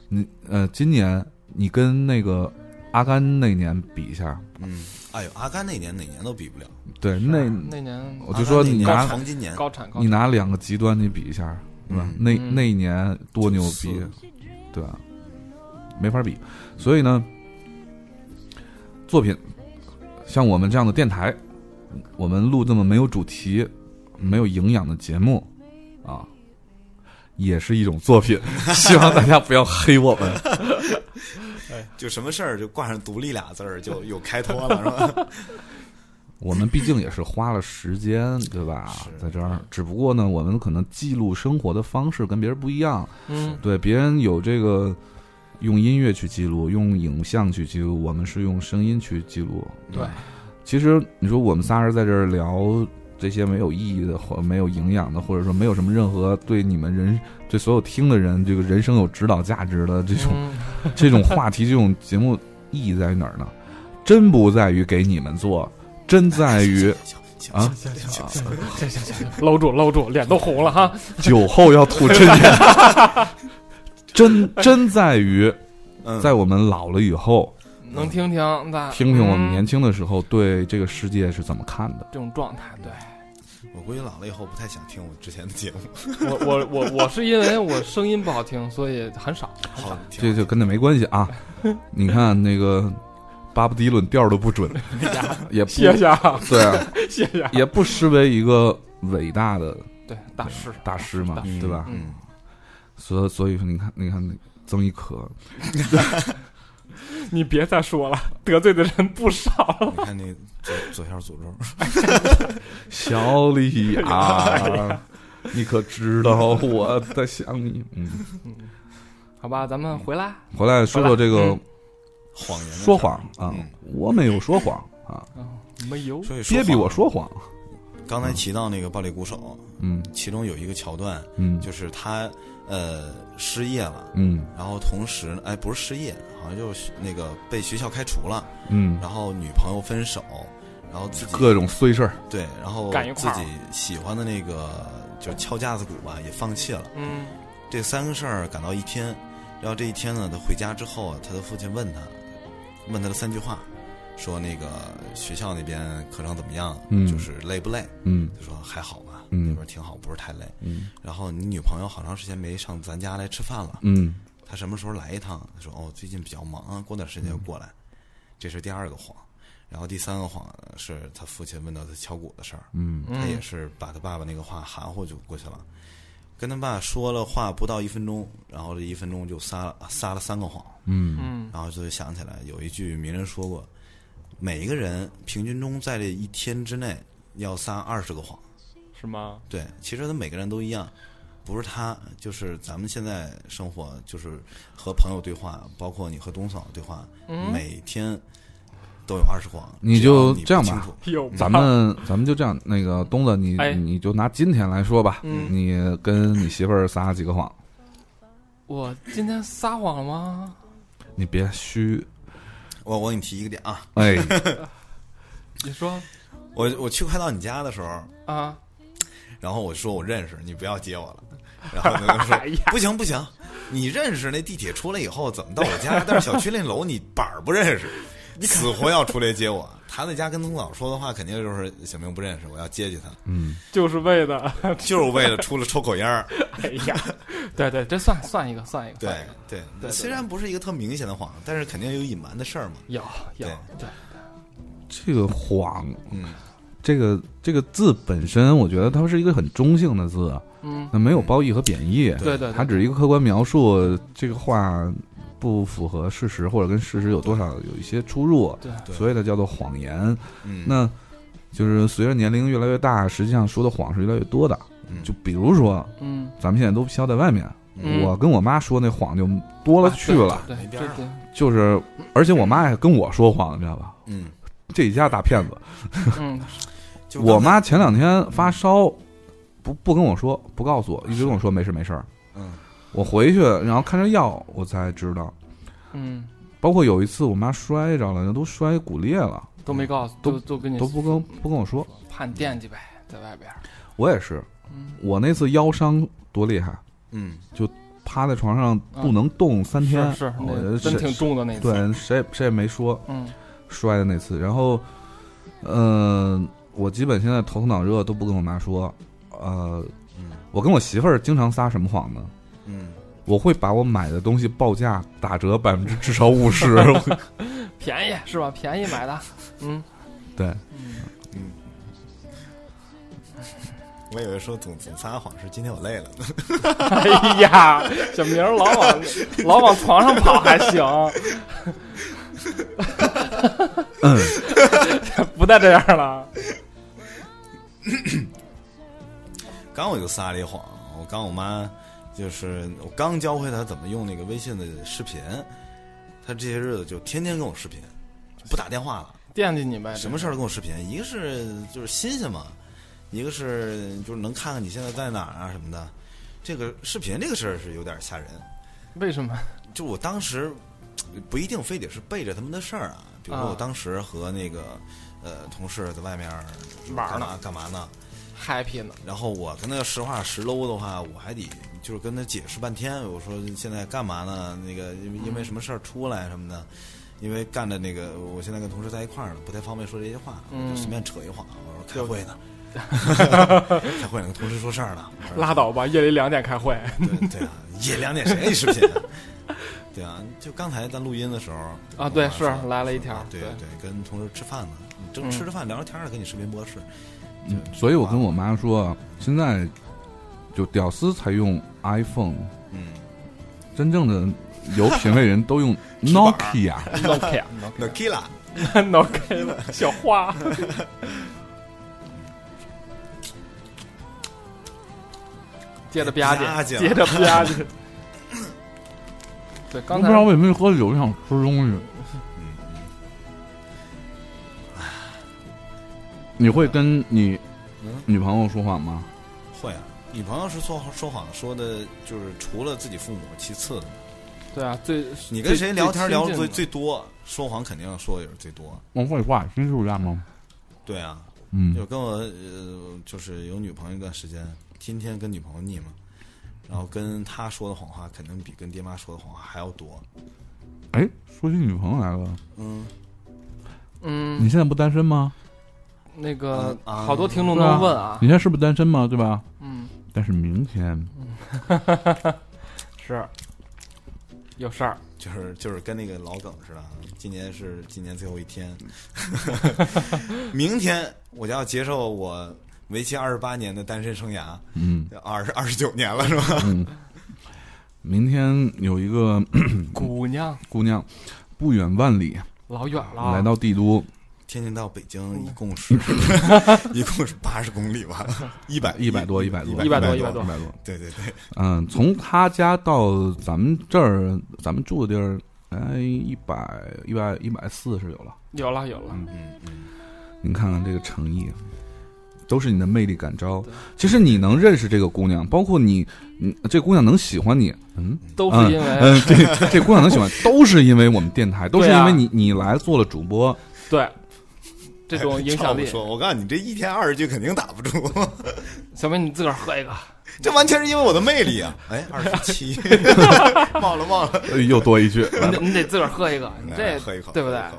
[SPEAKER 2] 你呃，今年你跟那个阿甘那年比一下，
[SPEAKER 3] 嗯，哎呦，阿甘那年哪年都比不了，
[SPEAKER 2] 对，
[SPEAKER 7] 是啊
[SPEAKER 2] 那
[SPEAKER 7] 那年
[SPEAKER 2] 我就说你拿
[SPEAKER 3] 阿甘那年黄金年，
[SPEAKER 7] 高产高
[SPEAKER 2] 你
[SPEAKER 7] 产，
[SPEAKER 2] 拿两个极端你比一下，对吧？
[SPEAKER 3] 嗯
[SPEAKER 2] 那
[SPEAKER 7] 嗯
[SPEAKER 2] 那一年多牛逼，对吧？没法比，所以呢，作品像我们这样的电台，我们录这么没有主题、没有营养的节目啊，也是一种作 品。希望大家不要黑我们。
[SPEAKER 3] 就什么事儿就挂上独立俩字儿就有开脱了，是吧？
[SPEAKER 2] 我们毕竟也是花了时间，对吧
[SPEAKER 3] 是？
[SPEAKER 2] 在这儿，只不过呢，我们可能记录生活的方式跟别人不一样。
[SPEAKER 7] 嗯，
[SPEAKER 2] 对，别人有这个用音乐去记录，用影像去记录，我们是用声音去记录。
[SPEAKER 7] 对，
[SPEAKER 2] 其实你说我们仨人在这儿聊这些没有意义的或没有营养的，或者说没有什么任何对你们人对所有听的人这个人生有指导价值的这种、
[SPEAKER 7] 嗯
[SPEAKER 2] 这种话题，这种节目意义在于哪儿呢？真不在于给你们做，真在 于
[SPEAKER 3] 行行
[SPEAKER 2] 啊
[SPEAKER 3] 行行行行，
[SPEAKER 2] 啊
[SPEAKER 7] 行行行，行搂住搂住，脸都红了哈。
[SPEAKER 2] 酒后要吐真言，真真在于
[SPEAKER 3] 嗯，
[SPEAKER 2] 在我们老了以后，
[SPEAKER 4] 能听听那
[SPEAKER 2] 听听我们年
[SPEAKER 4] 嗯
[SPEAKER 2] 轻的时候对这个世界是怎么看的。
[SPEAKER 4] 这种状态，对。
[SPEAKER 3] 我估计老了以后不太想听我之前的节目，
[SPEAKER 4] 我我我我是因为我声音不好听，所以很少很
[SPEAKER 3] 好
[SPEAKER 4] 少。，
[SPEAKER 2] 这就跟那没关系啊。你看那个巴布迪伦调儿都不 准，也不
[SPEAKER 7] 谢谢啊，
[SPEAKER 2] 对啊，
[SPEAKER 7] 谢谢啊。
[SPEAKER 2] 也不失为一个伟大的
[SPEAKER 4] 对，大师
[SPEAKER 2] 大师嘛
[SPEAKER 4] 大，
[SPEAKER 3] 师
[SPEAKER 2] 对吧？
[SPEAKER 3] 嗯，
[SPEAKER 2] 所所以说，你看，你看那曾轶可，
[SPEAKER 7] 你别再说了，得罪的人不少了。
[SPEAKER 3] 你看那左左小诅咒，
[SPEAKER 2] 小李 啊，你可知道我在想你？嗯，
[SPEAKER 4] 好吧，咱们回来。
[SPEAKER 2] 回来说说这个
[SPEAKER 3] 谎言的
[SPEAKER 2] 说谎啊
[SPEAKER 3] 哎嗯，
[SPEAKER 2] 我没有说谎啊，
[SPEAKER 4] 嗯，没有
[SPEAKER 3] 事儿，所
[SPEAKER 2] 别
[SPEAKER 3] 以
[SPEAKER 2] 逼我
[SPEAKER 3] 谎。
[SPEAKER 2] 说谎。
[SPEAKER 3] 刚才提到那个暴力鼓手，
[SPEAKER 2] 嗯
[SPEAKER 3] 其中有一个桥段，
[SPEAKER 2] 嗯
[SPEAKER 3] 就是他呃失业了，
[SPEAKER 2] 嗯
[SPEAKER 3] 然后同时哎不是失业，好像就是那个被学校开除了，
[SPEAKER 2] 嗯，
[SPEAKER 3] 然后女朋友分手，然后自己
[SPEAKER 2] 各种碎事儿，
[SPEAKER 3] 对，然后
[SPEAKER 7] 干一
[SPEAKER 3] 自
[SPEAKER 7] 块儿
[SPEAKER 3] 己喜欢的那个就是敲架子鼓吧也放弃了，
[SPEAKER 4] 嗯，
[SPEAKER 3] 这三个事儿赶到一天，然后这一天呢，他回家之后啊，他的父亲问他，问他的三句话，说那个学校那边课程怎么样，
[SPEAKER 2] 嗯
[SPEAKER 3] 就是累不累？
[SPEAKER 2] 嗯
[SPEAKER 3] 他说还好吧，
[SPEAKER 2] 嗯
[SPEAKER 3] 那边挺好，不是太累。
[SPEAKER 2] 嗯
[SPEAKER 3] 然后你女朋友好长时间没上咱家来吃饭了，
[SPEAKER 2] 嗯
[SPEAKER 3] 她什么时候来一趟？她说哦，最近比较忙啊，过段时间就过来。这是第二个谎，然后第三个谎是他父亲问到他敲鼓的事儿，
[SPEAKER 2] 嗯
[SPEAKER 3] 他也
[SPEAKER 4] 嗯，
[SPEAKER 3] 是把他爸爸那个话含糊就过去了，跟他爸说了话不到一分钟，然后这一分钟就撒了撒了三个谎，
[SPEAKER 2] 嗯
[SPEAKER 4] 嗯，
[SPEAKER 3] 然后就想起来有一句名人说过，每一个人平均中在这一天之内要撒二十个谎。
[SPEAKER 7] 是吗？
[SPEAKER 3] 对，其实他每个人都一样，不是他就是咱们现在生活，就是和朋友对话，包括你和东嫂对话，每天都有二十谎。
[SPEAKER 2] 你
[SPEAKER 3] 只要
[SPEAKER 2] 就
[SPEAKER 3] 你不
[SPEAKER 2] 这样吧
[SPEAKER 3] 清楚
[SPEAKER 7] 有
[SPEAKER 2] 咱们咱们就这样，那个东子，你
[SPEAKER 4] 哎
[SPEAKER 2] 你就拿今天来说吧，
[SPEAKER 4] 嗯
[SPEAKER 2] 你跟你媳妇儿撒几个谎，
[SPEAKER 4] 我今天撒谎了吗？
[SPEAKER 2] 你别虚，
[SPEAKER 3] 我我给你提一个点啊，
[SPEAKER 2] 哎，
[SPEAKER 4] 你说
[SPEAKER 3] 我我去快到你家的时候，
[SPEAKER 4] 啊，
[SPEAKER 3] 然后我说我认识，你不要接我了。然后他就说不行不行，你认识那地铁出来以后怎么到我家？但是小区那楼你板儿不认识，你死活要出来接我。他在家跟东嫂说的话肯定就是小明不认识，我要接接他。
[SPEAKER 2] 嗯，
[SPEAKER 7] 就是为的。
[SPEAKER 3] 就是为了出了抽口烟 儿。
[SPEAKER 7] 哎 呀，
[SPEAKER 4] 对对，这算算一个，算一个，算
[SPEAKER 3] 对
[SPEAKER 4] 一个
[SPEAKER 3] 对
[SPEAKER 4] 对
[SPEAKER 3] 虽然不是一个特明显的谎，但是肯定有隐瞒的事儿嘛。
[SPEAKER 4] 有有对，
[SPEAKER 2] 这个谎，
[SPEAKER 3] 嗯，
[SPEAKER 2] 这个这个字本身，我觉得它是一个很中性的字，啊
[SPEAKER 4] 嗯，
[SPEAKER 2] 那没有褒义和贬义，
[SPEAKER 4] 对对，
[SPEAKER 2] 它只是一个客观描述，这个话不符合事实或者跟事实有多少有一些出入，
[SPEAKER 4] 对
[SPEAKER 3] 对
[SPEAKER 2] 所以它叫做谎言。
[SPEAKER 3] 嗯，
[SPEAKER 2] 那就是随着年龄越来越大，实际上说的谎是越来越多的。
[SPEAKER 3] 嗯
[SPEAKER 2] 就比如说，
[SPEAKER 4] 嗯，
[SPEAKER 2] 咱们现在都飘在外面，
[SPEAKER 4] 嗯
[SPEAKER 2] 我跟我妈说那谎就多了去了，
[SPEAKER 4] 对
[SPEAKER 3] 没边
[SPEAKER 4] 对
[SPEAKER 3] 儿
[SPEAKER 4] 对，
[SPEAKER 2] 就是而且我妈还跟我说谎，你知道吧？
[SPEAKER 3] 嗯，
[SPEAKER 2] 这一家大骗子。
[SPEAKER 4] 嗯，
[SPEAKER 3] 就
[SPEAKER 2] 我
[SPEAKER 3] 刚才嗯
[SPEAKER 2] 妈前两天发烧，不不跟我说，不告诉我，一直跟我说没事没事儿。
[SPEAKER 3] 嗯
[SPEAKER 2] 我回去然后看着药，我才知道。
[SPEAKER 4] 嗯，
[SPEAKER 2] 包括有一次我妈摔着了，都摔骨裂了，
[SPEAKER 4] 都没告诉，
[SPEAKER 2] 嗯都
[SPEAKER 4] 都都跟
[SPEAKER 3] 嗯
[SPEAKER 4] 你
[SPEAKER 2] 都不跟不跟我说。
[SPEAKER 4] 怕你惦记呗，在外边儿，
[SPEAKER 2] 我也是，
[SPEAKER 4] 嗯，
[SPEAKER 2] 我那次腰伤多厉害，
[SPEAKER 3] 嗯
[SPEAKER 2] 趴在床上不能动三天，
[SPEAKER 4] 啊是是，那
[SPEAKER 2] 我
[SPEAKER 4] 真
[SPEAKER 2] 谁
[SPEAKER 4] 挺重的那次，
[SPEAKER 2] 对，谁也谁也没说
[SPEAKER 4] 嗯
[SPEAKER 2] 摔的那次。然后，嗯，我基本现在头疼脑热都不跟我妈说。呃，
[SPEAKER 3] 嗯
[SPEAKER 2] 我跟我媳妇儿经常撒什么谎呢？
[SPEAKER 3] 嗯，
[SPEAKER 2] 我会把我买的东西报价打折百分之至少五 十。
[SPEAKER 4] 便宜是吧？便宜 买的，嗯
[SPEAKER 2] 对，
[SPEAKER 4] 嗯。
[SPEAKER 3] 我以为说总总撒谎是今天我累了 呢。
[SPEAKER 7] 哎呀，小明儿老往老往床上跑还行，
[SPEAKER 2] 嗯
[SPEAKER 7] 不再这样了。
[SPEAKER 3] 刚我就撒了一谎，我刚我妈就是我刚教会她怎么用那个微信的视频，她这些日子就天天跟我视频，就不打电话了，
[SPEAKER 4] 惦记你呗，
[SPEAKER 3] 什么事
[SPEAKER 4] 儿？
[SPEAKER 3] 儿都跟我视频。一个是就是新鲜嘛，一个是就是能看看你现在在哪儿啊什么的。这个视频这个事儿是有点吓人。
[SPEAKER 4] 为什么？
[SPEAKER 3] 就我当时不一定非得是背着他们的事儿啊，比如说
[SPEAKER 4] 啊
[SPEAKER 3] 我当时和那个呃同事在外面
[SPEAKER 4] 玩儿
[SPEAKER 3] 干
[SPEAKER 4] 呢
[SPEAKER 3] 嘛干嘛呢，
[SPEAKER 4] happy 呢？
[SPEAKER 3] 然后我跟他实话实搂的话，我还得就是跟他解释半天，我说现在干嘛呢？那个因为因为什么事儿出来什么的，因为干着那个，我现在跟同事在一块儿呢，不太方便说这些话，
[SPEAKER 4] 嗯
[SPEAKER 3] 我就随便扯一晃，我说开会呢。 开会呢，跟同事说事 儿呢，我说
[SPEAKER 7] 拉倒吧，夜里两点开 会，
[SPEAKER 3] 对对啊，夜两点谁给你视频啊？ 对啊，就刚才咱录音的时候
[SPEAKER 4] 啊对
[SPEAKER 3] 我
[SPEAKER 4] 是
[SPEAKER 3] 说
[SPEAKER 4] 来了一条
[SPEAKER 3] 对
[SPEAKER 4] 对
[SPEAKER 3] 对，跟同事吃饭呢，你正
[SPEAKER 4] 嗯
[SPEAKER 3] 吃着饭聊着天呢，跟你视频播是，
[SPEAKER 2] 嗯，所以我跟我妈说，现在就屌丝才用 iPhone，
[SPEAKER 3] 嗯，
[SPEAKER 2] 真正的有品位人都 用 Nokia。
[SPEAKER 7] Nokia
[SPEAKER 3] 那 Kila，
[SPEAKER 7] Nokia 了小花，
[SPEAKER 4] 接着吧
[SPEAKER 3] 吧
[SPEAKER 4] 唧，
[SPEAKER 3] 唧了
[SPEAKER 7] 接着吧唧，
[SPEAKER 2] 我
[SPEAKER 4] 对，刚
[SPEAKER 2] 不
[SPEAKER 4] 才
[SPEAKER 2] 知道为什么喝酒就想吃东西。
[SPEAKER 4] 嗯
[SPEAKER 2] 你会跟你
[SPEAKER 3] 嗯
[SPEAKER 2] 女朋友说谎吗？
[SPEAKER 3] 会啊，女朋友是说说谎说的，就是除了自己父母，其次的。
[SPEAKER 4] 对啊，最
[SPEAKER 3] 你跟谁聊天聊
[SPEAKER 4] 的
[SPEAKER 3] 得最最多，说谎肯定说的也是最多。
[SPEAKER 2] 我哦会话，新是这样吗？
[SPEAKER 3] 对啊，
[SPEAKER 2] 嗯
[SPEAKER 3] 就跟我呃，就是有女朋友一段时间，天天跟女朋友腻嘛，然后跟她说的谎话肯定比跟爹妈说的谎话还要多。
[SPEAKER 2] 哎，说起女朋友来了，
[SPEAKER 3] 嗯，
[SPEAKER 4] 嗯
[SPEAKER 2] 你现在不单身吗？
[SPEAKER 4] 那个
[SPEAKER 3] 嗯啊
[SPEAKER 4] 好多听众都问啊
[SPEAKER 2] 你，现在是不是单身吗？对啊吧？
[SPEAKER 4] 嗯
[SPEAKER 2] 但是明 天
[SPEAKER 4] 是有事儿，
[SPEAKER 3] 就是就是跟那个老梗似的，啊今年是今年最后一天，明天我就要接受我为期二十八年的单身生涯，
[SPEAKER 2] 嗯
[SPEAKER 3] 二十二十九年了是吧？
[SPEAKER 2] 嗯，明天有一个
[SPEAKER 4] 姑娘
[SPEAKER 2] 姑娘，不远万里
[SPEAKER 4] 老远了，
[SPEAKER 2] 来到帝都，
[SPEAKER 3] 天津到北京
[SPEAKER 4] 嗯
[SPEAKER 3] 一共是 一共是八十公 里吧，一百
[SPEAKER 2] 一百多，一百多，
[SPEAKER 4] 一百多
[SPEAKER 3] 一
[SPEAKER 4] 一
[SPEAKER 3] 百
[SPEAKER 4] 百多
[SPEAKER 2] 一百多。
[SPEAKER 3] 对对对，
[SPEAKER 2] 嗯，从他家到咱们这儿，咱们住的地儿，哎，一百一百一百四是有了。
[SPEAKER 4] 有了有了，
[SPEAKER 3] 嗯嗯，
[SPEAKER 2] 你看看这个诚意，都是你的魅力感召。其实你能认识这个姑娘，包括你，你这姑娘能喜欢你， 嗯
[SPEAKER 4] 都是
[SPEAKER 2] 嗯
[SPEAKER 4] 因为
[SPEAKER 2] 嗯，这这姑娘能喜欢，都是因为我们电台，都是
[SPEAKER 4] 对
[SPEAKER 2] 因
[SPEAKER 4] 啊
[SPEAKER 2] 为你你来做了主播。
[SPEAKER 4] 对这种影响力
[SPEAKER 3] 照。说，我告诉哎你，这一天二十句肯定打不住，
[SPEAKER 4] 小明你自个儿喝一个，
[SPEAKER 3] 这完全是因为我的魅力 啊！哎，二十七，忘了忘了，
[SPEAKER 2] 呃又多一句，来
[SPEAKER 4] 你
[SPEAKER 2] 吧
[SPEAKER 4] 得你得自个儿喝一个，你
[SPEAKER 3] 来
[SPEAKER 4] 这
[SPEAKER 3] 哎喝一口，
[SPEAKER 4] 对不对
[SPEAKER 3] 喝一口？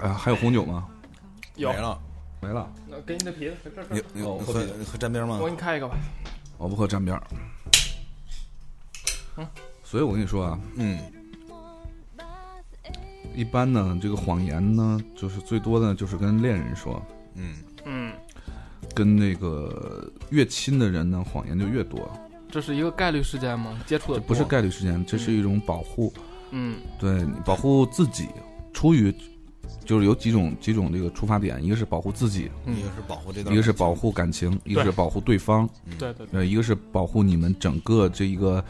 [SPEAKER 2] 哎呀，还有红酒吗？
[SPEAKER 4] 有
[SPEAKER 3] 没。了，
[SPEAKER 2] 没了，
[SPEAKER 4] 那给你的啤子，这
[SPEAKER 3] 你
[SPEAKER 4] 这，
[SPEAKER 3] 你
[SPEAKER 2] 哦我
[SPEAKER 3] 喝
[SPEAKER 2] 喝啤酒
[SPEAKER 3] 喝沾边吗
[SPEAKER 4] 我？给你开一个吧。
[SPEAKER 2] 我不喝沾边儿。嗯所以我跟你说啊，
[SPEAKER 3] 嗯，
[SPEAKER 2] 一般呢，这个谎言呢，就是最多的就是跟恋人说，
[SPEAKER 3] 嗯，
[SPEAKER 4] 嗯，
[SPEAKER 2] 跟那个越亲的人呢，谎言就越多。
[SPEAKER 4] 这是一个概率事件吗？接
[SPEAKER 2] 这
[SPEAKER 4] 触的
[SPEAKER 2] 不是
[SPEAKER 4] 多，
[SPEAKER 2] 概率事件，这是一种保护，
[SPEAKER 4] 嗯
[SPEAKER 2] 对你保护自己，出于就是有几种几种这个出发点，一个是保护自己，
[SPEAKER 3] 一个
[SPEAKER 4] 嗯，
[SPEAKER 3] 是保护这段，
[SPEAKER 2] 一个是保，护感情，一个是保护对方，
[SPEAKER 7] 对对对，
[SPEAKER 2] 呃，一个是保护你们整个这一个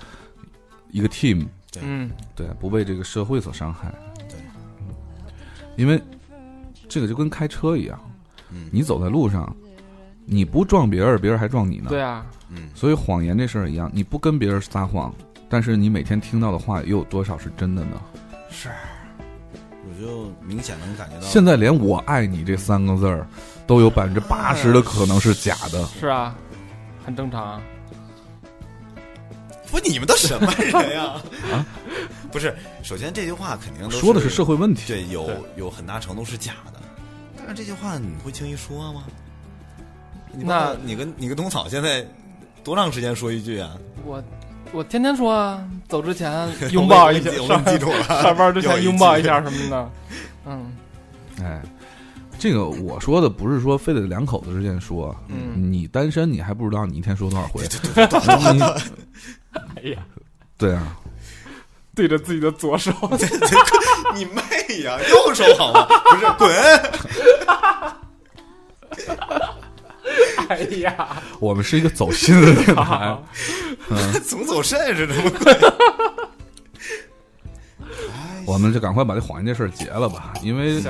[SPEAKER 2] 一个 team，
[SPEAKER 4] 嗯，
[SPEAKER 2] 对，不被这个社会所伤害。
[SPEAKER 3] 对
[SPEAKER 2] 嗯，因为这个就跟开车一样，
[SPEAKER 3] 嗯
[SPEAKER 2] 你走在路上，你不撞别人，别人还撞你呢。
[SPEAKER 4] 对啊，
[SPEAKER 3] 嗯，
[SPEAKER 2] 所以谎言这事儿一样，你不跟别人撒谎，但是你每天听到的话又有多少是真的
[SPEAKER 3] 嗯
[SPEAKER 2] 呢？
[SPEAKER 3] 我就明显能感觉到，
[SPEAKER 2] 现在连“我爱你”这三个字儿，都有百分之八十的可能是假的。
[SPEAKER 4] 是啊，很正常啊。
[SPEAKER 3] 不，你们都什么人呀？ 啊，不是，首先这句话肯定都
[SPEAKER 2] 说的是社会问题，
[SPEAKER 3] 对，有有很大程度是假的。但是这句话你会轻易说吗？你
[SPEAKER 4] 那
[SPEAKER 3] 爸你跟你跟冬草现在多长时间说一句啊？
[SPEAKER 4] 我我天天说啊，走 之前拥抱一下，
[SPEAKER 3] 我给
[SPEAKER 4] 上
[SPEAKER 3] 你记住了。
[SPEAKER 4] 上班之前拥抱一下什么的。 嗯
[SPEAKER 2] 哎，这个我说的不是说非得两口子之间说，啊
[SPEAKER 4] 嗯，
[SPEAKER 2] 你单身你还不知道你一天说多少回，
[SPEAKER 7] 哎呀，
[SPEAKER 2] 对啊，
[SPEAKER 7] 对着自己的左 手，
[SPEAKER 3] 你妹呀！右手好吗？不是，滚！
[SPEAKER 7] 哎呀，
[SPEAKER 2] 我们是一个走心的电台，嗯
[SPEAKER 3] 总走肾似的吗？
[SPEAKER 2] 我们就赶快把这谎言这事儿结了吧，因为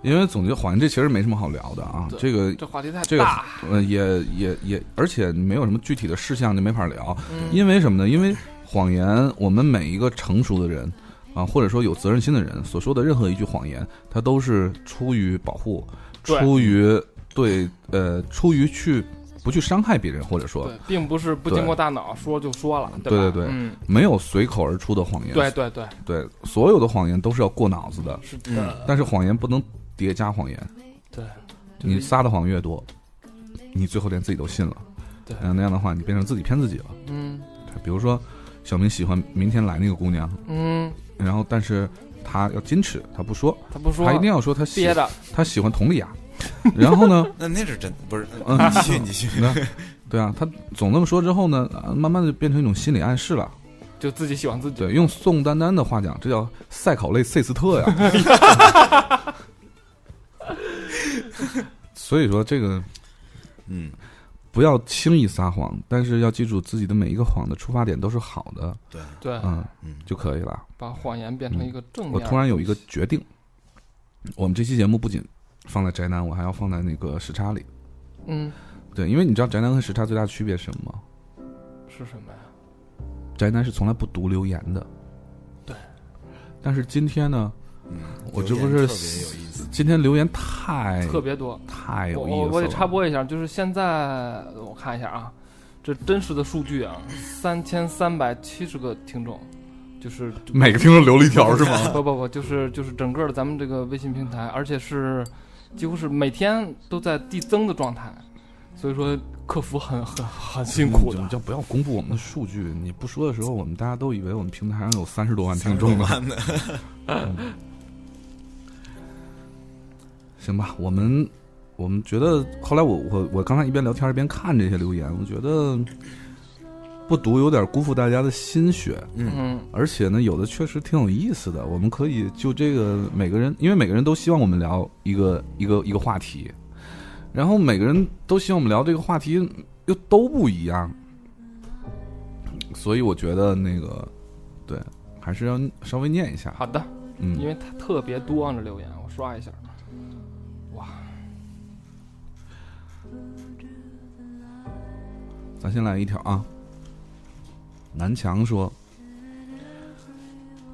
[SPEAKER 2] 因为总结谎言这其实没什么好聊的啊，
[SPEAKER 4] 对
[SPEAKER 2] 这个
[SPEAKER 4] 这话题太
[SPEAKER 2] 这个
[SPEAKER 4] 大。
[SPEAKER 2] 呃也也也，而且没有什么具体的事项就没法聊，
[SPEAKER 4] 嗯
[SPEAKER 2] 因为什么呢？因为谎言，我们每一个成熟的人啊，或者说有责任心的人所说的任何一句谎言，它都是出于保护，
[SPEAKER 7] 对
[SPEAKER 2] 出于对呃，出于去不去伤害别人，或者说
[SPEAKER 4] 对，并不是不经过大脑说就说了，
[SPEAKER 2] 对
[SPEAKER 4] 吧？
[SPEAKER 2] 对对
[SPEAKER 4] 嗯，
[SPEAKER 2] 没有随口而出的谎言，
[SPEAKER 4] 对对对，
[SPEAKER 2] 对，所有的谎言都是要过脑子的，
[SPEAKER 4] 是
[SPEAKER 6] 嗯
[SPEAKER 4] 的，
[SPEAKER 2] 但是谎言不能叠加谎言，
[SPEAKER 4] 对，
[SPEAKER 2] 你撒的谎越多，你最后连自己都信了，
[SPEAKER 4] 对
[SPEAKER 2] 嗯，那样的话你变成自己骗自己了。
[SPEAKER 4] 嗯
[SPEAKER 2] 比如说，小明喜欢明天来那个姑娘，
[SPEAKER 4] 嗯，
[SPEAKER 2] 然后但是他要矜持，他不说，
[SPEAKER 4] 他不说，
[SPEAKER 2] 他一定要说他喜
[SPEAKER 4] 憋着，
[SPEAKER 2] 他喜欢佟丽娅， 然后呢，
[SPEAKER 6] 那那是真的，不是？
[SPEAKER 2] 嗯
[SPEAKER 6] 嗯你去，你去。
[SPEAKER 2] 对啊，他总那么说之后呢，啊慢慢的变成一种心理暗示了。
[SPEAKER 4] 就自己喜欢自己，
[SPEAKER 2] 对，用宋丹丹的话讲，这叫赛考类塞斯特呀。 所以说，这个
[SPEAKER 6] 嗯，
[SPEAKER 2] 不要轻易撒谎，但是要记住自己的每一个谎的出发点都是好的，
[SPEAKER 6] 对，
[SPEAKER 4] 对，
[SPEAKER 2] 嗯，
[SPEAKER 6] 嗯，
[SPEAKER 2] 就可以了。
[SPEAKER 4] 把谎言变成一个正
[SPEAKER 2] 嗯
[SPEAKER 4] 面。
[SPEAKER 2] 我突然有一个决定，我们这期节目不仅放在宅男，我还要放在那个时差里。
[SPEAKER 4] 嗯，
[SPEAKER 2] 对，因为你知道宅男和时差最大的区别是什么吗？
[SPEAKER 4] 是什么呀？
[SPEAKER 2] 宅男是从来不读留言的。
[SPEAKER 4] 对。
[SPEAKER 2] 但是今天呢，
[SPEAKER 6] 嗯，
[SPEAKER 2] 我这
[SPEAKER 6] 留言
[SPEAKER 2] 不是
[SPEAKER 6] 特别有意思。
[SPEAKER 2] 今天留言太
[SPEAKER 4] 特别多，
[SPEAKER 2] 太哎有
[SPEAKER 4] 我
[SPEAKER 2] 意思
[SPEAKER 4] 我我得
[SPEAKER 2] 了
[SPEAKER 4] 插播一下，就是现在我看一下啊，这真实的数据啊，三千三百七十个听众， 就是
[SPEAKER 2] 每个听众留了一条是吗？
[SPEAKER 4] 不不不，就是就是整个的咱们这个微信平台，而且是几乎是每天都在递增的状态，所以说客服很很很 辛苦
[SPEAKER 2] 怎么嗯
[SPEAKER 4] 的。
[SPEAKER 2] 叫不要公布我们的数据？你不说的时候，我们大家都以为我们平台上有三十多万听众呢。
[SPEAKER 6] 慢的，
[SPEAKER 2] 行吧，我们我们觉得，后来我我我刚才一边聊天一边看这些留言，我觉得不读有点辜负大家的心血，
[SPEAKER 6] 嗯，
[SPEAKER 4] 嗯，
[SPEAKER 2] 而且呢，有的确实挺有意思的。我们可以就这个每个人，因为每个人都希望我们聊一个一个一个话题，然后每个人都希望我们聊这个话题又都不一样，所以我觉得那个对，还是要稍微念一下，
[SPEAKER 4] 好的，因
[SPEAKER 2] 嗯，
[SPEAKER 4] 为它特别多这留言，我刷一下。嗯
[SPEAKER 2] 咱先来一条啊。南强说，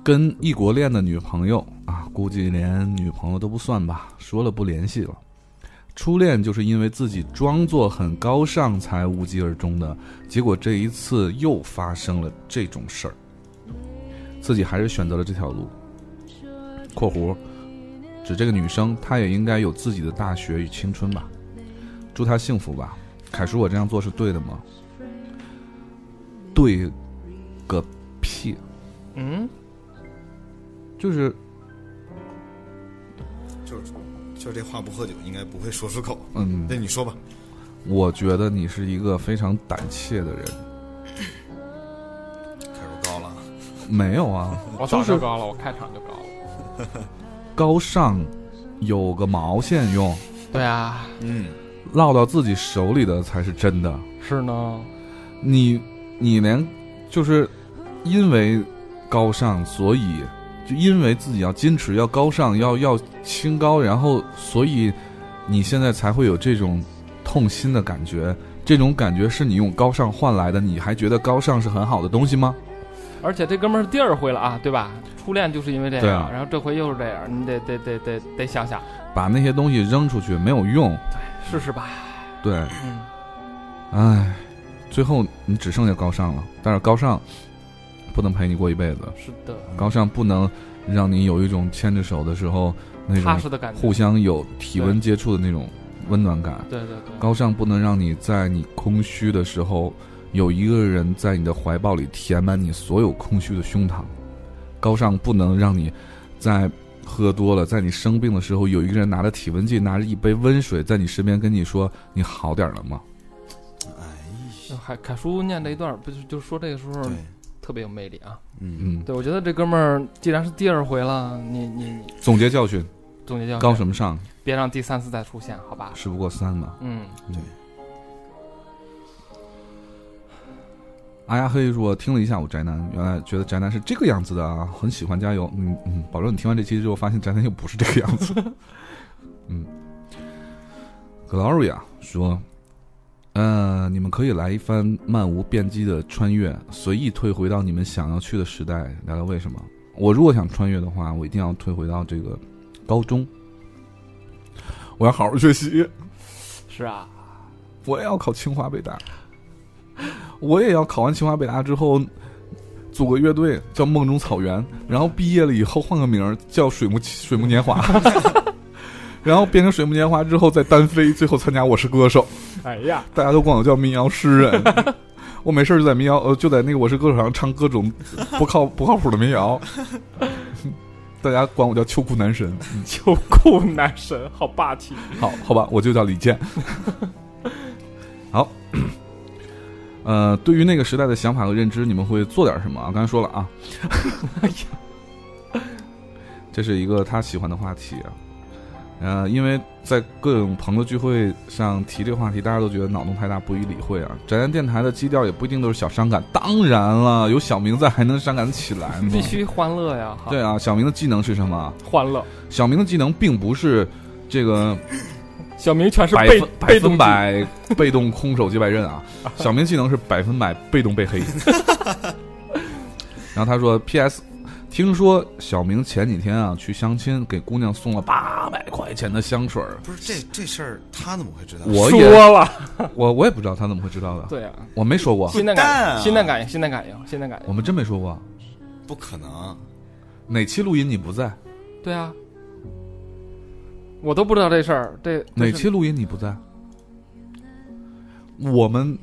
[SPEAKER 2] 跟异国恋的女朋友啊，估计连女朋友都不算吧，说了不联系了。初恋就是因为自己装作很高尚才无疾而终的，结果这一次又发生了这种事儿，自己还是选择了这条路。（括弧）指这个女生，她也应该有自己的大学与青春吧，祝她幸福吧。凯叔，我这样做是对的吗？对个屁！啊
[SPEAKER 4] 嗯，
[SPEAKER 2] 就是
[SPEAKER 6] 就是就是这话不喝酒应该不会说出口。
[SPEAKER 2] 嗯
[SPEAKER 6] 那，你说吧，
[SPEAKER 2] 我觉得你是一个非常胆怯的人。
[SPEAKER 6] 开始高了啊，
[SPEAKER 2] 没有啊，
[SPEAKER 4] 我早就高了，我开场就高了。
[SPEAKER 2] 高尚有个毛线用？
[SPEAKER 4] 对啊，
[SPEAKER 6] 嗯，
[SPEAKER 2] 落到自己手里的才是真的。
[SPEAKER 4] 是呢，
[SPEAKER 2] 你你连就是因为高尚，所以就因为自己要矜持，要高尚，要要清高，然后所以你现在才会有这种痛心的感觉。这种感觉是你用高尚换来的，你还觉得高尚是很好的东西吗？
[SPEAKER 4] 而且这哥们儿是第二回了啊，对吧？初恋就是因为这
[SPEAKER 2] 对
[SPEAKER 4] 样，
[SPEAKER 2] 啊
[SPEAKER 4] 然后这回又是这样，你得得得得得想想，
[SPEAKER 2] 把那些东西扔出去没有用，
[SPEAKER 4] 试试吧。
[SPEAKER 2] 对，
[SPEAKER 4] 嗯，
[SPEAKER 2] 唉，最后你只剩下高尚了。但是高尚不能陪你过一辈子，
[SPEAKER 4] 是的，
[SPEAKER 2] 高尚不能让你有一种牵着手的时候那种
[SPEAKER 4] 踏实的感觉。
[SPEAKER 2] 互相有体温接触的那种温暖感。
[SPEAKER 4] 对对对，
[SPEAKER 2] 高尚不能让你在你空虚的时候，有一个人在你的怀抱里填满你所有空虚的胸膛。高尚不能让你在喝多了，在你生病的时候，有一个人拿着体温计，拿着一杯温水在你身边跟你说：“你好点儿了吗
[SPEAKER 6] 哎，
[SPEAKER 4] 凯凯叔念这一段儿，不就就说这个时候
[SPEAKER 6] 对，
[SPEAKER 4] 特别有魅力啊。
[SPEAKER 6] 嗯，
[SPEAKER 2] 嗯，
[SPEAKER 4] 对，我觉得这哥们儿既然是第二回了，你你你
[SPEAKER 2] 总结教训，
[SPEAKER 4] 总结教训
[SPEAKER 2] 高什么尚，
[SPEAKER 4] 别让第三次再出现，好吧？
[SPEAKER 2] 事不过三嘛。
[SPEAKER 4] 嗯，
[SPEAKER 2] 阿哎呀黑说：“听了一下我宅男，原来觉得宅男是这个样子的啊，很喜欢，加油！嗯嗯，保证你听完这期之后，发现宅男又不是这个样子。嗯，Gloria 说：“呃，你们可以来一番漫无边际的穿越，随意退回到你们想要去的时代，聊聊为什么？我如果想穿越的话，我一定要退回到这个高中，我要好好学习。
[SPEAKER 7] 是啊，
[SPEAKER 2] 我也要考清华北大，我也要考完清华北大之后，组个乐队叫梦中草原，然后毕业了以后换个名儿叫水木水木年华，然后变成水木年华之后再单飞，最后参加我是歌手，
[SPEAKER 7] 哎呀，
[SPEAKER 2] 大家都管我叫民谣诗人。我没事儿就在民谣呃就在那个我是歌手上唱各种不靠不靠谱的民谣，大家管我叫秋裤男神。
[SPEAKER 7] 秋裤男神，好霸气！
[SPEAKER 2] 好好吧，我就叫李健。好，呃，对于那个时代的想法和认知，你们会做点什么啊？刚才说了啊，
[SPEAKER 4] 哎
[SPEAKER 2] 这是一个他喜欢的话题啊。呃，因为在各种朋友聚会上提这个话题，大家都觉得脑洞太大，不予理会啊。宅男电台的基调也不一定都是小伤感，当然了，有小明在还能伤感起来吗？
[SPEAKER 4] 必须欢乐呀！哈
[SPEAKER 2] 嗯对，啊，小明的技能是什么？啊
[SPEAKER 7] 欢乐，
[SPEAKER 2] 小明的技能并不是这个
[SPEAKER 7] 小明全是
[SPEAKER 2] 百
[SPEAKER 7] 被
[SPEAKER 2] 分百
[SPEAKER 7] 被
[SPEAKER 2] 分
[SPEAKER 7] 动技
[SPEAKER 2] 百被动空手接白 刃啊！小明技能是百分百被动被黑。然后他说：“P.S. 听说小明前几天啊去相亲，给姑娘送了八百块钱的香水儿
[SPEAKER 3] 不是这这事儿他怎么会知道？
[SPEAKER 2] 我也
[SPEAKER 7] 说了，
[SPEAKER 2] 我我也不知道他怎么会知道的，
[SPEAKER 7] 对啊，
[SPEAKER 2] 我没说过，
[SPEAKER 4] 心电
[SPEAKER 3] 滚蛋
[SPEAKER 4] 感
[SPEAKER 3] 啊
[SPEAKER 4] 应，心电感应，心电感应，心电感
[SPEAKER 2] 我
[SPEAKER 4] 应。
[SPEAKER 2] 们真没说过。
[SPEAKER 3] 不可能，
[SPEAKER 2] 哪期录音你不在？
[SPEAKER 4] 对啊，我都不知道这事儿，这这
[SPEAKER 2] 哪
[SPEAKER 4] 是
[SPEAKER 2] 期录音你不在？我们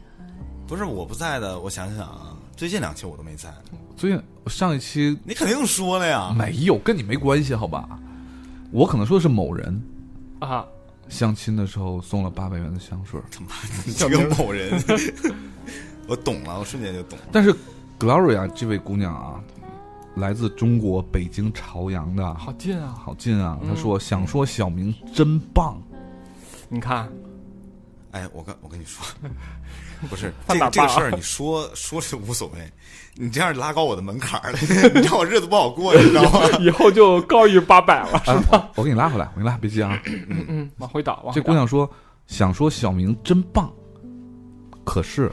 [SPEAKER 3] 不是我不在的。我想想啊，最近两期我都没在，
[SPEAKER 2] 最近上一期
[SPEAKER 3] 你肯定说了呀。
[SPEAKER 2] 没有，跟你没关系，好吧？我可能说的是某人。”
[SPEAKER 7] 啊，
[SPEAKER 2] 相亲的时候送了八百元的香嗯水儿，
[SPEAKER 3] 你这个某人， 我懂了，我瞬间就懂了。
[SPEAKER 2] 但是 Gloria 这位姑娘啊，来自中国北京朝阳的，
[SPEAKER 7] 好近啊！
[SPEAKER 2] 好近啊！
[SPEAKER 7] 嗯
[SPEAKER 2] 她说想说小明真棒，
[SPEAKER 7] 你看，
[SPEAKER 3] 哎，我跟我跟你说， 不是
[SPEAKER 7] 犯
[SPEAKER 3] 这个
[SPEAKER 7] 哪
[SPEAKER 3] 这个
[SPEAKER 7] 爸啊
[SPEAKER 3] 事儿，你说说是无所谓，你这样拉高我的门槛儿了， 你让我日子不好过，你知道 吗？
[SPEAKER 7] 以后就高于八百了。
[SPEAKER 2] 啊我给你拉回来，我给你拉，别急啊！
[SPEAKER 7] 嗯，往回倒，往回
[SPEAKER 2] 这
[SPEAKER 7] 倒
[SPEAKER 2] 姑娘说想说小明真棒，可是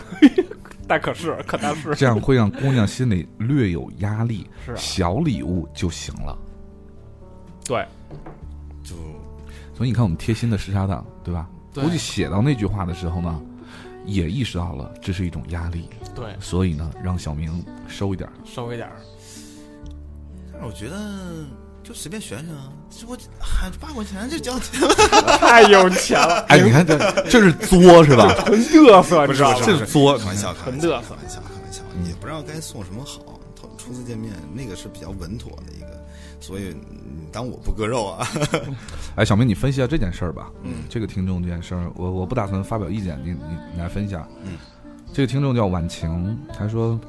[SPEAKER 7] 但可是可但是
[SPEAKER 2] 这样会让姑娘心里略有压力，
[SPEAKER 7] 是啊
[SPEAKER 2] 小礼物就行了。
[SPEAKER 7] 对，
[SPEAKER 3] 就
[SPEAKER 2] 所以你看，我们贴心的时差党，对吧？
[SPEAKER 7] 对
[SPEAKER 2] 估计写到那句话的时候呢，也意识到了这是一种压力。
[SPEAKER 7] 对
[SPEAKER 2] 所以呢，让小明收一点儿。
[SPEAKER 7] 收一点儿，
[SPEAKER 3] 但是我觉得就随便选选啊，这不喊八块钱就交钱，
[SPEAKER 7] 太有钱 了，
[SPEAKER 2] 哎，你看这这是作是 吧？
[SPEAKER 7] 纯嘚瑟，你知道吗？
[SPEAKER 2] 这是作。
[SPEAKER 3] 开玩笑，开玩
[SPEAKER 7] 很
[SPEAKER 3] 笑，
[SPEAKER 7] 嘚
[SPEAKER 3] 开
[SPEAKER 7] 瑟
[SPEAKER 3] 玩笑，开玩笑，也不知道该送什么好。头初次见面，那个是比较稳妥的一个，所以你当我不割肉啊。
[SPEAKER 2] 哎，小明，你分析一下这件事儿吧。嗯，这个听众这件事儿，我我不打算发表意见，你你你来分析一下。
[SPEAKER 3] 嗯，
[SPEAKER 2] 这个听众叫婉晴，他说：“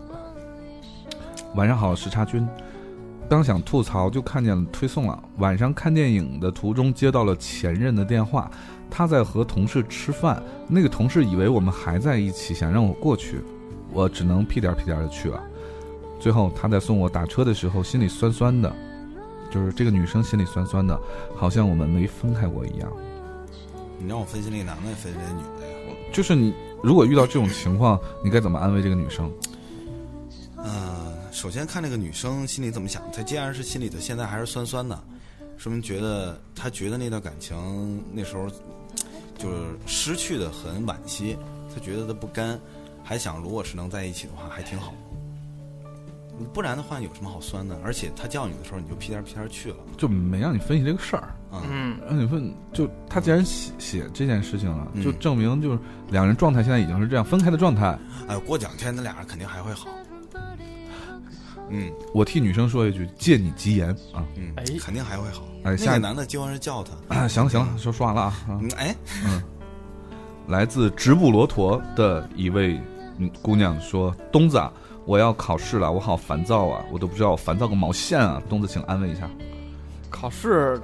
[SPEAKER 2] 晚上好，时差君。刚想吐槽，就看见了推送了。晚上看电影的途中接到了前任的电话，他在和同事吃饭，那个同事以为我们还在一起，想让我过去，我只能屁颠儿屁颠的去了。最后他在送我打车的时候，心里酸酸的，就是这个女生心里酸酸的。”好像我们没分开过一样。
[SPEAKER 3] 你让我分析那个男的，分析那女的呀？
[SPEAKER 2] 就是你如果遇到这种情况，你该怎么安慰这个女生？
[SPEAKER 3] 嗯，首先看这个女生心里怎么想。她既然是心里头现在还是酸酸的，说明觉得她觉得那段感情那时候就是失去的很惋惜，她觉得她不甘，还想如果是能在一起的话还挺好。不然的话有什么好酸的？而且她叫你的时候你就屁颠儿屁颠儿去了，
[SPEAKER 2] 就没让你分析这个事儿，
[SPEAKER 3] 啊、
[SPEAKER 4] 嗯，
[SPEAKER 2] 让你问，就他既然写写这件事情了，
[SPEAKER 3] 嗯
[SPEAKER 2] 就证明就是两人状态现在已经是这样分开的状态。
[SPEAKER 3] 哎，过两天那俩人肯定还会好。嗯
[SPEAKER 2] 我替女生说一句，借你吉言啊！
[SPEAKER 3] 嗯，
[SPEAKER 7] 哎
[SPEAKER 3] 肯定还会好。
[SPEAKER 2] 哎，
[SPEAKER 3] 那
[SPEAKER 2] 下
[SPEAKER 3] 个
[SPEAKER 2] 一
[SPEAKER 3] 男的就算是叫她，
[SPEAKER 2] 啊，行了行了，说说完了啊。啊
[SPEAKER 3] 嗯，哎，
[SPEAKER 2] 来自直布罗陀的一位嗯姑娘说：“东子啊，我要考试了，我好烦躁啊，我都不知道我烦躁个毛线啊！东子，请安慰一下。
[SPEAKER 4] 考试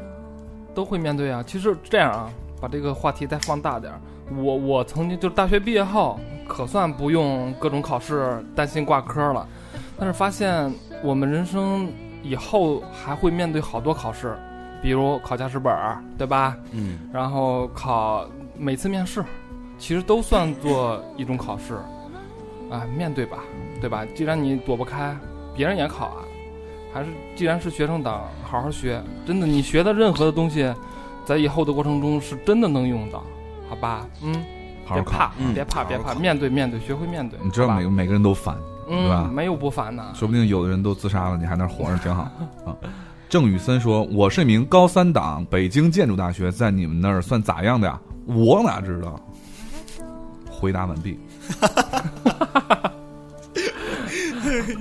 [SPEAKER 4] 都会面对啊。其实这样啊，把这个话题再放大点儿。我我曾经就是大学毕业后，可算不用各种考试担心挂科了，但是发现我们人生以后还会面对好多考试，比如考驾驶本儿，对吧？
[SPEAKER 3] 嗯
[SPEAKER 4] 然后考每次面试，其实都算作一种考试，啊，面对吧，对吧？既然你躲不开，别人也考啊，还是既然是学生党，好好学。真的，你学的任何的东西，在以后的过程中是真的能用到，好吧，嗯，
[SPEAKER 2] 好好
[SPEAKER 4] 别怕
[SPEAKER 2] 考。，
[SPEAKER 3] 嗯
[SPEAKER 4] 别怕，
[SPEAKER 3] 好好
[SPEAKER 4] 别怕，
[SPEAKER 3] 考
[SPEAKER 4] 面对面对，学会面对。
[SPEAKER 2] 你知道
[SPEAKER 4] 好吧
[SPEAKER 2] 每个每个人都烦，对吧
[SPEAKER 4] 嗯，没有不烦的。
[SPEAKER 2] 说不定有的人都自杀了，你还那儿活着挺好啊。郑宇森说：“我是一名高三党，北京建筑大学，在你们那儿算咋样的呀？我哪知道？”回答完毕。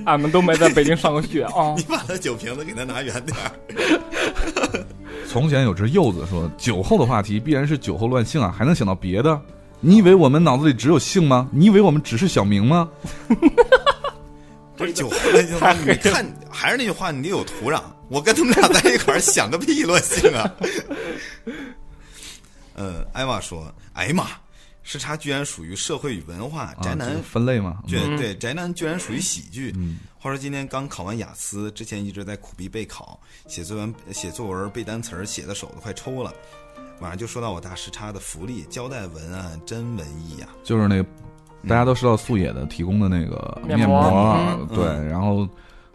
[SPEAKER 4] 俺们都没在北京上过学啊
[SPEAKER 3] 你。
[SPEAKER 2] 嗯
[SPEAKER 3] 把他酒瓶子给他拿远点儿。
[SPEAKER 2] 从前有只柚子说：“酒后的话题必然是酒后乱性啊，还能想到别的？你以为我们脑子里只有性吗？你以为我们只是小明 吗？
[SPEAKER 3] 不是酒后乱性，你看，还是那句话，你得有土壤。我跟他们俩在一块儿，想个屁乱性啊！ 呃，艾玛说：“哎呀妈，时差居然属于社会与文化，
[SPEAKER 2] 啊
[SPEAKER 3] 宅男
[SPEAKER 2] 这个分类吗？
[SPEAKER 3] 居
[SPEAKER 2] 嗯
[SPEAKER 3] 然对宅男居然属于喜剧。话说今天刚考完雅思，之前一直在苦逼备考，写作文、写作文、背单词儿，写的手都快抽了。晚上就收到我大时差的福利，胶带文案真文艺啊呀、
[SPEAKER 2] 就是那个大家都收到素野的提供的那个
[SPEAKER 4] 面
[SPEAKER 2] 膜
[SPEAKER 4] 膜
[SPEAKER 2] 啊，
[SPEAKER 3] 嗯
[SPEAKER 2] 对，
[SPEAKER 3] 嗯
[SPEAKER 2] 然后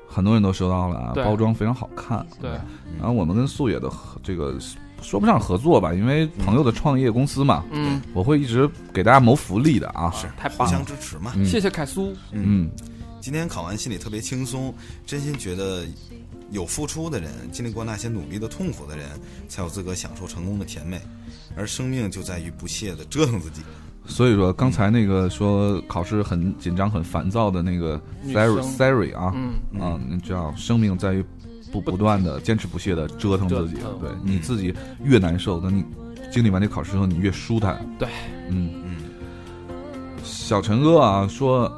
[SPEAKER 2] 很多人都收到了啊，
[SPEAKER 4] 对
[SPEAKER 2] 包装非常好看。
[SPEAKER 4] 对，
[SPEAKER 2] 然后我们跟素野的合这个说不上合作吧，因为朋友的创业公司嘛，
[SPEAKER 4] 嗯，
[SPEAKER 2] 我会一直给大家谋福利的啊。
[SPEAKER 3] 是
[SPEAKER 4] 太
[SPEAKER 3] 互
[SPEAKER 4] 棒了
[SPEAKER 3] 相，支持嘛。
[SPEAKER 2] 嗯
[SPEAKER 4] 谢谢凯苏。
[SPEAKER 2] 嗯，
[SPEAKER 3] 今天考完心里特别轻松，真心觉得有付出的人，经历过那些努力的痛苦的人，才有资格享受成功的甜美。而生命就在于不懈的折腾自己。
[SPEAKER 2] 所以说刚才那个说考试很紧张、很烦躁的那个
[SPEAKER 4] 女
[SPEAKER 2] Siri
[SPEAKER 4] 生
[SPEAKER 2] Siri 啊，
[SPEAKER 4] 嗯，
[SPEAKER 2] 啊，你知道，生命在于不不断的坚持不懈的折腾自己
[SPEAKER 4] 折，腾嗯
[SPEAKER 2] 对你自己越难受，等你经历完这考试之后，你越舒坦。
[SPEAKER 4] 对，
[SPEAKER 2] 嗯
[SPEAKER 3] 嗯。
[SPEAKER 2] 小陈哥啊，说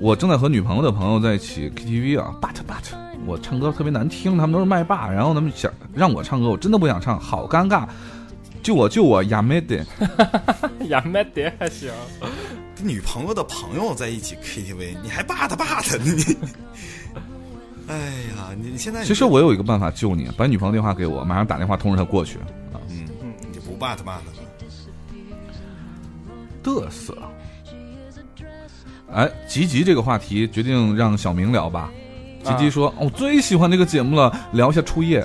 [SPEAKER 2] 我正在和女朋友的朋友在一起 KTV 啊，but but，我唱歌特别难听，他们都是麦霸，然后他们想让我唱歌，我真的不想唱，好尴尬。救我救我亚美得，
[SPEAKER 4] 也没得还行。
[SPEAKER 3] 跟女朋友的朋友在一起 KTV，你还霸他霸他呢你？ 哎呀，你现在
[SPEAKER 2] 其实我有一个办法救你，把女朋友电话给我，马上打电话通知她过去。
[SPEAKER 3] 嗯，你就不霸他霸他了。
[SPEAKER 2] 嘚瑟。哎，吉吉这个话题决定让小明聊吧。吉
[SPEAKER 3] 啊
[SPEAKER 2] 吉说：“我、最喜欢这个节目了，聊一下初夜。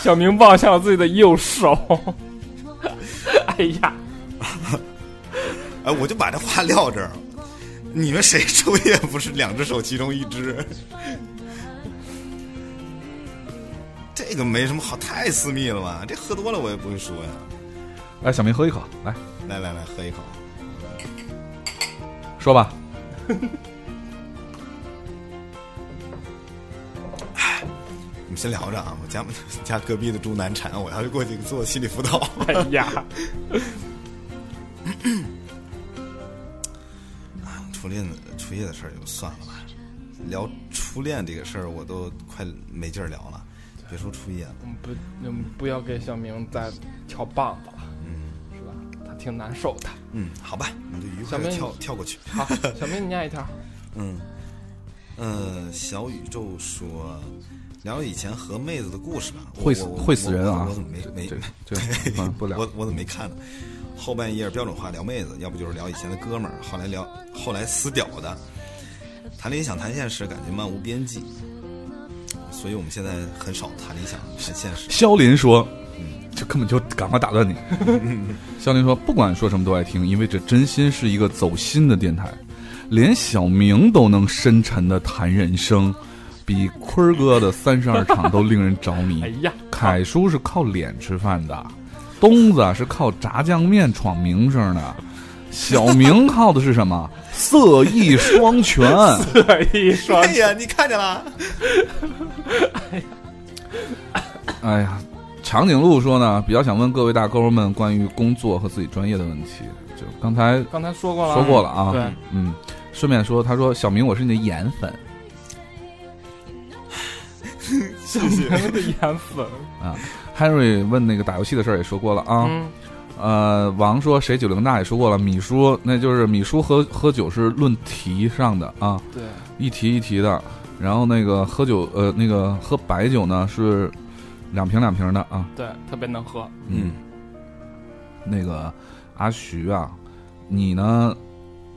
[SPEAKER 4] 小明望向了自己的右手。 哎呀，
[SPEAKER 3] 哎，我就把这话撂这儿。你们谁抽烟不是两只手其中一只？ 这个没什么好，太私密了吧？这喝多了我也不会说呀。”
[SPEAKER 2] 来，小明喝一口，来
[SPEAKER 3] 来来来，喝一口。
[SPEAKER 2] 说吧。
[SPEAKER 3] 你们先聊着啊，我家家隔壁的猪难产，我要是过去做心理辅导。
[SPEAKER 4] 哎呀，
[SPEAKER 3] 初恋的初夜的事儿就算了吧，聊初恋这个事儿我都快没劲儿聊了，别说初夜了。
[SPEAKER 4] 我们不，我们不要给小明再挑棒子了，
[SPEAKER 3] 嗯
[SPEAKER 4] 是吧？他挺难受的。
[SPEAKER 3] 嗯，好吧，我们就愉
[SPEAKER 4] 小
[SPEAKER 3] 快的
[SPEAKER 4] 妹
[SPEAKER 3] 跳跳过去。
[SPEAKER 4] 好，小明你念一条。
[SPEAKER 3] 嗯，呃，小宇宙说，聊聊以前和妹子的故事吧。我
[SPEAKER 2] 会死
[SPEAKER 3] 我
[SPEAKER 2] 会死人啊
[SPEAKER 3] 我我怎么没没
[SPEAKER 2] 这这啊不聊
[SPEAKER 3] 我我怎么没看呢？后半夜标准化聊妹子，要不就是聊以前的哥们儿，后来聊后来死屌的，谈理想谈现实，感觉漫无边际。所以我们现在很少谈理想谈现实。
[SPEAKER 2] 肖林说：“
[SPEAKER 3] 嗯
[SPEAKER 2] 这根本就赶快打断 你。”肖林说：“不管说什么都爱听，因为这真心是一个走心的电台，连小明都能深沉的谈人生，比坤儿哥的三十二场都令人着 迷。
[SPEAKER 4] 哎呀，
[SPEAKER 2] 凯叔是靠脸吃饭的，东子是靠炸酱面闯名声的，小明靠的是什么？色艺双全。
[SPEAKER 4] 特意说
[SPEAKER 3] 哎呀，你看见了？
[SPEAKER 2] 哎呀，长颈鹿说呢，比较想问各位大哥们关于工作和自己专业的问题。就刚才
[SPEAKER 4] 刚才说过了，
[SPEAKER 2] 说过了啊，
[SPEAKER 4] 对，
[SPEAKER 2] 嗯，顺便说，他说小明，我是你的颜粉
[SPEAKER 3] 谢谢。
[SPEAKER 4] 他们的颜粉。
[SPEAKER 2] 啊。Harry 问那个打游戏的事儿也说过了啊。
[SPEAKER 4] 嗯，
[SPEAKER 2] 呃，王说谁酒龄大也说过了，米叔那就是米叔喝喝酒是论题上的啊，
[SPEAKER 4] 对，
[SPEAKER 2] 一题一题的。然后那个喝酒，呃，那个喝白酒呢是两瓶两瓶的啊。
[SPEAKER 4] 对，特别能喝。
[SPEAKER 3] 嗯，
[SPEAKER 2] 那个阿徐啊，你呢？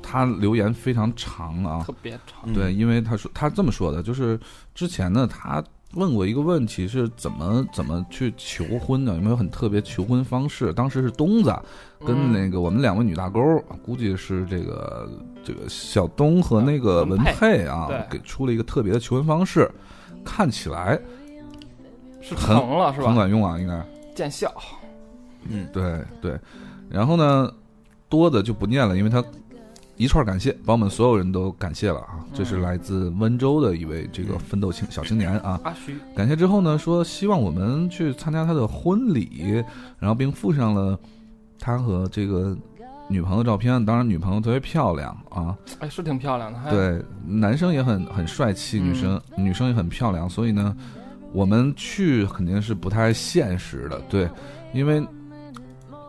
[SPEAKER 2] 他留言非常长啊
[SPEAKER 4] 特，别长。
[SPEAKER 3] 嗯
[SPEAKER 2] 对，因为他说他这么说的，就是之前呢，他问过一个问题，是怎么怎么去求婚的？有没有很特别求婚方式？当时是东子啊嗯跟
[SPEAKER 4] 嗯
[SPEAKER 2] 那个我们两位女大勾，啊估计是这个这个小东和那个啊文佩啊
[SPEAKER 4] 文，佩
[SPEAKER 2] 给出了一个特别的求婚方式，看起来
[SPEAKER 4] 是
[SPEAKER 2] 很
[SPEAKER 4] 疼了是
[SPEAKER 2] 很
[SPEAKER 4] 吧？
[SPEAKER 2] 管用啊，应该
[SPEAKER 4] 见效，
[SPEAKER 3] 嗯，
[SPEAKER 2] 对对。然后呢，多的就不念了，因为他一串感谢，把我们所有人都感谢了啊。这是来自温州的一位这个奋斗青小青年啊，
[SPEAKER 4] 阿徐
[SPEAKER 2] 感谢之后呢，说希望我们去参加他的婚礼，然后并附上了他和这个女朋友照片。当然，女朋友特别漂亮啊，
[SPEAKER 4] 哎是挺漂亮的，还，
[SPEAKER 2] 对，男生也很很帅气，
[SPEAKER 4] 嗯
[SPEAKER 2] 女生女生也很漂亮，所以呢，我们去肯定是不太现实的，对，因为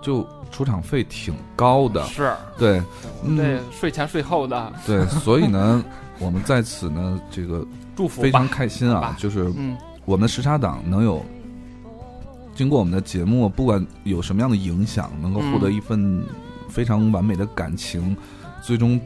[SPEAKER 2] 就出场费挺高的，
[SPEAKER 4] 是
[SPEAKER 2] 对，嗯，
[SPEAKER 4] 这睡前睡后的
[SPEAKER 2] 对，所以呢，我们在此呢，这 个
[SPEAKER 4] 祝福
[SPEAKER 2] 非
[SPEAKER 4] 吧，
[SPEAKER 2] 常开心
[SPEAKER 4] 好
[SPEAKER 2] 啊
[SPEAKER 4] 吧，
[SPEAKER 2] 就是
[SPEAKER 4] 嗯，
[SPEAKER 2] 我们的时差党能有经过我们的节目，不管有什么样的影响，能够获得一份非常完美的感情，最终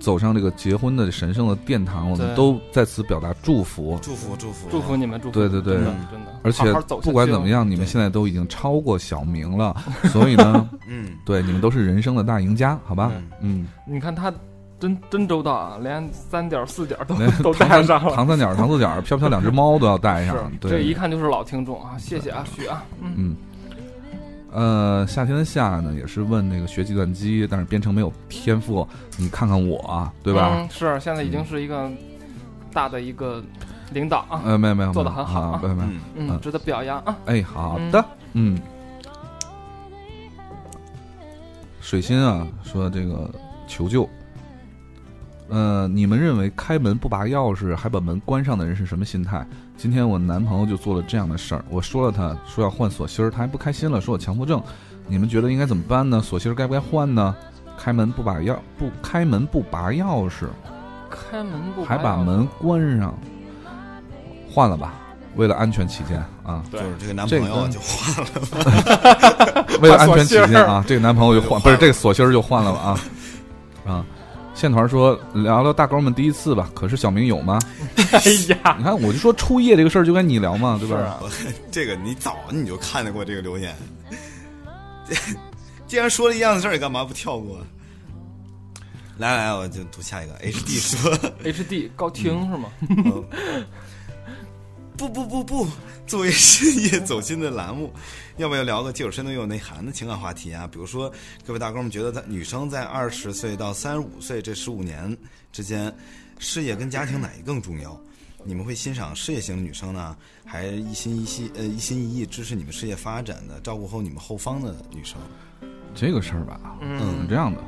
[SPEAKER 2] 走上这个结婚的神圣的殿堂，我们
[SPEAKER 4] 对
[SPEAKER 2] 都在此表达祝福。
[SPEAKER 3] 祝福祝福
[SPEAKER 4] 祝福你们，祝福
[SPEAKER 2] 对对对
[SPEAKER 4] 真的真的，
[SPEAKER 2] 而且
[SPEAKER 4] 好好走下去
[SPEAKER 2] 不管怎么样，你们
[SPEAKER 3] 对
[SPEAKER 2] 现在都已经超过小明了，所以 呢，
[SPEAKER 3] 嗯，
[SPEAKER 2] 对你们都是人生的大赢家，好吧？嗯，
[SPEAKER 4] 哦，你看他真真周到啊，连三点四点都
[SPEAKER 2] 连
[SPEAKER 4] 都
[SPEAKER 2] 嗯唐
[SPEAKER 4] 带
[SPEAKER 2] 三
[SPEAKER 4] 上了，
[SPEAKER 2] 糖三角、糖四角、飘飘两只猫都要带上，
[SPEAKER 4] 是
[SPEAKER 2] 对，
[SPEAKER 4] 这一看就是老听众啊，谢谢啊徐啊，嗯，
[SPEAKER 2] 嗯，呃，夏天的夏呢，也是问那个学计算机，但是编程没有天赋，你看看我啊，对吧？
[SPEAKER 4] 嗯是现在已经是一个大的一个领导啊，
[SPEAKER 2] 呃，没有没有，
[SPEAKER 4] 做得很好
[SPEAKER 2] 啊
[SPEAKER 4] 啊，
[SPEAKER 2] 没有没有，
[SPEAKER 3] 嗯，
[SPEAKER 4] 嗯，
[SPEAKER 2] 嗯
[SPEAKER 4] 值得表扬啊，
[SPEAKER 2] 哎，好的，嗯。水星啊，说这个求救。呃，你们认为开门不拔钥匙还把门关上的人是什么心态？今天我男朋友就做了这样的事儿，我说了他说要换锁芯儿，他还不开心了，说我强迫症。你们觉得应该怎么办呢？锁芯儿该不该换呢？开门不把钥不开门不拔钥匙，
[SPEAKER 4] 开啊门不
[SPEAKER 2] 还把
[SPEAKER 4] 关
[SPEAKER 2] 门关上，换了吧，为了安全起见啊。
[SPEAKER 3] 就
[SPEAKER 7] 对
[SPEAKER 3] 是这个男
[SPEAKER 2] 这
[SPEAKER 3] 朋
[SPEAKER 2] 个
[SPEAKER 3] 友就换了，
[SPEAKER 2] 为了安全起见啊，这个男朋友就 换，不是这个锁芯儿就换了吧啊啊！线团说聊聊大哥们第一次吧，可是小明有吗？ 哎呀，你啊看我就说初夜这个事儿就该你聊嘛，
[SPEAKER 4] 啊
[SPEAKER 2] 对吧？
[SPEAKER 3] 这个你早你就看见过这个留言， 既然说了一样的事儿，干嘛不跳过？来来，我就读下一个。H D 说
[SPEAKER 4] HD 高听是吗？：“
[SPEAKER 2] 嗯
[SPEAKER 3] 不不不不，作为深夜走心的栏目， 要不要聊个既有深度又有内涵的情感话题啊？比如说，各位大哥们觉得在女生在二十岁到三十五岁这十五年之间，事业跟家庭哪一更重要？ 你们会欣赏事业型的女生呢，还是一心一心呃一心一意支持你们事业发展的、照顾好你们后方的女生？
[SPEAKER 2] 这个事儿吧，
[SPEAKER 3] 嗯
[SPEAKER 2] 是这样的，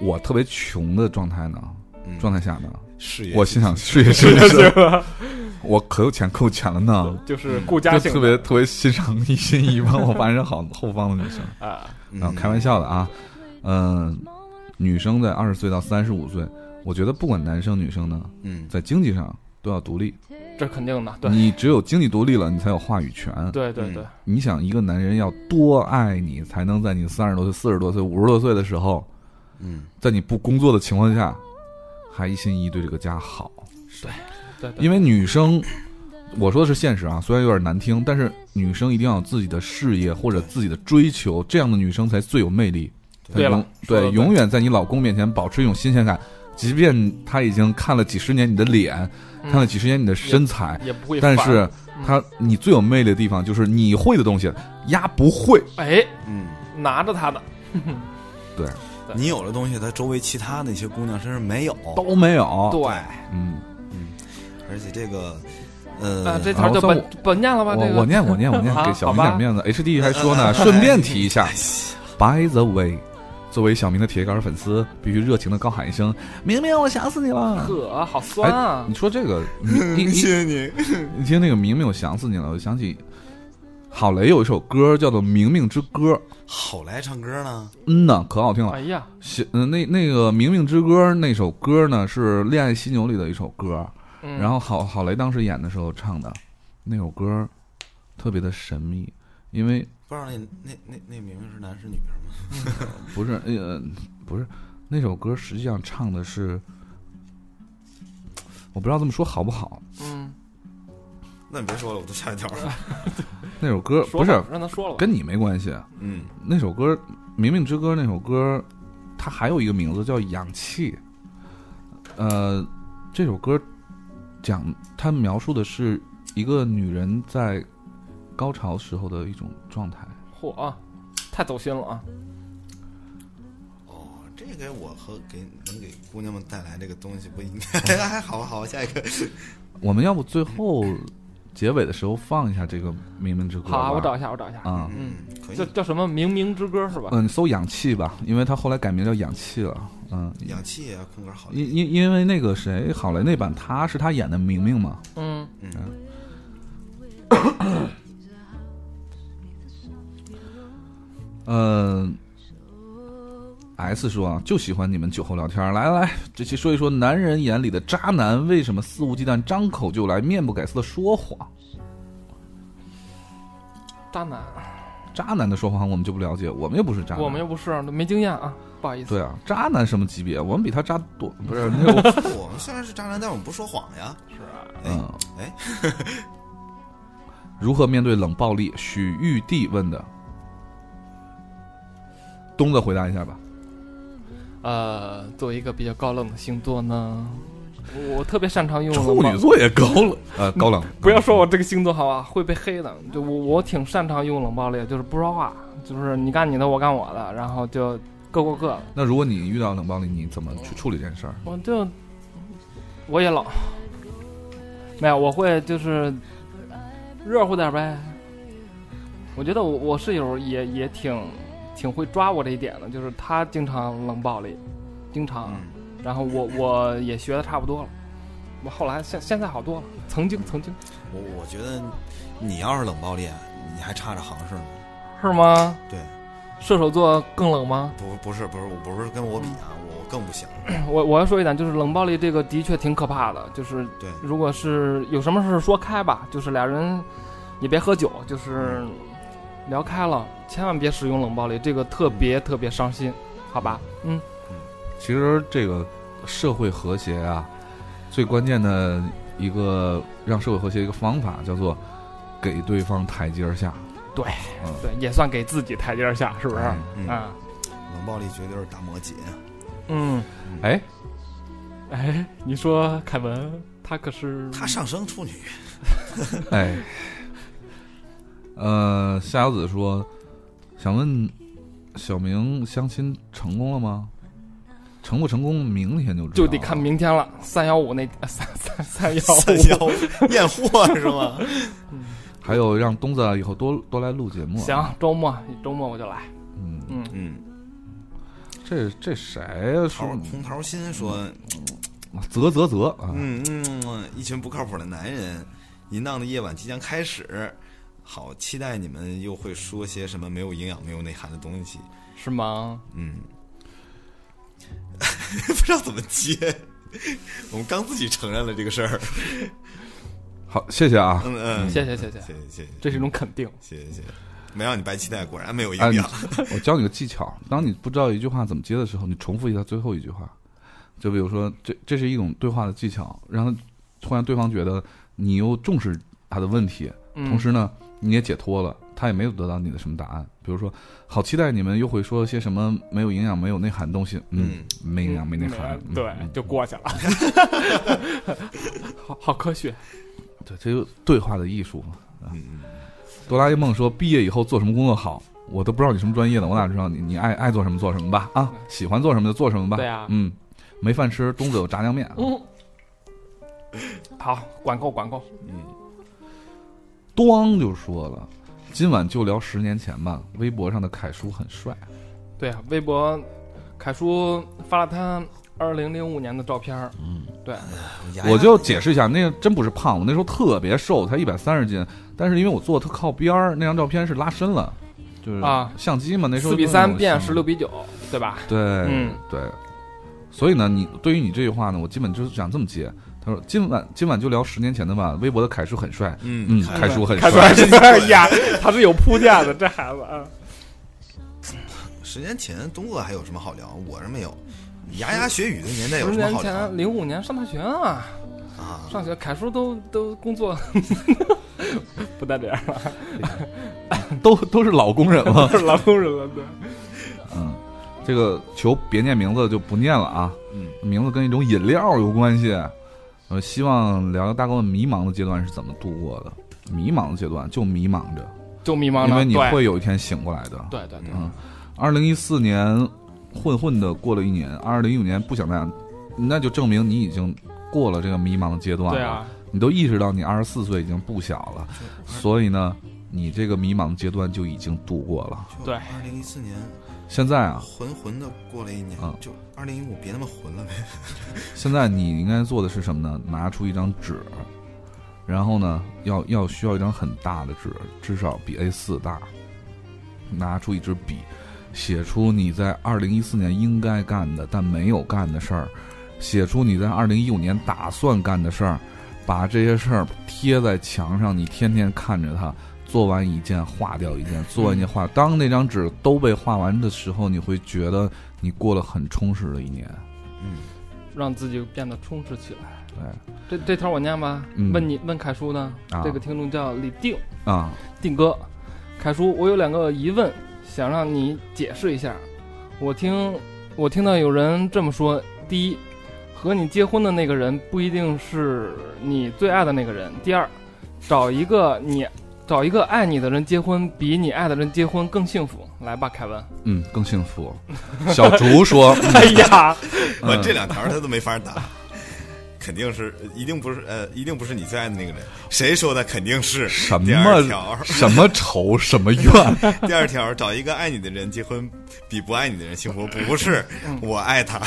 [SPEAKER 2] 我特别穷的状态呢，
[SPEAKER 3] 嗯，
[SPEAKER 2] 状态下呢，
[SPEAKER 3] 事业
[SPEAKER 2] 我心想事业是是， 我可有钱可有钱了呢，
[SPEAKER 7] 就是顾家
[SPEAKER 2] 啊就
[SPEAKER 7] 性
[SPEAKER 2] 特别特别欣赏一心一意帮我发展好后方的女生。
[SPEAKER 7] 啊，
[SPEAKER 2] 啊，开玩
[SPEAKER 3] 笑，
[SPEAKER 2] 笑的啊，嗯、女生在二十岁到三十五岁，我觉得不管男生女生呢，
[SPEAKER 3] 嗯，
[SPEAKER 2] 在经济上都要独立。
[SPEAKER 4] 这肯定的，对
[SPEAKER 2] 你只有经济独立了，你才有话语权。
[SPEAKER 4] 对对对，
[SPEAKER 2] 你想，一个男人要多爱你，才能在你三十多岁、四十多岁、五十多岁的时候，
[SPEAKER 3] 嗯，
[SPEAKER 2] 在你不工作的情况下，还一心一意对这个家好。
[SPEAKER 4] 对对，
[SPEAKER 2] 因为女生，我说的是现实啊，虽然有点难听，但是女生一定要有自己的事业或者自己的追求，这样的女生才最有魅力。
[SPEAKER 4] 对了
[SPEAKER 2] 永
[SPEAKER 4] 说得
[SPEAKER 2] 对，
[SPEAKER 4] 对
[SPEAKER 2] 永远在你老公面前保持一种新鲜感，即便他已经看了几十年你的脸，
[SPEAKER 4] 嗯
[SPEAKER 2] 看了几十年你的身材，
[SPEAKER 4] 也不会
[SPEAKER 2] 但
[SPEAKER 4] 烦
[SPEAKER 2] 是他你最有魅力的地方就是你会的东西，丫不会。
[SPEAKER 4] 哎
[SPEAKER 3] 嗯，
[SPEAKER 4] 拿着他的啊
[SPEAKER 3] 你有的东西，他周围其他那些姑娘身上没有，
[SPEAKER 2] 都没有，
[SPEAKER 4] 哦对。
[SPEAKER 3] 对，
[SPEAKER 2] 嗯，
[SPEAKER 3] 而且这个，呃，
[SPEAKER 4] 啊，这条
[SPEAKER 2] 啊
[SPEAKER 4] 就
[SPEAKER 2] 算
[SPEAKER 4] 本本念了吧？
[SPEAKER 2] 我
[SPEAKER 4] 这个
[SPEAKER 2] 我念我念我念，
[SPEAKER 4] 好
[SPEAKER 2] 给小
[SPEAKER 4] 好
[SPEAKER 2] 明
[SPEAKER 4] 吧哎
[SPEAKER 2] 点面子。H D 还 说呢，顺便提一下，By the way，作为小明的铁杆粉丝，必须热情的高喊一声：明明，我想死你了！哎
[SPEAKER 4] 呵，好酸啊
[SPEAKER 2] 你！说这个，你 你
[SPEAKER 3] 谢谢你，
[SPEAKER 2] 你听那个《明明》，我想死你了，我就想起郝雷有一首歌叫做《明明之歌》，
[SPEAKER 3] 好来唱歌呢，
[SPEAKER 2] 嗯呐，可好听了
[SPEAKER 4] 哎。呀，
[SPEAKER 2] 写嗯、那那个《明明之歌》那首歌呢是《恋爱犀牛》里的一首歌，
[SPEAKER 4] 嗯
[SPEAKER 2] 然后郝郝雷当时演的时候唱的那首歌特别的神秘，因为
[SPEAKER 3] 不知道那那那那明明是男是女是吗？
[SPEAKER 2] 不是呃不是那首歌实际上唱的是。我不知道这么说好不好，
[SPEAKER 4] 嗯，
[SPEAKER 3] 那你别说了，我都吓一跳了。
[SPEAKER 4] 啊
[SPEAKER 2] 那首歌
[SPEAKER 4] 说
[SPEAKER 2] 不是
[SPEAKER 4] 吧让他说了吧，
[SPEAKER 2] 跟你没关系，
[SPEAKER 3] 嗯，
[SPEAKER 2] 那首歌《明明之歌》那首歌，它还有一个名字叫《氧气》。呃，这首歌讲它描述的是一个女人在高潮时候的一种状态。
[SPEAKER 4] 嚯啊，太走心了啊！
[SPEAKER 3] 哦，这个我和给能给姑娘们带来这个东西不应该， 还好吧好吧，下一个。
[SPEAKER 2] 我们要不最后结尾的时候放一下这个《明明之歌》
[SPEAKER 4] 好啊，
[SPEAKER 2] 吧
[SPEAKER 4] 我找一下，我找一下，
[SPEAKER 2] 啊，
[SPEAKER 3] 嗯，可以
[SPEAKER 4] 叫。叫什么《冥冥之歌》是吧？
[SPEAKER 2] 嗯，你搜氧气吧，因为它后来改名叫氧气了。嗯，
[SPEAKER 3] 氧气也要空格好一点。
[SPEAKER 2] 因因因为那个谁，郝蕾那版他是他演的明明嘛，
[SPEAKER 4] 嗯，
[SPEAKER 3] 嗯，
[SPEAKER 2] 呃，S 说啊，就喜欢你们酒后聊天儿。来来来，这期说一说男人眼里的渣男为什么肆无忌惮、张口就来、面不改色的说谎。
[SPEAKER 4] 渣男，
[SPEAKER 2] 渣男的说谎我们就不了解，我们又不是渣男。
[SPEAKER 4] 我们又不是没经验啊，不好意思。
[SPEAKER 2] 对啊，渣男什么级别？我们比他渣多，不是？那我
[SPEAKER 3] 我们虽然是渣男，但我们不说谎呀。
[SPEAKER 4] 是啊，
[SPEAKER 2] 嗯
[SPEAKER 3] 哎，哎，
[SPEAKER 2] 如何面对冷暴力？许玉帝问的。东子回答一下吧。
[SPEAKER 4] 呃，作为一个比较高冷的星座呢，我特别擅长用
[SPEAKER 2] 处
[SPEAKER 4] 冷
[SPEAKER 2] 女
[SPEAKER 4] 暴，
[SPEAKER 2] 座也高冷，呃，高冷。
[SPEAKER 4] 不要说我这个星座好吧，会被黑的。就我我挺擅长用冷暴力，就是不说话，就是你干你的，我干我的，然后就各过各的。
[SPEAKER 2] 那如果你遇到冷暴力，你怎么去处理这件事儿？
[SPEAKER 4] 我就我也冷，没有，我会就是热乎点儿呗。我觉得我我室友也也挺挺会抓我这一点的，就是他经常冷暴力，经常，
[SPEAKER 3] 嗯，
[SPEAKER 4] 然后我我也学的差不多了，我后来现现在好多了，曾经曾经
[SPEAKER 3] 我我觉得你要是冷暴力，啊你还差着行是呢。
[SPEAKER 4] 是吗？
[SPEAKER 3] 对，
[SPEAKER 4] 射手座更冷吗？
[SPEAKER 3] 不不是不是，我不是跟我比啊，我更不行。
[SPEAKER 4] 我我要说一点，就是冷暴力这个的确挺可怕的，就是
[SPEAKER 3] 对，
[SPEAKER 4] 如果是有什么事说开吧，就是俩人也别喝酒，就是聊开了，千万别使用冷暴力，这个特别特别伤心，好吧？嗯，
[SPEAKER 2] 其实这个社会和谐啊，最关键的一个让社会和谐一个方法叫做给对方台阶儿下，
[SPEAKER 4] 对，也算给自己台阶下，
[SPEAKER 2] 是
[SPEAKER 4] 是不是？
[SPEAKER 3] 嗯，
[SPEAKER 4] 啊，
[SPEAKER 3] 冷暴力绝对是打 摩羯。
[SPEAKER 4] 嗯，
[SPEAKER 2] 哎，
[SPEAKER 4] 哎，你说凯文他可是
[SPEAKER 3] 他上升处女，
[SPEAKER 2] 哎，呃，夏小子说，想问小明相亲成功了吗？成不成功，明天就知道
[SPEAKER 4] 就得
[SPEAKER 2] 了
[SPEAKER 4] 看明天了，三幺五那 呃三三三
[SPEAKER 2] 哦
[SPEAKER 4] 幺
[SPEAKER 3] 三
[SPEAKER 4] 五。
[SPEAKER 3] 幺验货是吗？
[SPEAKER 2] 还有让东子以后多多来录节目。啊
[SPEAKER 4] 行，，周末周末我就来。
[SPEAKER 2] 嗯，
[SPEAKER 4] 嗯，
[SPEAKER 3] 嗯，
[SPEAKER 2] 这这谁呀、
[SPEAKER 3] 桃
[SPEAKER 2] 说
[SPEAKER 3] 红桃心说，
[SPEAKER 2] 啧啧啧啊，
[SPEAKER 3] 嗯嗯，一群不靠谱的男人，淫荡的夜晚即将开始，好期待你们又会说些什么没有营养、没有内涵的东西。
[SPEAKER 4] 是吗？
[SPEAKER 3] 嗯， 不知道怎么接。我们刚自己承认了这个事儿，
[SPEAKER 2] 好，谢谢啊。
[SPEAKER 3] 嗯嗯，
[SPEAKER 4] 谢谢谢谢，
[SPEAKER 3] 谢谢谢
[SPEAKER 4] 这是一种肯定。
[SPEAKER 3] 谢谢谢谢，没让你白期待，果然没有营
[SPEAKER 2] 啊，你
[SPEAKER 3] 养。
[SPEAKER 2] 我教你个技巧，当你不知道一句话怎么接的时候，你重复一下最后一句话。就比如说，这这是一种对话的技巧，然后会让对方觉得你又重视他的问题，
[SPEAKER 4] 嗯、
[SPEAKER 2] 同时呢，你也解脱了，他也没有得到你的什么答案。比如说，好期待你们又会说些什么没有营养、没有内涵的东西。嗯，没营养、没内涵。嗯
[SPEAKER 7] 对，就 过去了。
[SPEAKER 4] 好好科学。啊
[SPEAKER 2] 对，这就对话的艺术嘛。
[SPEAKER 3] 嗯，
[SPEAKER 2] 哆啦 A 梦说，毕业以后做什么工作好？我都不知道你什么专业的，我哪知道你？你爱爱做什么做什么吧啊，喜欢做什么就做什么吧。
[SPEAKER 4] 对啊
[SPEAKER 2] 嗯，没饭吃，东子有炸酱面。啊
[SPEAKER 4] 嗯，好，管够管够。
[SPEAKER 2] 咣嗯就说了，今晚就聊十年前吧。微博上的凯叔很帅，
[SPEAKER 4] 对啊，微博凯叔发了他二零零五年的照片儿，
[SPEAKER 2] 嗯
[SPEAKER 4] 哎
[SPEAKER 3] 牙
[SPEAKER 2] 我就解释一下，那个真不是胖，我那时候特别瘦，才一百三十斤，但是因为我坐特靠边儿，那张照片是拉伸了，就是
[SPEAKER 4] 啊
[SPEAKER 2] 相机嘛，那时候
[SPEAKER 4] 四比
[SPEAKER 2] 就那种
[SPEAKER 4] 三变
[SPEAKER 2] 相
[SPEAKER 4] 十六比九，对吧？
[SPEAKER 2] 对，
[SPEAKER 4] 嗯
[SPEAKER 2] 对。所以呢，你对于你这句话呢，我基本就是想这么接。他说：“今晚今晚就聊十年前的吧。”微博的凯叔很帅，
[SPEAKER 3] 嗯
[SPEAKER 2] 嗯，
[SPEAKER 3] 看
[SPEAKER 2] 凯叔很
[SPEAKER 7] 看出
[SPEAKER 2] 帅
[SPEAKER 7] 来。是 这样哎呀，他是有铺垫的，这孩子 啊。
[SPEAKER 3] 十年前东哥还有什么好聊？我是没有。牙牙学语的年代有
[SPEAKER 4] 十
[SPEAKER 3] 什么
[SPEAKER 4] 年
[SPEAKER 3] 好聊
[SPEAKER 4] 前零五年上大学啊，
[SPEAKER 3] 啊？啊，
[SPEAKER 4] 上学凯叔都都工作，不带这样 了，
[SPEAKER 2] 都都是老工人了。
[SPEAKER 4] 是老工人了，对。
[SPEAKER 2] 嗯，这个球别念名字就不念了啊，
[SPEAKER 3] 嗯，
[SPEAKER 2] 名字跟一种饮料有关系。呃，希望聊聊大哥们迷茫的阶段是怎么度过的。迷茫的阶段就迷茫着，
[SPEAKER 4] 就迷茫了，
[SPEAKER 2] 因为你
[SPEAKER 4] 对
[SPEAKER 2] 会有一天醒过来的。
[SPEAKER 4] 对对对，
[SPEAKER 2] 嗯，二零一四年混混的过了一年，二零一五年不想那样，那就证明你已经过了这个迷茫的阶段了。
[SPEAKER 4] 对啊，
[SPEAKER 2] 你都意识到你二十四岁已经不小了，
[SPEAKER 3] 嗯
[SPEAKER 2] 所以呢，你这个迷茫的阶段就已经度过了。
[SPEAKER 4] 对
[SPEAKER 3] 二零一四年
[SPEAKER 2] 现在啊，
[SPEAKER 3] 浑浑的过了一年
[SPEAKER 2] 啊，
[SPEAKER 3] 就二零一五别那么浑了呗。
[SPEAKER 2] 现在你应该做的是什么呢？拿出一张纸，然后呢，要要需要一张很大的纸，至少比 A 四大。拿出一支笔，写出你在二零一四年应该干的但没有干的事儿，写出你在二零一五年打算干的事儿，把这些事儿贴在墙上，你天天看着它。做完一件划掉一件，做完一件划。当那张纸都被画完的时候，你会觉得你过了很充实的一年。
[SPEAKER 3] 嗯，
[SPEAKER 4] 让自己变得充实起来。
[SPEAKER 2] 对，
[SPEAKER 4] 这这条我念吧，
[SPEAKER 2] 嗯
[SPEAKER 4] 问你问凯叔呢？
[SPEAKER 2] 啊
[SPEAKER 4] 这个听众叫李定
[SPEAKER 2] 啊，
[SPEAKER 4] 定哥，凯叔，我有两个疑问，想让你解释一下。我听我听到有人这么说：第一，和你结婚的那个人不一定是你最爱的那个人；第二，找一个你找一个爱你的人结婚，比你爱的人结婚更幸福。来吧，凯文。
[SPEAKER 2] 嗯，更幸福。 小竹说
[SPEAKER 4] 哎呀，
[SPEAKER 2] 嗯
[SPEAKER 3] 我这两条他都没法打，肯定是，一定不是，呃，一定不是你最爱的那个人。谁说的？肯定是
[SPEAKER 2] 什
[SPEAKER 3] 第二
[SPEAKER 2] 么，
[SPEAKER 3] 条
[SPEAKER 2] 什么仇什么怨？
[SPEAKER 3] 第二条，找一个爱你的人结婚，比不爱你的人幸福。不是，
[SPEAKER 4] 嗯
[SPEAKER 3] 我爱他。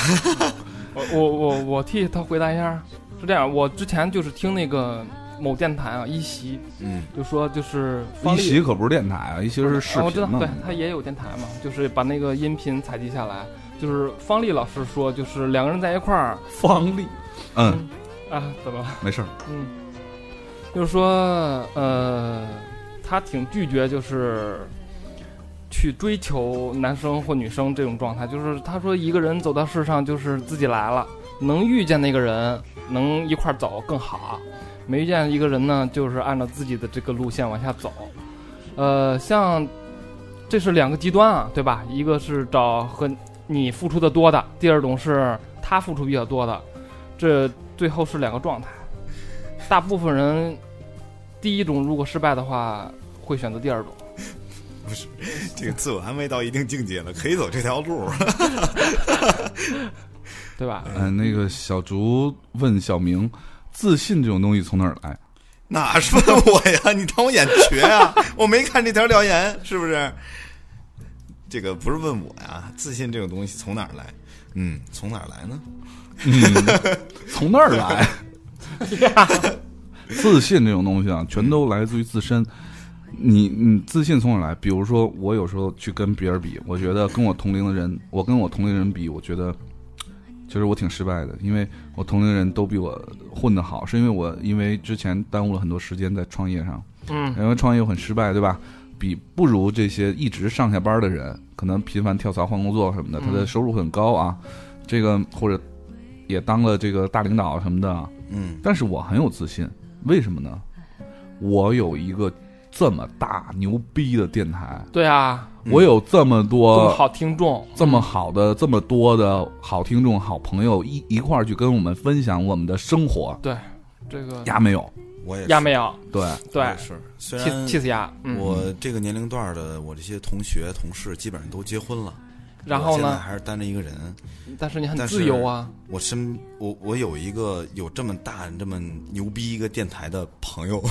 [SPEAKER 4] 我我我我替他回答一下，是这样，我之前就是听那个某电台啊一席
[SPEAKER 3] 嗯，
[SPEAKER 4] 就说就是 方
[SPEAKER 2] 一
[SPEAKER 4] 力
[SPEAKER 2] 席可不是电台啊，一席是视
[SPEAKER 4] 啊我知道
[SPEAKER 2] 频，嘛。
[SPEAKER 4] 对他也有电台嘛，就是把那个音频采集下来。就是方丽老师说，就是两个人在一块儿
[SPEAKER 2] 方力，嗯，
[SPEAKER 4] 啊，怎么了？
[SPEAKER 2] 没事儿，
[SPEAKER 4] 嗯，就是说，呃，他挺拒绝就是去追求男生或女生这种状态，就是他说一个人走到世上就是自己来了，能遇见那个人，能一块儿走更好，没遇见一个人呢，就是按照自己的这个路线往下走，呃，像这是两个极端啊，对吧？一个是找和你付出的多的，第二种是他付出比较多的，这最后是两个状态。大部分人第一种如果失败的话，会选择第二种。
[SPEAKER 3] 这个自我安慰到一定境界了，可以走这条路。
[SPEAKER 4] 对吧？
[SPEAKER 2] 嗯、那个小竹问小明，自信这种东西从哪儿来？
[SPEAKER 3] 哪是问我呀？ 你当我眼瘸啊？我没看这条留言，是不是？这个不是问我呀，自信这种东西从哪儿来？嗯，从哪儿来呢？
[SPEAKER 2] 从那儿来？自信这种东西啊，全都来自于自身。你你自信从哪儿来？比如说，我有时候去跟别人比，我觉得跟我同龄的人，我跟我同龄人比，我觉得其实我挺失败的，因为我同龄人都比我混得好，是因为我因为之前耽误了很多时间在创业上，
[SPEAKER 4] 嗯，
[SPEAKER 2] 因为创业又很失败，对吧？比不如这些一直上下班的人，可能频繁跳槽换工作什么的，他的
[SPEAKER 4] 嗯
[SPEAKER 2] 收入很高啊，这个或者也当了这个大领导什么的啊，
[SPEAKER 3] 嗯，
[SPEAKER 2] 但是我很有自信，为什么呢？我有一个这么大牛逼的电台，
[SPEAKER 4] 对啊，
[SPEAKER 3] 嗯
[SPEAKER 2] 我有这么
[SPEAKER 4] 这
[SPEAKER 2] 多
[SPEAKER 4] 么好听众，
[SPEAKER 2] 这么好的、这么多的好听众、好朋友一一块儿去跟我们分享我们的生活，
[SPEAKER 4] 这个
[SPEAKER 2] 呀没有？
[SPEAKER 3] 嗯我也是
[SPEAKER 4] 压没有？
[SPEAKER 2] 对，
[SPEAKER 3] 我
[SPEAKER 4] 对
[SPEAKER 3] 也，是。虽
[SPEAKER 4] 气
[SPEAKER 3] 然
[SPEAKER 4] 气死压。嗯，
[SPEAKER 3] 我这个年龄段儿的我这些同学同事基本上都结婚了，
[SPEAKER 4] 然后
[SPEAKER 3] 我现在
[SPEAKER 4] 呢？
[SPEAKER 3] 还是单着一个人。
[SPEAKER 4] 但是你很
[SPEAKER 3] 但是
[SPEAKER 4] 自由啊，
[SPEAKER 3] 我身我我有一个有这么大这么牛逼一个电台的朋友，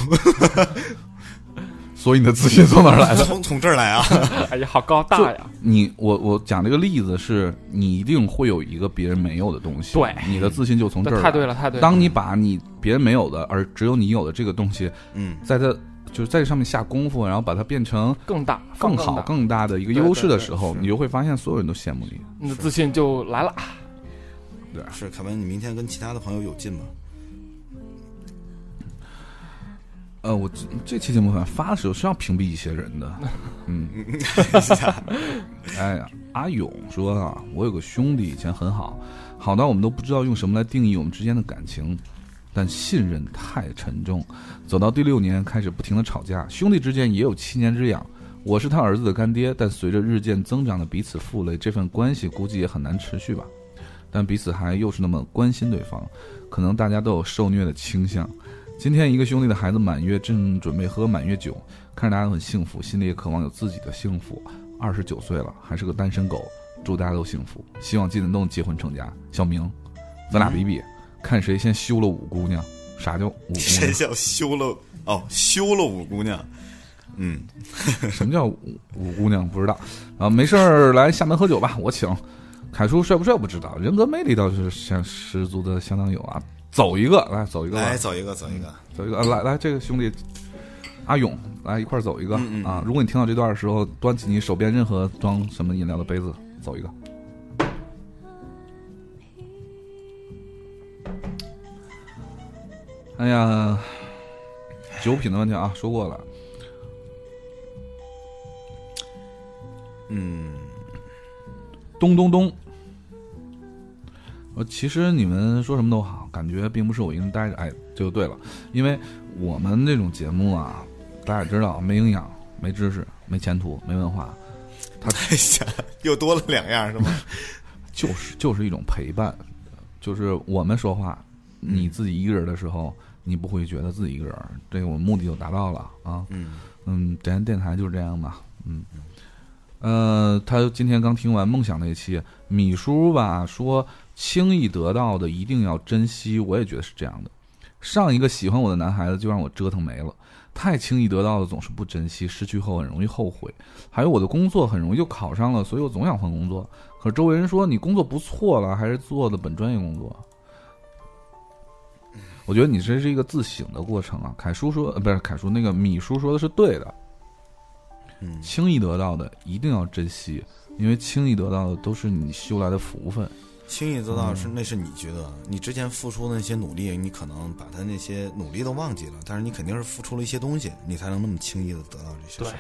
[SPEAKER 2] 所以你的自信从哪儿来的？
[SPEAKER 3] 从从这儿来啊，
[SPEAKER 4] 哎呀，好高大呀！
[SPEAKER 2] 你我我讲这个例子是，你一定会有一个别人没有的东西，
[SPEAKER 4] 对，
[SPEAKER 2] 你的自信就从这儿
[SPEAKER 4] 对
[SPEAKER 2] 来。
[SPEAKER 4] 太对了，太对了。
[SPEAKER 2] 当你把你别人没有的，而只有你有的这个东西，
[SPEAKER 3] 嗯，
[SPEAKER 2] 在它就是在这上面下功夫，然后把它变成
[SPEAKER 4] 更大，
[SPEAKER 2] 更
[SPEAKER 4] 大
[SPEAKER 2] 好、更大的一个
[SPEAKER 4] 对
[SPEAKER 2] 优势
[SPEAKER 4] 对
[SPEAKER 2] 的
[SPEAKER 4] 对
[SPEAKER 2] 时候，
[SPEAKER 3] 是
[SPEAKER 2] 你就会发现所有人都羡慕你。
[SPEAKER 4] 你的自信就来了。
[SPEAKER 3] 是凯文，你明天跟其他的朋友有劲吗？
[SPEAKER 2] 呃，我这这期节目好像发的时候是要屏蔽一些人的，嗯，哎呀，阿勇说啊，我有个兄弟以前很好，好到我们都不知道用什么来定义我们之间的感情。但信任太沉重。走到第六年，开始不停的吵架，兄弟之间也有七年之痒。我是他儿子的干爹，但随着日渐增长的彼此负累，这份关系估计也很难持续吧。但彼此还又是那么关心对方，可能大家都有受虐的倾向。今天一个兄弟的孩子满月，正准备喝满月酒，看着大家都很幸福，心里也渴望有自己的幸福。二十九岁了，还是个单身狗，祝大家都幸福，希望金振东结婚成家。小明，咱俩比比，看谁先休了五姑娘。啥叫五姑
[SPEAKER 3] 谁
[SPEAKER 2] 娘？
[SPEAKER 3] 叫休了？哦，休了五姑娘。嗯，
[SPEAKER 2] 什么叫五五姑娘？不知道啊，没事儿来厦门喝酒吧，我请。凯叔帅不帅不知道，人格魅力倒是像十足的，相当有啊。走一个，来走一个吧
[SPEAKER 3] 来，哎走一个，走一个。
[SPEAKER 2] 走一个，啊来来，这个兄弟阿勇，来一块儿走一个
[SPEAKER 3] 嗯嗯
[SPEAKER 2] 啊！如果你听到这段的时候，端起你手边任何装什么饮料的杯子，走一个。哎呀，酒品的问题啊，说过了。
[SPEAKER 3] 嗯，
[SPEAKER 2] 咚咚咚。呃，其实你们说什么都好，感觉并不是我一个人待着，哎，就对了，因为我们这种节目啊，大家也知道，没营养、没知识、没前途、没文化，
[SPEAKER 3] 哎呀，又多了两样是吗？
[SPEAKER 2] 就是就是一种陪伴，就是我们说话，你自己一个人的时候，你不会觉得自己一个人儿，这个我目的就达到了啊。
[SPEAKER 3] 嗯，
[SPEAKER 2] 嗯，咱电台就是这样嘛。嗯，呃，他今天刚听完梦想那一期，米叔吧说轻易得到的一定要珍惜，我也觉得是这样的。上一个喜欢我的男孩子就让我折腾没了，太轻易得到的总是不珍惜，失去后很容易后悔。还有我的工作很容易就考上了，所以我总想换工作。可是周围人说你工作不错了，还是做的本专业工作。我觉得你这是一个自省的过程啊。凯叔说，呃，不是凯叔，那个米叔说的是对的，
[SPEAKER 3] 嗯
[SPEAKER 2] 轻易得到的一定要珍惜，因为轻易得到的都是你修来的福分。
[SPEAKER 3] 轻易做到是那是你觉得你之前付出的那些努力，你可能把他那些努力都忘记了，但是你肯定是付出了一些东西，你才能那么轻易的得到这些事儿。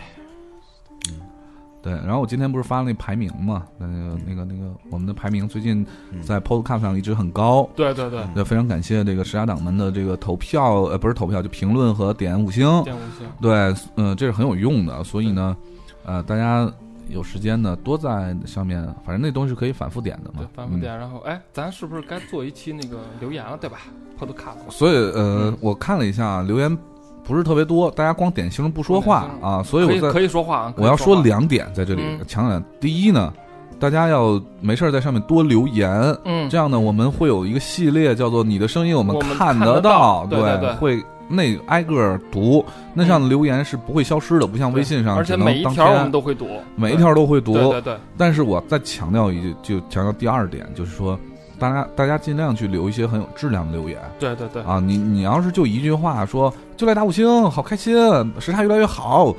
[SPEAKER 2] 对，然后我今天不是发了那排名嘛，那个那个那个，我们的排名最近
[SPEAKER 3] 嗯
[SPEAKER 2] 在 Podcast 上一直很高，
[SPEAKER 4] 对对对，
[SPEAKER 2] 对，非常感谢这个十家党们的这个投票，呃，不是投票，就评论和点五星，
[SPEAKER 4] 见五星，
[SPEAKER 2] 对，嗯、这是很有用的。所以呢，呃，大家有时间呢，多在上面，反正那东西是可以反复点的
[SPEAKER 4] 对
[SPEAKER 2] 嘛，，
[SPEAKER 4] 反复
[SPEAKER 2] 嗯
[SPEAKER 4] 点。然后，哎，咱是不是该做一期那个留言了，对吧？Podcast，
[SPEAKER 2] 所以
[SPEAKER 4] 嗯
[SPEAKER 2] 呃，我看了一下留言，不是特别多，大家光点星不说话
[SPEAKER 4] 光点星
[SPEAKER 2] 啊，所以
[SPEAKER 4] 可
[SPEAKER 2] 我
[SPEAKER 4] 以
[SPEAKER 2] 在
[SPEAKER 4] 可以说话啊，可以
[SPEAKER 2] 我要
[SPEAKER 4] 说
[SPEAKER 2] 说
[SPEAKER 4] 话，
[SPEAKER 2] 两点在这里
[SPEAKER 4] 嗯
[SPEAKER 2] 强调。第一呢，大家要没事儿在上面多留言。
[SPEAKER 4] 嗯，
[SPEAKER 2] 这样呢，我们会有一个系列叫做“你的声音我们
[SPEAKER 4] 我们
[SPEAKER 2] 看
[SPEAKER 4] 看得
[SPEAKER 2] 到”，
[SPEAKER 4] 到对对对
[SPEAKER 2] 会那挨个儿读，那上的留言是不会消失的，不像微信上，
[SPEAKER 4] 而
[SPEAKER 2] 只
[SPEAKER 4] 且
[SPEAKER 2] 能
[SPEAKER 4] 每一
[SPEAKER 2] 当
[SPEAKER 4] 条我
[SPEAKER 2] 天
[SPEAKER 4] 们都会读，
[SPEAKER 2] 每一条都会读。
[SPEAKER 4] 对对对对，
[SPEAKER 2] 但是我再强调一句，就强调第二点，就是说，大家大家尽量去留一些很有质量的留言
[SPEAKER 4] 对对对，
[SPEAKER 2] 啊。你你要是就一句话说就来打五星，好开心，时差越来越好，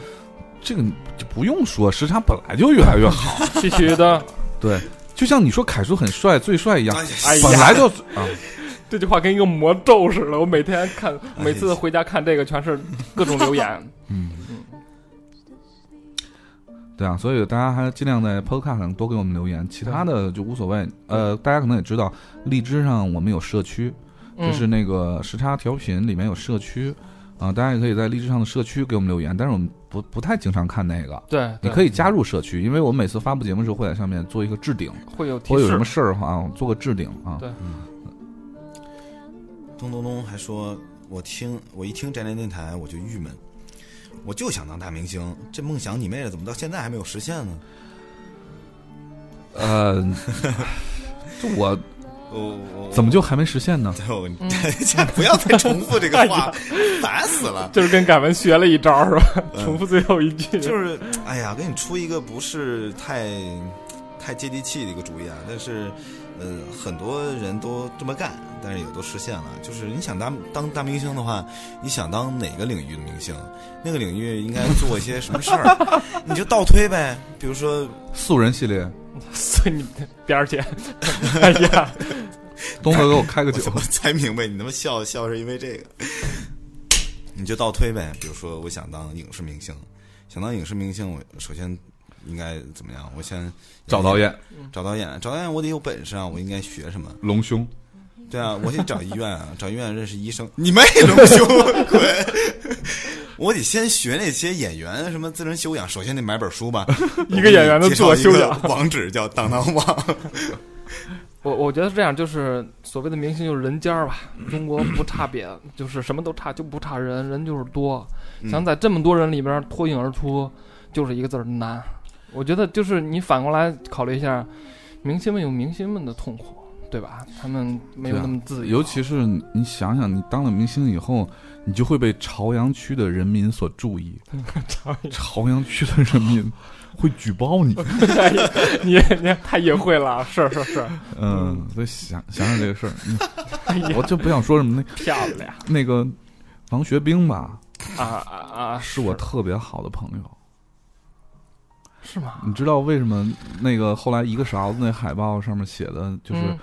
[SPEAKER 2] 这个你就不用说，时差本来就越来越好。
[SPEAKER 4] 必须的。
[SPEAKER 2] 对，就像你说凯叔很帅，最帅一样，
[SPEAKER 3] 哎
[SPEAKER 2] 本来就啊，
[SPEAKER 4] 这句话跟一个魔咒似的，我每天看，
[SPEAKER 3] 哎
[SPEAKER 4] 每次回家看这个全是各种留言。
[SPEAKER 2] 嗯。对啊，所以大家还尽量在 Podcast 上多给我们留言，其他的就无所谓。呃，大家可能也知道，荔枝上我们有社区，
[SPEAKER 4] 嗯
[SPEAKER 2] 就是那个时差调频里面有社区，啊、大家也可以在荔枝上的社区给我们留言，但是我们不不太经常看那个，
[SPEAKER 4] 对，嗯
[SPEAKER 2] 你可
[SPEAKER 4] 以
[SPEAKER 2] 以加入社区，因为我们每次发布节目的时候会在上面做一个置顶，
[SPEAKER 4] 会有提
[SPEAKER 2] 或者有什
[SPEAKER 4] 示
[SPEAKER 2] 么，事儿的话啊做个置顶啊
[SPEAKER 4] 对，
[SPEAKER 3] 咚咚咚还说，我听我一听宅男电台我就郁闷，我就想当大明星，这梦想你妹的怎么到现在还没有实现呢？
[SPEAKER 2] 呃，这我
[SPEAKER 3] 我哦我
[SPEAKER 2] 怎么 就还没实现呢？
[SPEAKER 3] 对我，哎你 不要再重复这个 话，烦死了。
[SPEAKER 4] 就是跟改文学了一招是吧？
[SPEAKER 2] 嗯
[SPEAKER 4] 重复最后一 句，
[SPEAKER 3] 就是，哎呀，给你出一个不是太太接地气的一个主意啊，但是，呃，很多人都这么干，但是也都实现了。就是你想当当大明星的话，你想当哪个领域的明星，那个领域应该做一些什么事儿， 你就倒推呗。比如说，
[SPEAKER 2] 素人系列，
[SPEAKER 4] 所以你边儿去， 哎呀，
[SPEAKER 2] 东哥给我开个
[SPEAKER 3] 我
[SPEAKER 2] 酒
[SPEAKER 3] 怎，么才明白你他妈笑笑是因为这个？你就倒推呗。比如说，我想当影视明星，想当影视明星，我首先应该怎么样？我先
[SPEAKER 2] 找导演，
[SPEAKER 3] 找导演，找导演我得有本事啊！我应该学什么？
[SPEAKER 2] 隆胸，
[SPEAKER 7] 嗯
[SPEAKER 3] 对啊，我得找医 院啊，找医院认识医生。 你妹龙兄，滚！我得先学那些演员什么自身修养，首先得买本书吧。
[SPEAKER 7] 一个演员的自我修养，
[SPEAKER 3] 网址叫当当 网。
[SPEAKER 4] 我我觉得是这样，就是所谓的明星就是人尖儿吧，中国不差别，就是什么都差，就不差人，人就是多。
[SPEAKER 3] 嗯
[SPEAKER 4] 想在这么多人里边脱颖而出，就是一个字儿难。我觉得就是你反过来考虑一下，明星们有明星们的痛苦，对吧？他们没有
[SPEAKER 2] 对啊
[SPEAKER 4] 那么自由，
[SPEAKER 2] 尤其是你想想，你当了明星以后，你就会被朝阳区的人民所注意，啊 朝阳区的人民 会举报 你。
[SPEAKER 7] 你你太隐晦了，是是是，
[SPEAKER 2] 嗯，所以想想想这个事儿，嗯我就不想说什么那
[SPEAKER 7] 漂亮
[SPEAKER 2] 那个王学兵吧，
[SPEAKER 7] 啊啊啊！
[SPEAKER 2] 是我特别好的朋友。
[SPEAKER 4] 是吗？
[SPEAKER 2] 你知道为什么那个后来一个勺子那海报上面写的就是
[SPEAKER 4] 嗯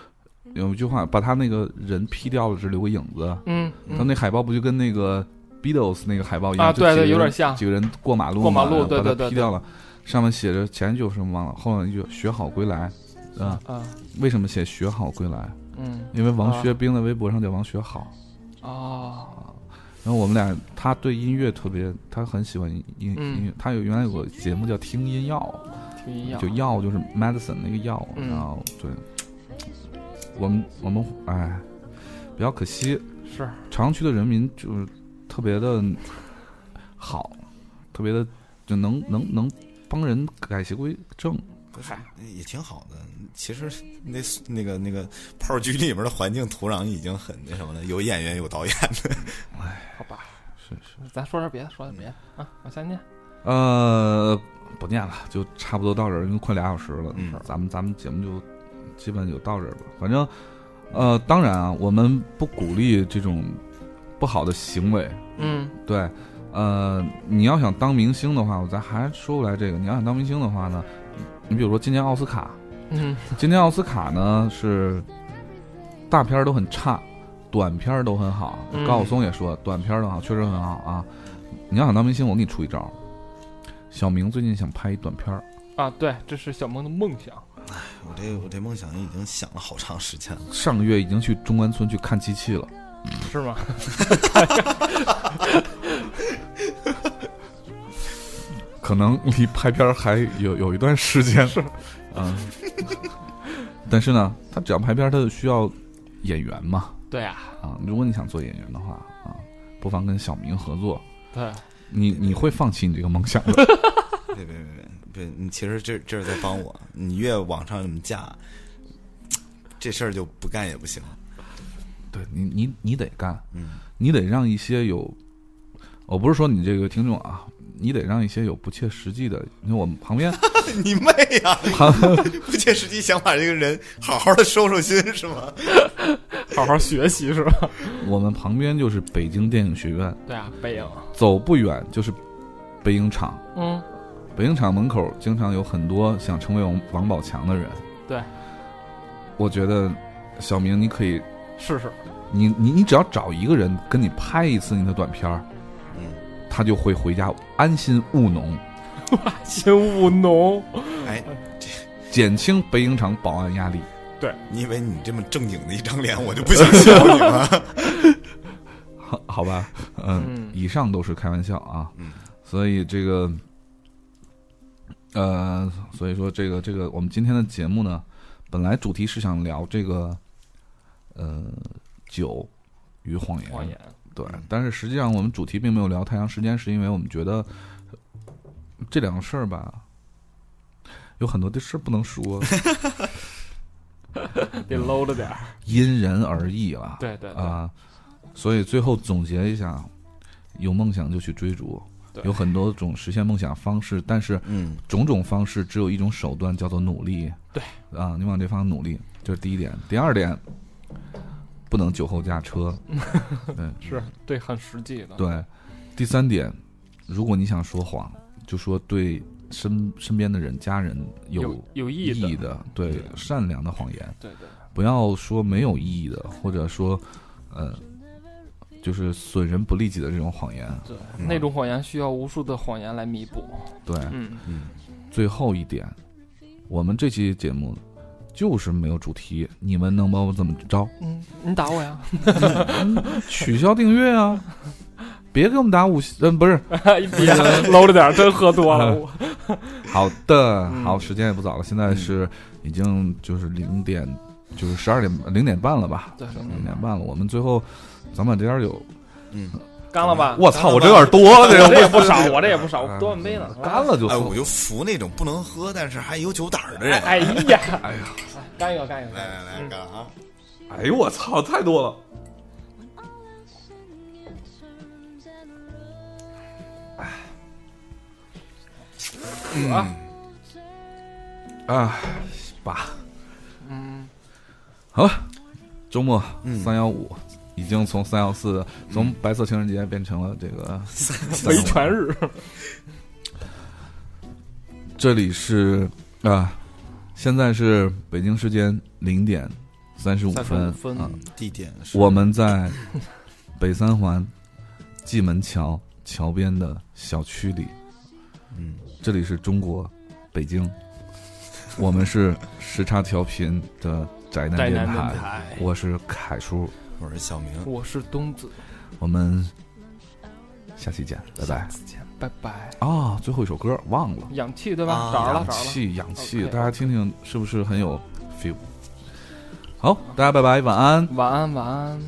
[SPEAKER 2] 有一句话，把他那个人 P 掉了，只留个影子。
[SPEAKER 4] 嗯，嗯
[SPEAKER 2] 他那海报不就跟那个 Beatles 那个海报一样？
[SPEAKER 4] 啊，
[SPEAKER 2] 就几
[SPEAKER 4] 对
[SPEAKER 2] 个
[SPEAKER 4] 对，有
[SPEAKER 2] 人
[SPEAKER 4] 点像。
[SPEAKER 2] 几个人过马路嘛，
[SPEAKER 4] 过马路
[SPEAKER 2] 然后
[SPEAKER 4] 对
[SPEAKER 2] 把它
[SPEAKER 4] 对对
[SPEAKER 2] 劈
[SPEAKER 4] 对
[SPEAKER 2] 掉了，上面写着前一句有什么忘了，后面一句学好归来，啊，
[SPEAKER 4] 啊，
[SPEAKER 2] 为什么写学好归来？
[SPEAKER 4] 嗯，
[SPEAKER 2] 因为王学兵的微博上叫王学好，
[SPEAKER 4] 哦，
[SPEAKER 2] 然后我们俩他对音乐特别，他很喜欢音音
[SPEAKER 4] 嗯
[SPEAKER 2] 音乐，他有原来有个节目叫听音药，
[SPEAKER 4] 挺一样
[SPEAKER 2] 就。药就是 medicine 那个药，
[SPEAKER 4] 嗯
[SPEAKER 2] 然后对，我们我们哎，比较可惜，
[SPEAKER 4] 是
[SPEAKER 2] 朝阳区的人民就是特别的好，特别的就能能能帮人改邪归正。
[SPEAKER 3] 哎也挺好的。其实那那个那个炮局里面的环境土壤已经很那什么了，有演员有导演的。
[SPEAKER 4] 好吧，
[SPEAKER 2] 是是，
[SPEAKER 4] 咱说点别的，说点别的啊，往下念。
[SPEAKER 2] 呃，不念了，就差不多到这儿，因为快俩小时了，
[SPEAKER 3] 嗯
[SPEAKER 2] 咱们咱们节目就基本就到这儿吧。反正，呃，当然啊，我们不鼓励这种不好的行为，
[SPEAKER 4] 嗯
[SPEAKER 2] 对，呃，你要想当明星的话，我咱还说回来这个，你要想当明星的话呢，你比如说今年奥斯卡，
[SPEAKER 4] 嗯
[SPEAKER 2] 今年奥斯卡呢是大片儿都很差，短片儿都很好。
[SPEAKER 4] 嗯
[SPEAKER 2] 高晓松也说，短片儿都好，确实很好啊。你要想当明星，我给你出一招。小明最近想拍一短片儿，
[SPEAKER 4] 啊，对，这是小萌的梦想。
[SPEAKER 3] 我这我这梦想已经想了好长时间了。
[SPEAKER 2] 上个月已经去中关村去看机器了。
[SPEAKER 4] 是吗？
[SPEAKER 2] 可能离拍片儿还有有一段时间，是， 嗯，但是呢，他只要拍片儿，他就需要演员嘛，
[SPEAKER 4] 对啊，
[SPEAKER 2] 啊，如果你想做演员的话啊，不妨跟小明合作，
[SPEAKER 4] 对，
[SPEAKER 2] 你你会放弃你这个梦想的，
[SPEAKER 3] 别别别别，你其实这这是在帮 我。你越往上这么架，这事儿就不干也不行了。
[SPEAKER 2] 对你你你得干，
[SPEAKER 3] 嗯，
[SPEAKER 2] 你得让一些有，我不是说你这个听众啊，你得让一些有不切实际的，你看我们旁 边
[SPEAKER 3] 你妹 呀、
[SPEAKER 2] 旁
[SPEAKER 3] 不切实际想法，这个人好好的收收心是吗？
[SPEAKER 7] 好好学习是吧？
[SPEAKER 2] 我们旁边就是北京电影学院，
[SPEAKER 4] 对啊，背影。
[SPEAKER 2] 走不远就是北影厂。
[SPEAKER 4] 嗯，
[SPEAKER 2] 北影厂门口经常有很多想成为王王宝强的人。
[SPEAKER 4] 对，
[SPEAKER 2] 我觉得小明，你可以，
[SPEAKER 4] 试试。
[SPEAKER 2] 你你你只要找一个人跟你拍一次你的短片儿，
[SPEAKER 3] 嗯，
[SPEAKER 2] 他就会回家安心务农，
[SPEAKER 7] 心务农，
[SPEAKER 3] 哎，
[SPEAKER 2] 减轻北影厂保安压力。
[SPEAKER 3] 你以为你这么正经的一张脸， 我就不想笑你吗？
[SPEAKER 2] 好好吧，
[SPEAKER 4] 嗯
[SPEAKER 2] 嗯，以上都是开玩笑啊，
[SPEAKER 3] 嗯，
[SPEAKER 2] 所以这个，呃，所以说这个这个，我们今天的节目呢，本来主题是想聊这个，呃，酒与谎言，
[SPEAKER 4] 谎言。
[SPEAKER 2] 对
[SPEAKER 3] 嗯，
[SPEAKER 2] 但是实际上我们主题并没有聊太长时间，是因为我们觉得呃这两个事儿吧，有很多的事儿不能 说，
[SPEAKER 7] 得搂着点儿。
[SPEAKER 2] 因人而异了，
[SPEAKER 4] 对对对，
[SPEAKER 2] 啊，所以最后总结一下，有梦想就去追逐，
[SPEAKER 4] 对
[SPEAKER 2] 有很多种实现梦想方式，但是
[SPEAKER 3] 嗯，
[SPEAKER 2] 种种方式只有一种手段，叫做努力。
[SPEAKER 4] 对，
[SPEAKER 2] 啊，你往这方向努力，这是第一点。第二点，不能酒后驾车。对
[SPEAKER 4] 是对，很实际的。
[SPEAKER 2] 对，第三点，如果你想说谎，就说对身身边的人、家人有
[SPEAKER 4] 有有意
[SPEAKER 2] 意
[SPEAKER 4] 义的。
[SPEAKER 2] 义的，对善良的谎言。
[SPEAKER 4] 对对，
[SPEAKER 2] 不要说没有意义的，或者说，呃，就是损人不利己的这种谎言。
[SPEAKER 4] 对，
[SPEAKER 3] 嗯
[SPEAKER 4] 那种谎言需要无数的谎言来弥补。
[SPEAKER 2] 对，
[SPEAKER 4] 嗯，
[SPEAKER 3] 嗯，
[SPEAKER 2] 最后一点，我们这期节目就是没有主题，你们能把我怎么着？
[SPEAKER 4] 嗯，你打我呀？
[SPEAKER 2] 取消订阅啊！别给我们打五星，嗯，不是，
[SPEAKER 7] 一比搂着点儿，真喝多了。我
[SPEAKER 2] 好的，
[SPEAKER 4] 嗯
[SPEAKER 2] 好，时间也不早了，现在是已经就是零点，就是十二点零点半了吧？
[SPEAKER 4] 对，
[SPEAKER 2] 零点半了，我们最后，咱们这边有，
[SPEAKER 3] 嗯，
[SPEAKER 7] 干了吧？
[SPEAKER 2] 我操，我这有点多，这
[SPEAKER 7] 我
[SPEAKER 2] 个
[SPEAKER 7] 这也不少，我这也不少，我多半杯呢。
[SPEAKER 2] 嗯干了就
[SPEAKER 3] 哎，我就服那种不能喝但是还有酒胆儿的人。
[SPEAKER 7] 哎呀，
[SPEAKER 6] 哎呀，
[SPEAKER 7] 干一个，干一个。
[SPEAKER 3] 来来来，干啊！
[SPEAKER 6] 哎呦我操，太多了。
[SPEAKER 2] 哎嗯
[SPEAKER 6] 啊，爸，
[SPEAKER 4] 嗯，
[SPEAKER 2] 周末
[SPEAKER 3] 嗯
[SPEAKER 2] 三幺五。已经从三幺四，
[SPEAKER 6] 嗯
[SPEAKER 2] 从白色情人节变成了这个
[SPEAKER 7] 维权日，
[SPEAKER 2] 这里是啊，现在是北京时间零点三十五分
[SPEAKER 4] 35分
[SPEAKER 2] 啊，
[SPEAKER 3] 地点是
[SPEAKER 2] 我们在北三环蓟门桥桥边的小区里，
[SPEAKER 3] 嗯，
[SPEAKER 2] 这里是中国北京，我们是时差调频的宅男
[SPEAKER 7] 宅
[SPEAKER 2] 电
[SPEAKER 7] 男电
[SPEAKER 2] 台，
[SPEAKER 7] 台。
[SPEAKER 2] 我是凯叔，
[SPEAKER 3] 我是小明，
[SPEAKER 4] 我是东子，
[SPEAKER 2] 我们下期见，拜拜。
[SPEAKER 4] 再见，拜拜。
[SPEAKER 2] 啊，最后一首歌忘了，
[SPEAKER 4] 氧气对吧？
[SPEAKER 3] 啊
[SPEAKER 4] 找着了，
[SPEAKER 2] 氧
[SPEAKER 4] 找着了。
[SPEAKER 2] 气，氧气，
[SPEAKER 4] OK
[SPEAKER 2] 大家听听是不是很有 feel？好，大家拜拜，晚安。
[SPEAKER 4] 晚安，晚安。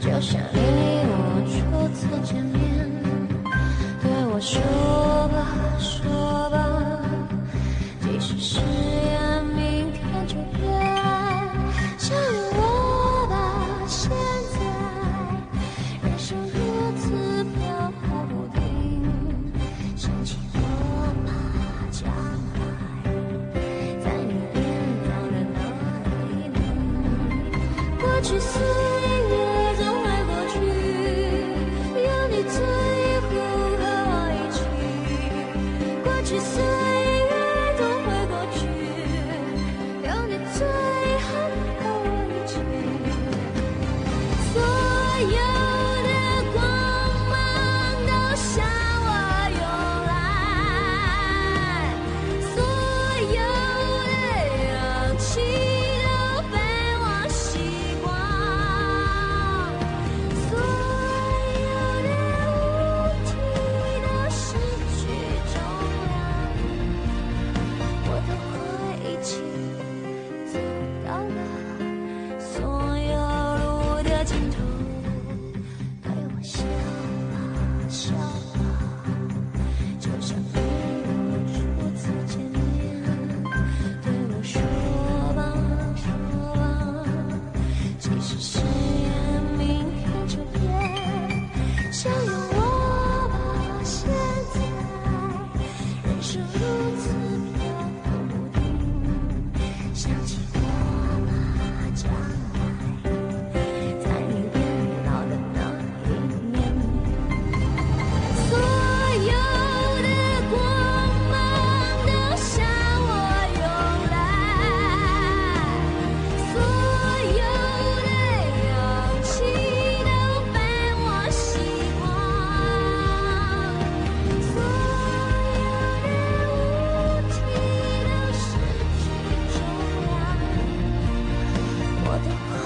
[SPEAKER 8] 就像你我初次见面，对我说吧说吧，即使誓言明天就变，相信我吧，现在人生如此漂泊不定，想起我吧，将来在你变老的那一年。过去岁月总会过去，有你最后和我一起。过去岁月总会过去，有你最后和我一起。所有的光芒都向我涌来，所有的氧气都被我吸光，所有的物体都失去重量，我都会一起走到那所有路的尽头。对我笑吧，笑吧。就像你我初次见面，对我说吧说吧，即使誓言明天就变，相信我吧，现在人生如此漂泊不定，想起我吧，将来在你变老的那一年。所有的光芒都向我涌来，所有的氧气都被我吸光，所有的物体都失去重量，我都会。